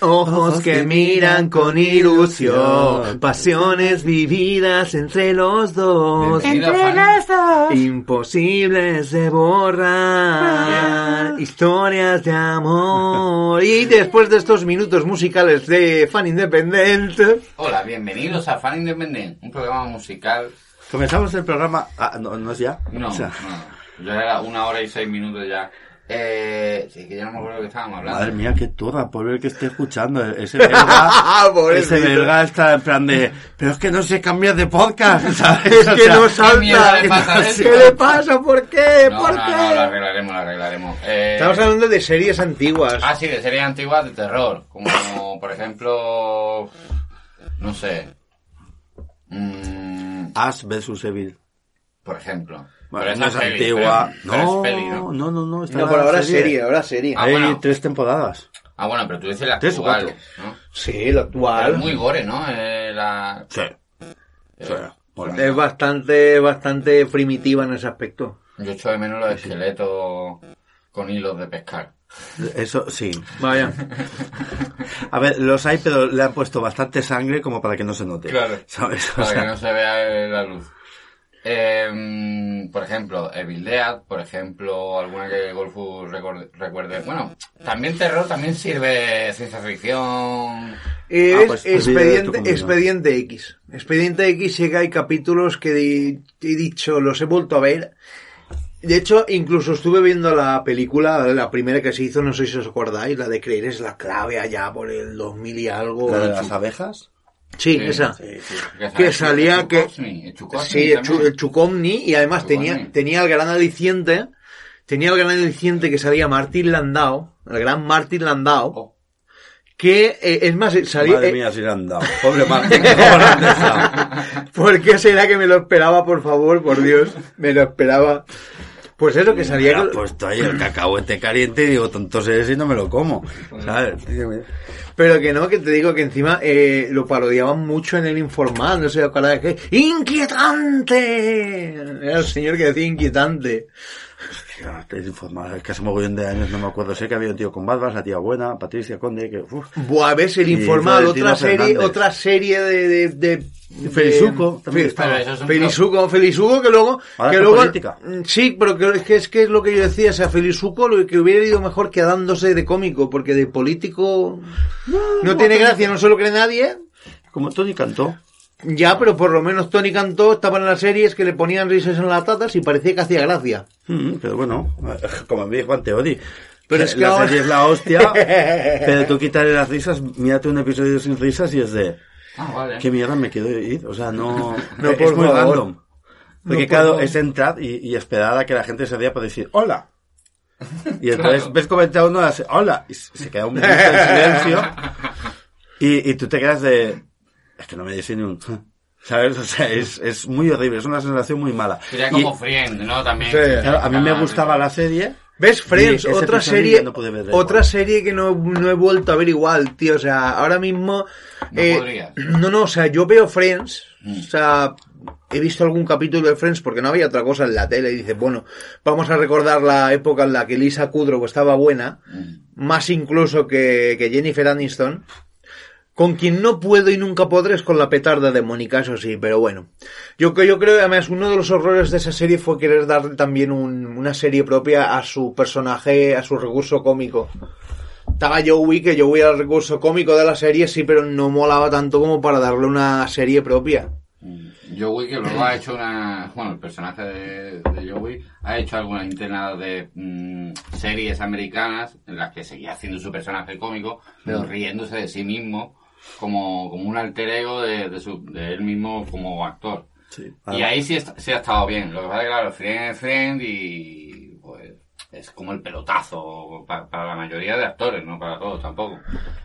Speaker 2: Ojos que miran con ilusión, pasiones vividas entre los
Speaker 1: Pues
Speaker 2: dos,
Speaker 3: Bienvenida, Fanny.
Speaker 2: imposibles de
Speaker 3: Ah.
Speaker 2: borrar, historias de amor. Y después de estos minutos musicales de Fan Independent,
Speaker 3: Hola, bienvenidos a Fan Independent, un programa musical.
Speaker 1: Comenzamos el programa... Ah, no, no es ya.
Speaker 3: No,
Speaker 1: O sea,
Speaker 3: no, ya era una hora y seis minutos ya. Eh, sí, que ya no me acuerdo de lo que estábamos hablando.
Speaker 1: Madre mía, qué turra, por el que esté escuchando. Ese verga,
Speaker 2: Ah, Pobrecito.
Speaker 1: ese verga está en plan de... Pero es que no se cambia de podcast, ¿sabes?
Speaker 2: Es
Speaker 1: O
Speaker 2: que
Speaker 1: sea,
Speaker 2: no
Speaker 3: mierda
Speaker 2: salta.
Speaker 3: le pasa a
Speaker 2: ¿Qué
Speaker 3: esto?
Speaker 2: le pasa? ¿Por qué?
Speaker 3: No,
Speaker 2: ¿Por
Speaker 3: no,
Speaker 2: qué?
Speaker 3: no, lo arreglaremos, lo arreglaremos. Eh,
Speaker 2: Estamos hablando de series antiguas.
Speaker 3: Ah, sí, de series antiguas de terror. Como, por ejemplo, no sé. Mm,
Speaker 1: Ash vs. Evil.
Speaker 3: por ejemplo.
Speaker 1: Bueno,
Speaker 3: Pero
Speaker 1: no
Speaker 3: esa
Speaker 1: es
Speaker 3: peli,
Speaker 1: antigua.
Speaker 3: pero- pero es
Speaker 1: no,
Speaker 3: peli, ¿no?
Speaker 1: no, no, no. está
Speaker 2: no,
Speaker 1: la
Speaker 2: por ahora serie. ahora serie.
Speaker 3: Ah,
Speaker 1: Hay
Speaker 3: bueno.
Speaker 1: tres temporadas.
Speaker 3: Ah, bueno, pero tú dices la
Speaker 1: Tres o
Speaker 3: actual, ¿no?
Speaker 2: Sí, lo
Speaker 3: Pero
Speaker 2: actual.
Speaker 3: es muy gore, ¿no? Eh, la...
Speaker 1: Sí.
Speaker 3: eh,
Speaker 1: Sí, bueno.
Speaker 2: Es bastante, bastante primitiva en ese aspecto.
Speaker 3: Yo echo de menos los esqueletos con hilos de pescar.
Speaker 1: Eso sí.
Speaker 2: Vaya.
Speaker 1: A ver, los hay, pero le han puesto bastante sangre como para que no se note.
Speaker 3: Claro.
Speaker 1: este, ¿Sabes? O
Speaker 3: Para que
Speaker 1: sea,
Speaker 3: no se vea eh, la luz. Eh, por ejemplo, Evil Dead, por ejemplo, alguna que Golfus recorde- recuerde. Bueno, también terror, también sirve ciencia ficción.
Speaker 2: Eh, Es
Speaker 1: pues, olvídate tú
Speaker 2: expediente,
Speaker 1: conmigo.
Speaker 2: expediente X. Expediente X llega hay capítulos que di- he dicho, los he vuelto a ver. De hecho, incluso estuve viendo la película, la primera que se hizo, no sé si os acordáis, la de Creer es la clave allá por el 2000 y algo.
Speaker 1: ¿La de las abejas?
Speaker 2: Sí, esa.
Speaker 3: sale
Speaker 2: salía
Speaker 3: Chu
Speaker 2: que-
Speaker 3: Cosmi, Chu Cosmi
Speaker 2: Sí, el,
Speaker 3: también.
Speaker 2: Chu- el Chukomni, y además
Speaker 3: Chukomni.
Speaker 2: tenía, tenía el gran aliciente, tenía el gran aliciente que salía Martín Landau, el gran Martín Landau,
Speaker 3: Oh,
Speaker 2: que eh, es más, salía...
Speaker 1: Madre
Speaker 2: eh,
Speaker 1: mía, si le han dado. Pobre Martín, ¿cómo le han dejado?
Speaker 2: ¿Por qué será que me lo esperaba, por favor? Por Dios, me lo esperaba. Pues eso, que
Speaker 1: Me
Speaker 2: salía...
Speaker 1: ha
Speaker 2: con-
Speaker 1: puesto ahí el cacahuete caliente y digo, tonto eres y no me lo como. ¿Sabes? Tío, mira.
Speaker 2: Pero que no, que te digo que encima eh, lo parodiaban mucho en el informal, no sé, cada vez que... ¡Inquietante! Era el señor que decía inquietante.
Speaker 1: Hostia, te he informado, es que hace mogollón de años no me acuerdo. Sé que había un tío con barbas, la tía buena, Patricia Conde, que. Uf.
Speaker 2: Buah, ves, el
Speaker 1: Y
Speaker 2: informal,
Speaker 1: Florentino
Speaker 2: otra serie,
Speaker 1: Fernández.
Speaker 2: otra serie de... de, de- de-
Speaker 1: Felizuco, también
Speaker 2: Fe-
Speaker 1: estaba.
Speaker 3: Pero eso es un
Speaker 2: Felizuco, Felizuco que luego,
Speaker 1: Ahora
Speaker 2: que
Speaker 1: está
Speaker 2: luego,
Speaker 1: política.
Speaker 2: Mm, sí, pero que es que es que es lo que yo decía, o sea, Felizuco lo que hubiera ido mejor quedándose de cómico, porque de político no tiene gracia, no se lo cree nadie.
Speaker 1: Como Tony cantó.
Speaker 2: Ya, pero por lo menos Tony Cantó estaba en las series que le ponían risas en las tatas y parecía que hacía gracia.
Speaker 1: Mm, pero bueno, como me dijo Anteodi.
Speaker 2: Pero es que
Speaker 1: la
Speaker 2: ahora-
Speaker 1: serie es la hostia, pero tú quitarle las risas, mírate un episodio sin risas y es de,
Speaker 3: Ah, vale.
Speaker 1: ¿qué mierda me quiero ir? O sea, no,
Speaker 2: ¿Eh? No,
Speaker 1: es
Speaker 2: por
Speaker 1: muy
Speaker 2: favor.
Speaker 1: random. Porque
Speaker 2: por
Speaker 1: claro,
Speaker 2: favor.
Speaker 1: es entrar y, y esperar a que la gente se vea para decir, hola. Y entonces ves comentar uno, hace, hola, y se se queda un minuto en silencio y, y tú te quedas de, es que no me dice ni un... ¿Sabes? O sea, es, es muy horrible, es una sensación muy mala.
Speaker 3: Sería
Speaker 1: Y-
Speaker 3: como Friend, ¿no? También. Ah,
Speaker 2: Sí.
Speaker 1: Claro, a mí me gustaba la serie.
Speaker 2: ¿Ves? Friends,
Speaker 1: Y ese
Speaker 2: otra
Speaker 1: episodio
Speaker 2: serie,
Speaker 1: no pude ver, da
Speaker 2: otra
Speaker 1: igual.
Speaker 2: serie que no, no he vuelto a ver igual, tío. O sea, ahora mismo. eh,
Speaker 3: No podrías.
Speaker 2: no, no, o sea, yo veo Friends. O sea, he visto algún capítulo de Friends porque no había otra cosa en la tele. Y dices, bueno, vamos a recordar la época en la que Lisa Kudrow estaba buena,
Speaker 3: Mm.
Speaker 2: más incluso que, que Jennifer Aniston. Con quien no puedo y nunca podré es con la petarda de Mónica, eso sí, pero bueno. Yo, que- yo creo, además, uno de los horrores de esa serie fue querer darle también un- una serie propia a su personaje, a su recurso cómico. Estaba Joey, que Joey era el recurso cómico de la serie, sí, pero no molaba tanto como para darle una serie propia.
Speaker 3: Joey, que luego ha hecho una. Bueno, el personaje de, de Joey ha hecho algunas internas de mm, series americanas en las que seguía haciendo su personaje cómico, pero riéndose de sí mismo, como, como un alter ego de, de, su, de él mismo como actor.
Speaker 1: Ah,
Speaker 3: Y ahí sí, est- sí ha estado bien. Lo que pasa es que, claro, Friend es Friend y. Pues, es como el pelotazo pa- para, la mayoría de actores, no para todos tampoco.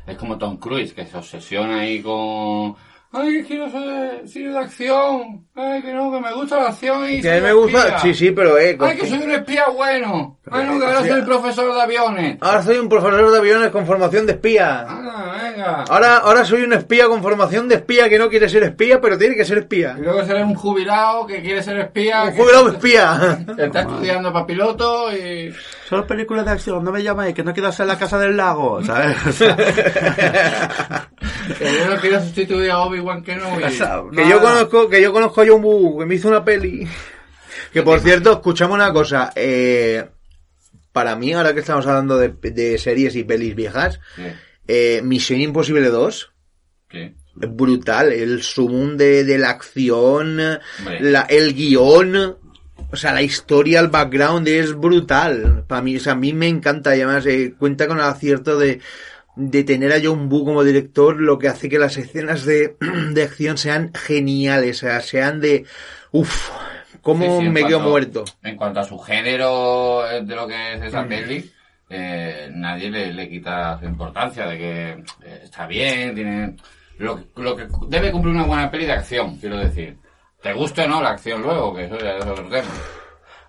Speaker 3: Es como Tom Cruise, que se obsesiona ahí con. Ay, que quiero ser cine de acción. Ay, que no, que me gusta la acción y.
Speaker 2: Que
Speaker 3: soy
Speaker 2: a mí me
Speaker 3: un
Speaker 2: gusta,
Speaker 3: espía.
Speaker 2: sí, sí, pero eh. con-
Speaker 3: Ay, que soy un espía bueno. Ay, no, que ahora soy profesor de aviones.
Speaker 2: Ahora soy un profesor de aviones con formación de espía.
Speaker 3: Ah, venga.
Speaker 2: Ahora, ahora soy un espía con formación de espía que no quiere ser espía, pero tiene que ser espía.
Speaker 3: Y luego seré un jubilado que quiere ser espía.
Speaker 2: Un
Speaker 3: que
Speaker 2: jubilado espía.
Speaker 3: Está estudiando para piloto y.
Speaker 1: Solo películas de acción, no me llamáis, que no quiero hacer la casa del lago, ¿sabes? O sea,
Speaker 3: Que yo no quiero sustituir a Obi-Wan Kenobi.
Speaker 2: Que yo conozco, que yo conozco a John Woo, que me hizo una peli. Que por cierto, escuchamos una cosa. eh, para mí, ahora que estamos hablando de, de series y pelis viejas,
Speaker 3: ¿Qué?
Speaker 2: eh, Misión Imposible 2,
Speaker 3: ¿Qué?
Speaker 2: es brutal. El sumum de, de la acción,
Speaker 3: Hombre.
Speaker 2: la- el guión, o sea, la historia, el background es brutal. Para mí, o sea, a mí me encanta. Y además, eh, cuenta con el acierto de, de tener a John Boo como director, lo que hace que las escenas de, de acción sean geniales. O sea, sean de. Uff, ¿cómo
Speaker 3: Sí, sí, en
Speaker 2: me quedo
Speaker 3: cuanto-
Speaker 2: muerto? Mm.
Speaker 3: En cuanto a su género eh, de lo que es esa peli, eh, nadie le, le quita su importancia de que eh, está bien, tiene... Lo, lo que debe cumplir una buena peli de acción, quiero decir. Te guste o no la acción luego, que eso ya es otro tema.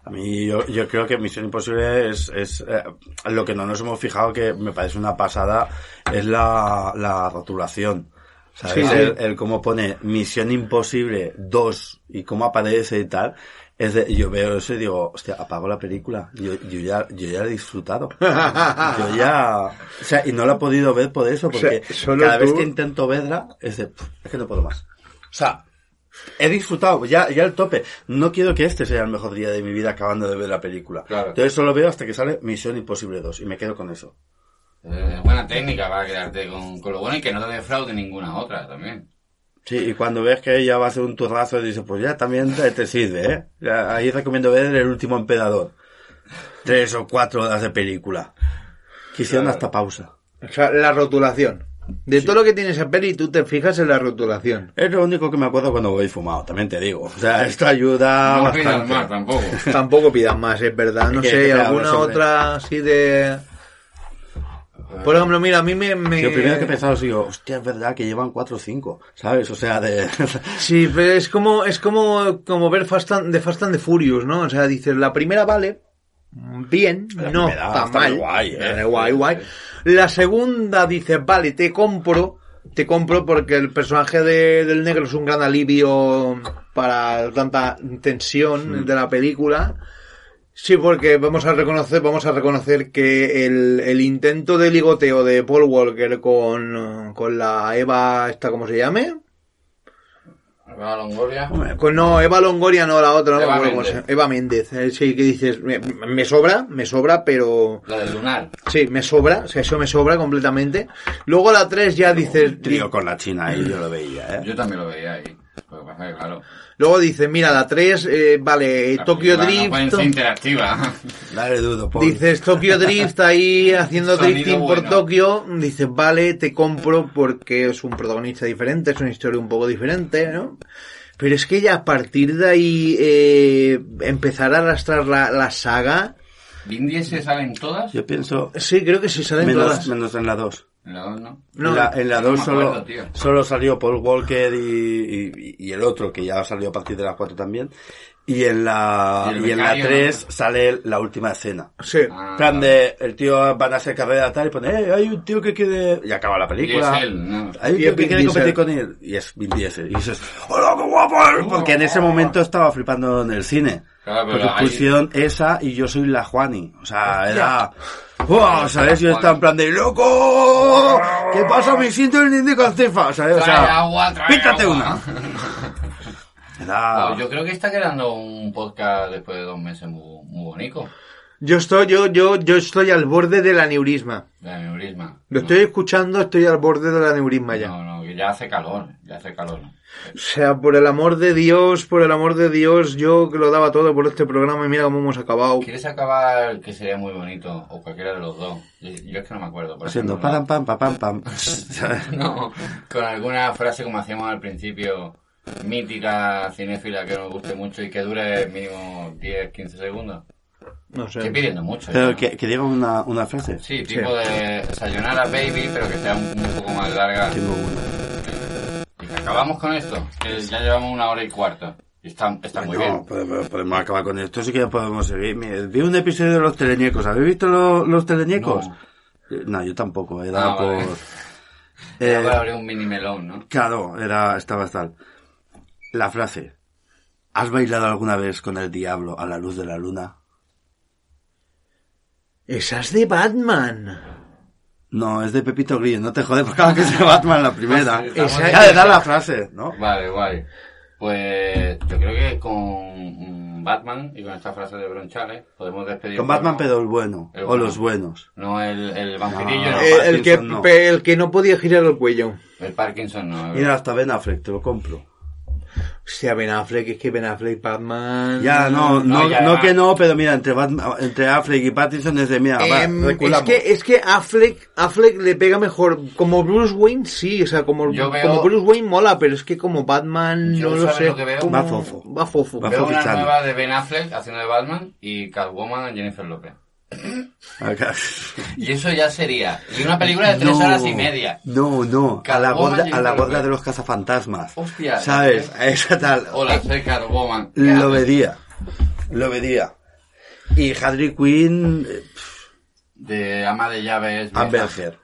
Speaker 1: a mí yo, yo creo que Misión Imposible es, es eh, lo que no nos hemos fijado, que me parece una pasada, es la, la rotulación. ¿Sabes?
Speaker 2: Sí, sí.
Speaker 1: El, el cómo pone Misión Imposible 2 y cómo aparece y tal. Es de- yo veo eso y digo, hostia, apago la película. Yo, yo ya, yo ya la he disfrutado. Yo ya. O sea, y no la he podido ver por eso, porque
Speaker 2: sea, solo
Speaker 1: cada vez
Speaker 2: tú-
Speaker 1: que intento verla, es de. "Pff, Es que no puedo más. O sea, he disfrutado, ya, ya el tope. No quiero que este sea el mejor día de mi vida acabando de ver la película.
Speaker 3: Claro.
Speaker 1: Entonces solo veo hasta que sale Misión Imposible 2 y me quedo con eso.
Speaker 3: Eh, buena técnica para quedarte con, con lo bueno y que no te defraude ninguna otra también.
Speaker 1: Sí, y cuando ves que ella va a hacer un turrazo, dices, pues ya también te, te sirve, ¿eh? Ya, ahí recomiendo ver El último empedador. Tres o cuatro horas de película. Quisieron hasta pausa.
Speaker 2: O sea, la rotulación. De todo lo que tiene esa peli, tú te fijas en la rotulación.
Speaker 1: Es lo único que me acuerdo cuando voy fumado, también te digo. O sea, esto ayuda
Speaker 2: Ah,
Speaker 3: no
Speaker 1: bastante.
Speaker 3: pidas más tampoco.
Speaker 2: Tampoco pidas más, es verdad. No
Speaker 1: Que-
Speaker 2: sé,
Speaker 1: que te hablo
Speaker 2: alguna
Speaker 1: siempre.
Speaker 2: otra así de. Por ejemplo, mira, a mí me... me-
Speaker 1: Lo primero que he pensado es, digo, hostia, es verdad que llevan 4 o 5, ¿sabes? O sea, de...
Speaker 2: Sí, pero es como, es como, como ver Fast and, de Fast and the Furious, ¿no? O sea, dices, la primera vale, bien,
Speaker 1: La
Speaker 2: no
Speaker 1: primera
Speaker 2: está
Speaker 1: está
Speaker 2: mal.
Speaker 1: guay, ¿eh?
Speaker 2: guay, guay. La segunda dices, vale, te compro, te compro porque el personaje de- del negro es un gran alivio para tanta tensión de la película. Sí, porque vamos a reconocer, vamos a reconocer que el, el intento de ligoteo de Paul Walker con, con la Eva, esta cómo se llame,
Speaker 3: Eva Longoria.
Speaker 2: pues no, Eva Longoria no, la otra, no
Speaker 3: Eva
Speaker 2: me acuerdo cómo se
Speaker 3: Méndez.
Speaker 2: llama. Eva Méndez, eh, sí, que dices, me, me sobra, me sobra, pero...
Speaker 3: La del lunar.
Speaker 2: Sí, me sobra, o sea, eso me sobra completamente. Luego la 3 ya dices... di-
Speaker 1: Trío con la China ahí, yo lo veía, ¿eh?
Speaker 3: Yo también lo veía ahí. Lo que pasa es que, claro.
Speaker 2: Luego dices, mira, la 3, eh, vale,
Speaker 3: la
Speaker 2: Tokyo
Speaker 3: película No pueden
Speaker 2: Drift...
Speaker 3: ser interactiva.
Speaker 1: Dale dudo, Paul.
Speaker 2: Dices Tokyo Drift ahí haciendo
Speaker 3: Sonido
Speaker 2: drifting por
Speaker 3: bueno.
Speaker 2: Tokio, dices vale, te compro porque es un protagonista diferente, es una historia un poco diferente, ¿no? Pero es que ya a partir de ahí eh, empezar a arrastrar la, la saga,
Speaker 3: ¿Vin Diesel salen todas?
Speaker 1: Yo pienso,
Speaker 2: sí, creo que sí salen
Speaker 1: menos,
Speaker 2: todas.
Speaker 1: menos en la 2.
Speaker 3: La dos no.
Speaker 2: No,
Speaker 1: en la, en la
Speaker 3: no
Speaker 1: dos
Speaker 3: me
Speaker 1: solo,
Speaker 3: acuerdo, tío.
Speaker 1: solo salió Paul Walker y, y- y el otro, que ya salió a partir de las 4 también. Y en la,
Speaker 3: Y el
Speaker 1: y en la
Speaker 3: becario,
Speaker 1: 3 sale la última escena.
Speaker 2: Sí.
Speaker 3: Ah,
Speaker 1: plan de, el tío van a hacer carrera tal y pone, eh, hay un tío que quiere... Y acaba la película.
Speaker 3: Diesel, no.
Speaker 1: Hay un
Speaker 2: Y es
Speaker 1: tío que
Speaker 2: Vin
Speaker 1: quiere competir
Speaker 2: Diesel.
Speaker 1: con él. Y es Vin Diesel. Y dices, ¡hola, qué guapo! Porque en ese momento estaba flipando en el cine.
Speaker 3: Claro, pero
Speaker 1: porque
Speaker 3: ahí-
Speaker 1: pusieron esa y yo soy la Juani. O sea, era... ¡Wow! ¿Sabes? Yo estaba en plan de loco. ¿Qué pasa? Me siento el niño con cefa. ¿Sabes? O
Speaker 3: Trae
Speaker 1: sea,
Speaker 3: agua, trae
Speaker 1: píntate
Speaker 3: agua.
Speaker 1: una. Ah. Era...
Speaker 3: Pues yo creo que está quedando un podcast después de dos meses muy, muy bonito.
Speaker 2: Yo estoy, yo, yo, yo estoy al borde del aneurisma.
Speaker 3: De aneurisma.
Speaker 2: Lo
Speaker 1: Ah.
Speaker 2: estoy escuchando, estoy al borde del aneurisma ya.
Speaker 3: No, no, que ya hace calor, ya hace calor.
Speaker 2: O sea, por el amor de Dios, por el amor de Dios, yo que lo daba todo por este programa y mira cómo hemos acabado.
Speaker 3: ¿Quieres acabar que sería muy bonito? O cualquiera de los dos. Yo, yo es que no me acuerdo. por
Speaker 1: Haciendo
Speaker 3: ejemplo,
Speaker 1: pam, pam, pam, pam, pam.
Speaker 3: No, con alguna frase como hacíamos al principio, mítica, cinéfila, que nos guste mucho y que dure mínimo 10, 15 segundos.
Speaker 2: No sé.
Speaker 3: Estoy pidiendo mucho.
Speaker 1: Pero
Speaker 3: ya.
Speaker 1: que, que diga una, una frase.
Speaker 3: Sí, tipo de Sayonara Baby, pero que sea un, un poco más larga.
Speaker 1: Tengo una.
Speaker 3: Y que acabamos con esto, que ya llevamos una hora y cuarto. Y está, está muy
Speaker 1: no,
Speaker 3: bien.
Speaker 1: Podemos, podemos acabar con esto, sí que podemos seguir. Mire, vi un episodio de los teleñecos. ¿Habéis visto lo- los teleñecos? Eh, No, yo tampoco. Era
Speaker 3: Ah,
Speaker 1: por.
Speaker 3: vale.
Speaker 1: Eh,
Speaker 3: Ahora abrir un mini melón, ¿no?
Speaker 1: claro, era, estaba tal. La frase. ¿Has bailado alguna vez con el diablo a la luz de la luna?
Speaker 2: Esa es de Batman.
Speaker 1: No, es de Pepito Grillo, no te jodes, porque aunque sea Batman la primera.
Speaker 3: Sí,
Speaker 2: estamos-
Speaker 1: Ya le da la frase, ¿no?
Speaker 3: Vale, guay. Pues yo creo que con mm, Batman y con esta frase de Bronchales podemos despedir.
Speaker 1: Con Batman,
Speaker 3: pero...
Speaker 1: pero el bueno,
Speaker 3: El
Speaker 1: o
Speaker 3: bueno.
Speaker 1: los buenos.
Speaker 3: No, el, el
Speaker 1: No,
Speaker 3: vampirillo, no,
Speaker 2: Eh, el,
Speaker 1: Parkinson
Speaker 2: que,
Speaker 1: no.
Speaker 2: pe- el que no podía girar el cuello.
Speaker 3: el Parkinson no.
Speaker 1: Mira, hasta Ben Affleck, te lo compro.
Speaker 2: Hostia, Ben Affleck, es que Ben Affleck, Batman...
Speaker 1: Ya, no, no,
Speaker 3: no,
Speaker 1: no,
Speaker 3: ya va.
Speaker 1: que no, pero mira, entre, Batman- entre Affleck y Pattinson es de mía. Ah, va,
Speaker 2: Em, es
Speaker 1: reculamos.
Speaker 3: e-
Speaker 2: que, es que Affleck, Affleck le pega mejor. Como Bruce Wayne, sí, o sea, como,
Speaker 3: Yo veo-
Speaker 2: como Bruce Wayne mola, pero es que como Batman,
Speaker 3: Yo
Speaker 2: no lo
Speaker 3: sabes
Speaker 2: sé.
Speaker 3: lo que veo.
Speaker 2: como-
Speaker 1: Va fofo.
Speaker 2: Va fofo.
Speaker 1: Va
Speaker 3: Veo una
Speaker 1: Focusando.
Speaker 3: nueva de Ben Affleck haciendo de Batman y Catwoman Jennifer López.
Speaker 1: Acá.
Speaker 3: Y eso ya sería. Y una película de tres
Speaker 1: No,
Speaker 3: horas y media.
Speaker 1: No, no, a la
Speaker 3: Catwoman
Speaker 1: gorda,
Speaker 3: y
Speaker 1: a la
Speaker 3: Jennifer
Speaker 1: gorda
Speaker 3: López.
Speaker 1: de los cazafantasmas.
Speaker 3: Hostia.
Speaker 1: ¿Sabes? A esa tal.
Speaker 3: Hola, soy Catwoman. ¿Qué
Speaker 1: Lo
Speaker 3: haces?
Speaker 1: vería. Lo vería. Y Harley Quinn, eh,
Speaker 3: De ama de llaves.
Speaker 1: Amber
Speaker 3: vieja.
Speaker 1: Heard.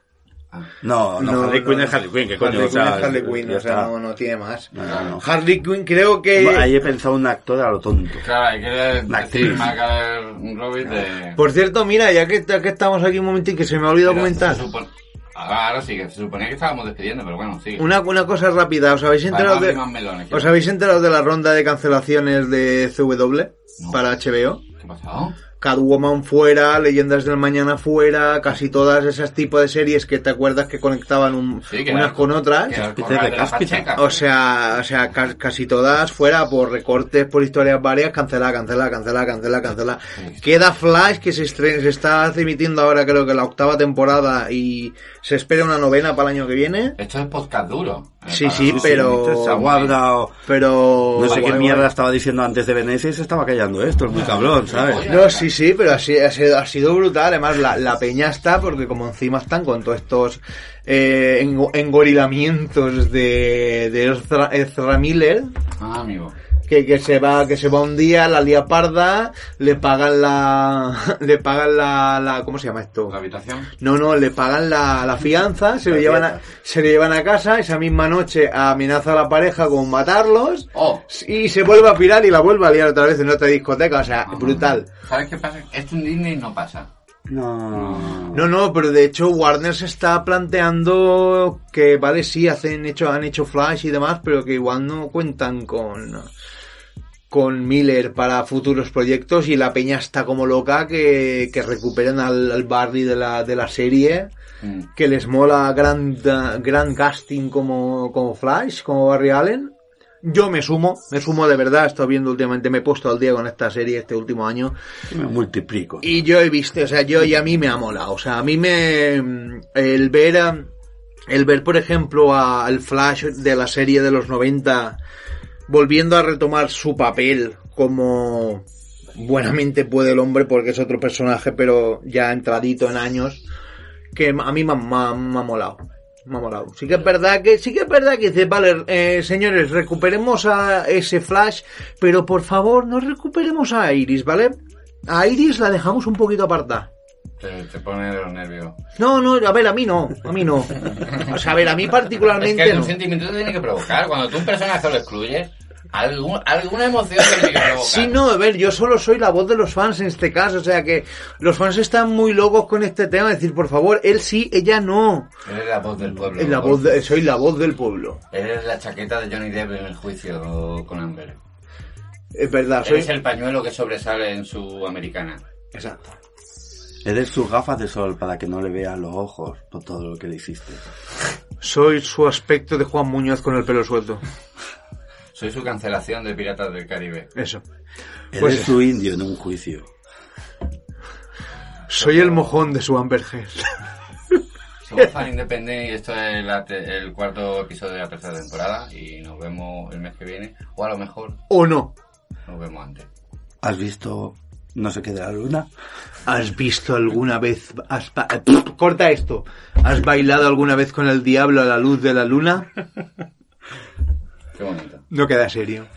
Speaker 3: Ah.
Speaker 1: No, no, Harley Quinn es Harley Quinn, que coño,
Speaker 2: Harley
Speaker 1: o sea,
Speaker 2: Quinn es Harley Quinn,
Speaker 1: ya
Speaker 2: o sea,
Speaker 1: está.
Speaker 2: no, Eh, no tiene más.
Speaker 1: No, no, no.
Speaker 2: Harley Quinn creo que...
Speaker 1: Bueno, Ahí he pensado un actor a lo tonto.
Speaker 3: Claro, hay que
Speaker 1: La actriz.
Speaker 3: decir Michael Robin de...
Speaker 2: Por cierto, mira, ya que, ya que estamos aquí un momentín que se me ha olvidado
Speaker 3: Pero
Speaker 2: comentar.
Speaker 3: se supone- Ahora, ahora sí, que se suponía que estábamos despidiendo, pero bueno, sí.
Speaker 2: Una, una cosa rápida, ¿os habéis enterado
Speaker 3: Vale,
Speaker 2: de,
Speaker 3: más melones,
Speaker 2: ¿os habéis enterado de la ronda de cancelaciones de CW
Speaker 3: No.
Speaker 2: para HBO?
Speaker 3: ¿Qué ha pasado?
Speaker 2: Catwoman fuera, Leyendas del Mañana fuera, casi todas esas tipos de series que te acuerdas que conectaban un-
Speaker 3: Sí, que
Speaker 2: unas
Speaker 3: era-
Speaker 2: con otras.
Speaker 3: Que era el
Speaker 1: Peter
Speaker 3: corral
Speaker 1: de
Speaker 3: de la
Speaker 1: Cáspita.
Speaker 3: Pacheca.
Speaker 2: O sea, o sea, ca- casi todas fuera por recortes, por historias varias, cancelar, cancelar, cancelar, cancelar, cancelar. Queda Flash que se, estre- se está emitiendo ahora creo que la octava temporada y se espera una novena para el año que viene.
Speaker 3: Esto es podcast duro. Ah,
Speaker 2: Sí, sí,
Speaker 1: Sí, este sí,
Speaker 2: pero.
Speaker 1: se ha guardado.
Speaker 2: Pero.
Speaker 1: No sé qué
Speaker 2: Guay,
Speaker 1: mierda
Speaker 2: guay.
Speaker 1: estaba diciendo antes de Venecia y se estaba callando esto, es muy cabrón, ¿sabes?
Speaker 2: No, sí, sí, pero ha sido, ha sido, ha sido brutal. Además, la, la peña está, porque como encima están con todos estos eh, engo- engorilamientos de, de Ezra, Ezra Miller,
Speaker 3: Ah, amigo.
Speaker 2: que, que se va, que se va un día, la lía parda, le pagan la, le pagan la, la ¿cómo se llama esto?
Speaker 3: ¿La habitación?
Speaker 2: No, no, le pagan la, la fianza, se lo
Speaker 1: La
Speaker 2: llevan a,
Speaker 1: fianza.
Speaker 2: se lo llevan a casa, esa misma noche amenaza a la pareja con matarlos
Speaker 3: Oh.
Speaker 2: y se vuelve a pirar y la vuelve a liar otra vez en otra discoteca, o sea, brutal.
Speaker 3: Ah, ¿Sabes qué pasa? Esto en Disney no pasa.
Speaker 1: No.
Speaker 2: No, no, pero de hecho Warner se está planteando que vale, sí, hacen hecho, han hecho Flash y demás, pero que igual no cuentan con con Miller para futuros proyectos y la peña está como loca que, que recuperen al, al Barry de la, de la serie
Speaker 3: Mm.
Speaker 2: que les mola gran, eh, gran casting como, como Flash, como Barry Allen. Yo me sumo, me sumo de verdad, he estado viendo últimamente, me he puesto al día con esta serie este último año
Speaker 1: Me multiplico.
Speaker 2: y yo he visto, o sea, yo y a mí me ha molado, o sea, a mí me... mm, el ver a- el ver, por ejemplo, a- al Flash de la serie de los 90 volviendo a retomar su papel como buenamente puede el hombre porque es otro personaje pero ya entradito en años que a mí me, ha- me ha- me ha molado. Me ha molado. Sí que es verdad que, sí que es verdad que dice, vale, eh, señores, recuperemos a ese Flash, pero por favor, no recuperemos a Iris, ¿vale? A Iris la dejamos un poquito apartada.
Speaker 3: Te, te pone de los nervios.
Speaker 2: No, no, a ver, a mí no, a mí no. O sea, a ver, a mí
Speaker 3: Es
Speaker 2: particularmente
Speaker 3: que tu
Speaker 2: no.
Speaker 3: sentimiento te tiene que provocar. Cuando tú un personaje lo excluyes, algún, alguna emoción te tiene que provocar.
Speaker 2: Sí, no, a ver, yo solo soy la voz de los fans en este caso, o sea que los fans están muy locos con este tema, decir, por favor, él sí, ella no.
Speaker 3: Eres la voz del pueblo.
Speaker 2: Es la voz de- soy la voz del pueblo.
Speaker 3: Eres la chaqueta de Johnny Depp en el juicio con Amber.
Speaker 2: Es verdad, soy...
Speaker 3: Eres el pañuelo que sobresale en su americana.
Speaker 2: Exacto.
Speaker 1: Eres sus gafas de sol para que no le vean los ojos por todo lo que le hiciste.
Speaker 2: Soy su aspecto de Juan Muñoz con el pelo suelto.
Speaker 3: Soy su cancelación de Piratas del Caribe.
Speaker 2: Eso.
Speaker 1: Eres
Speaker 2: Pues-
Speaker 1: su indio en un juicio.
Speaker 2: Soy el mojón de su Amber Heard.
Speaker 3: Somos Fan Independiente y esto es la te- el cuarto episodio de la tercera temporada y nos vemos el mes que viene o a lo mejor
Speaker 2: ¿O no?
Speaker 3: nos vemos antes.
Speaker 1: ¿Has visto no sé qué de la luna?
Speaker 2: ¿Has visto alguna vez... has ba- Corta esto. ¿Has bailado alguna vez con el diablo a la luz de la luna?
Speaker 3: Qué bonito.
Speaker 2: No queda serio.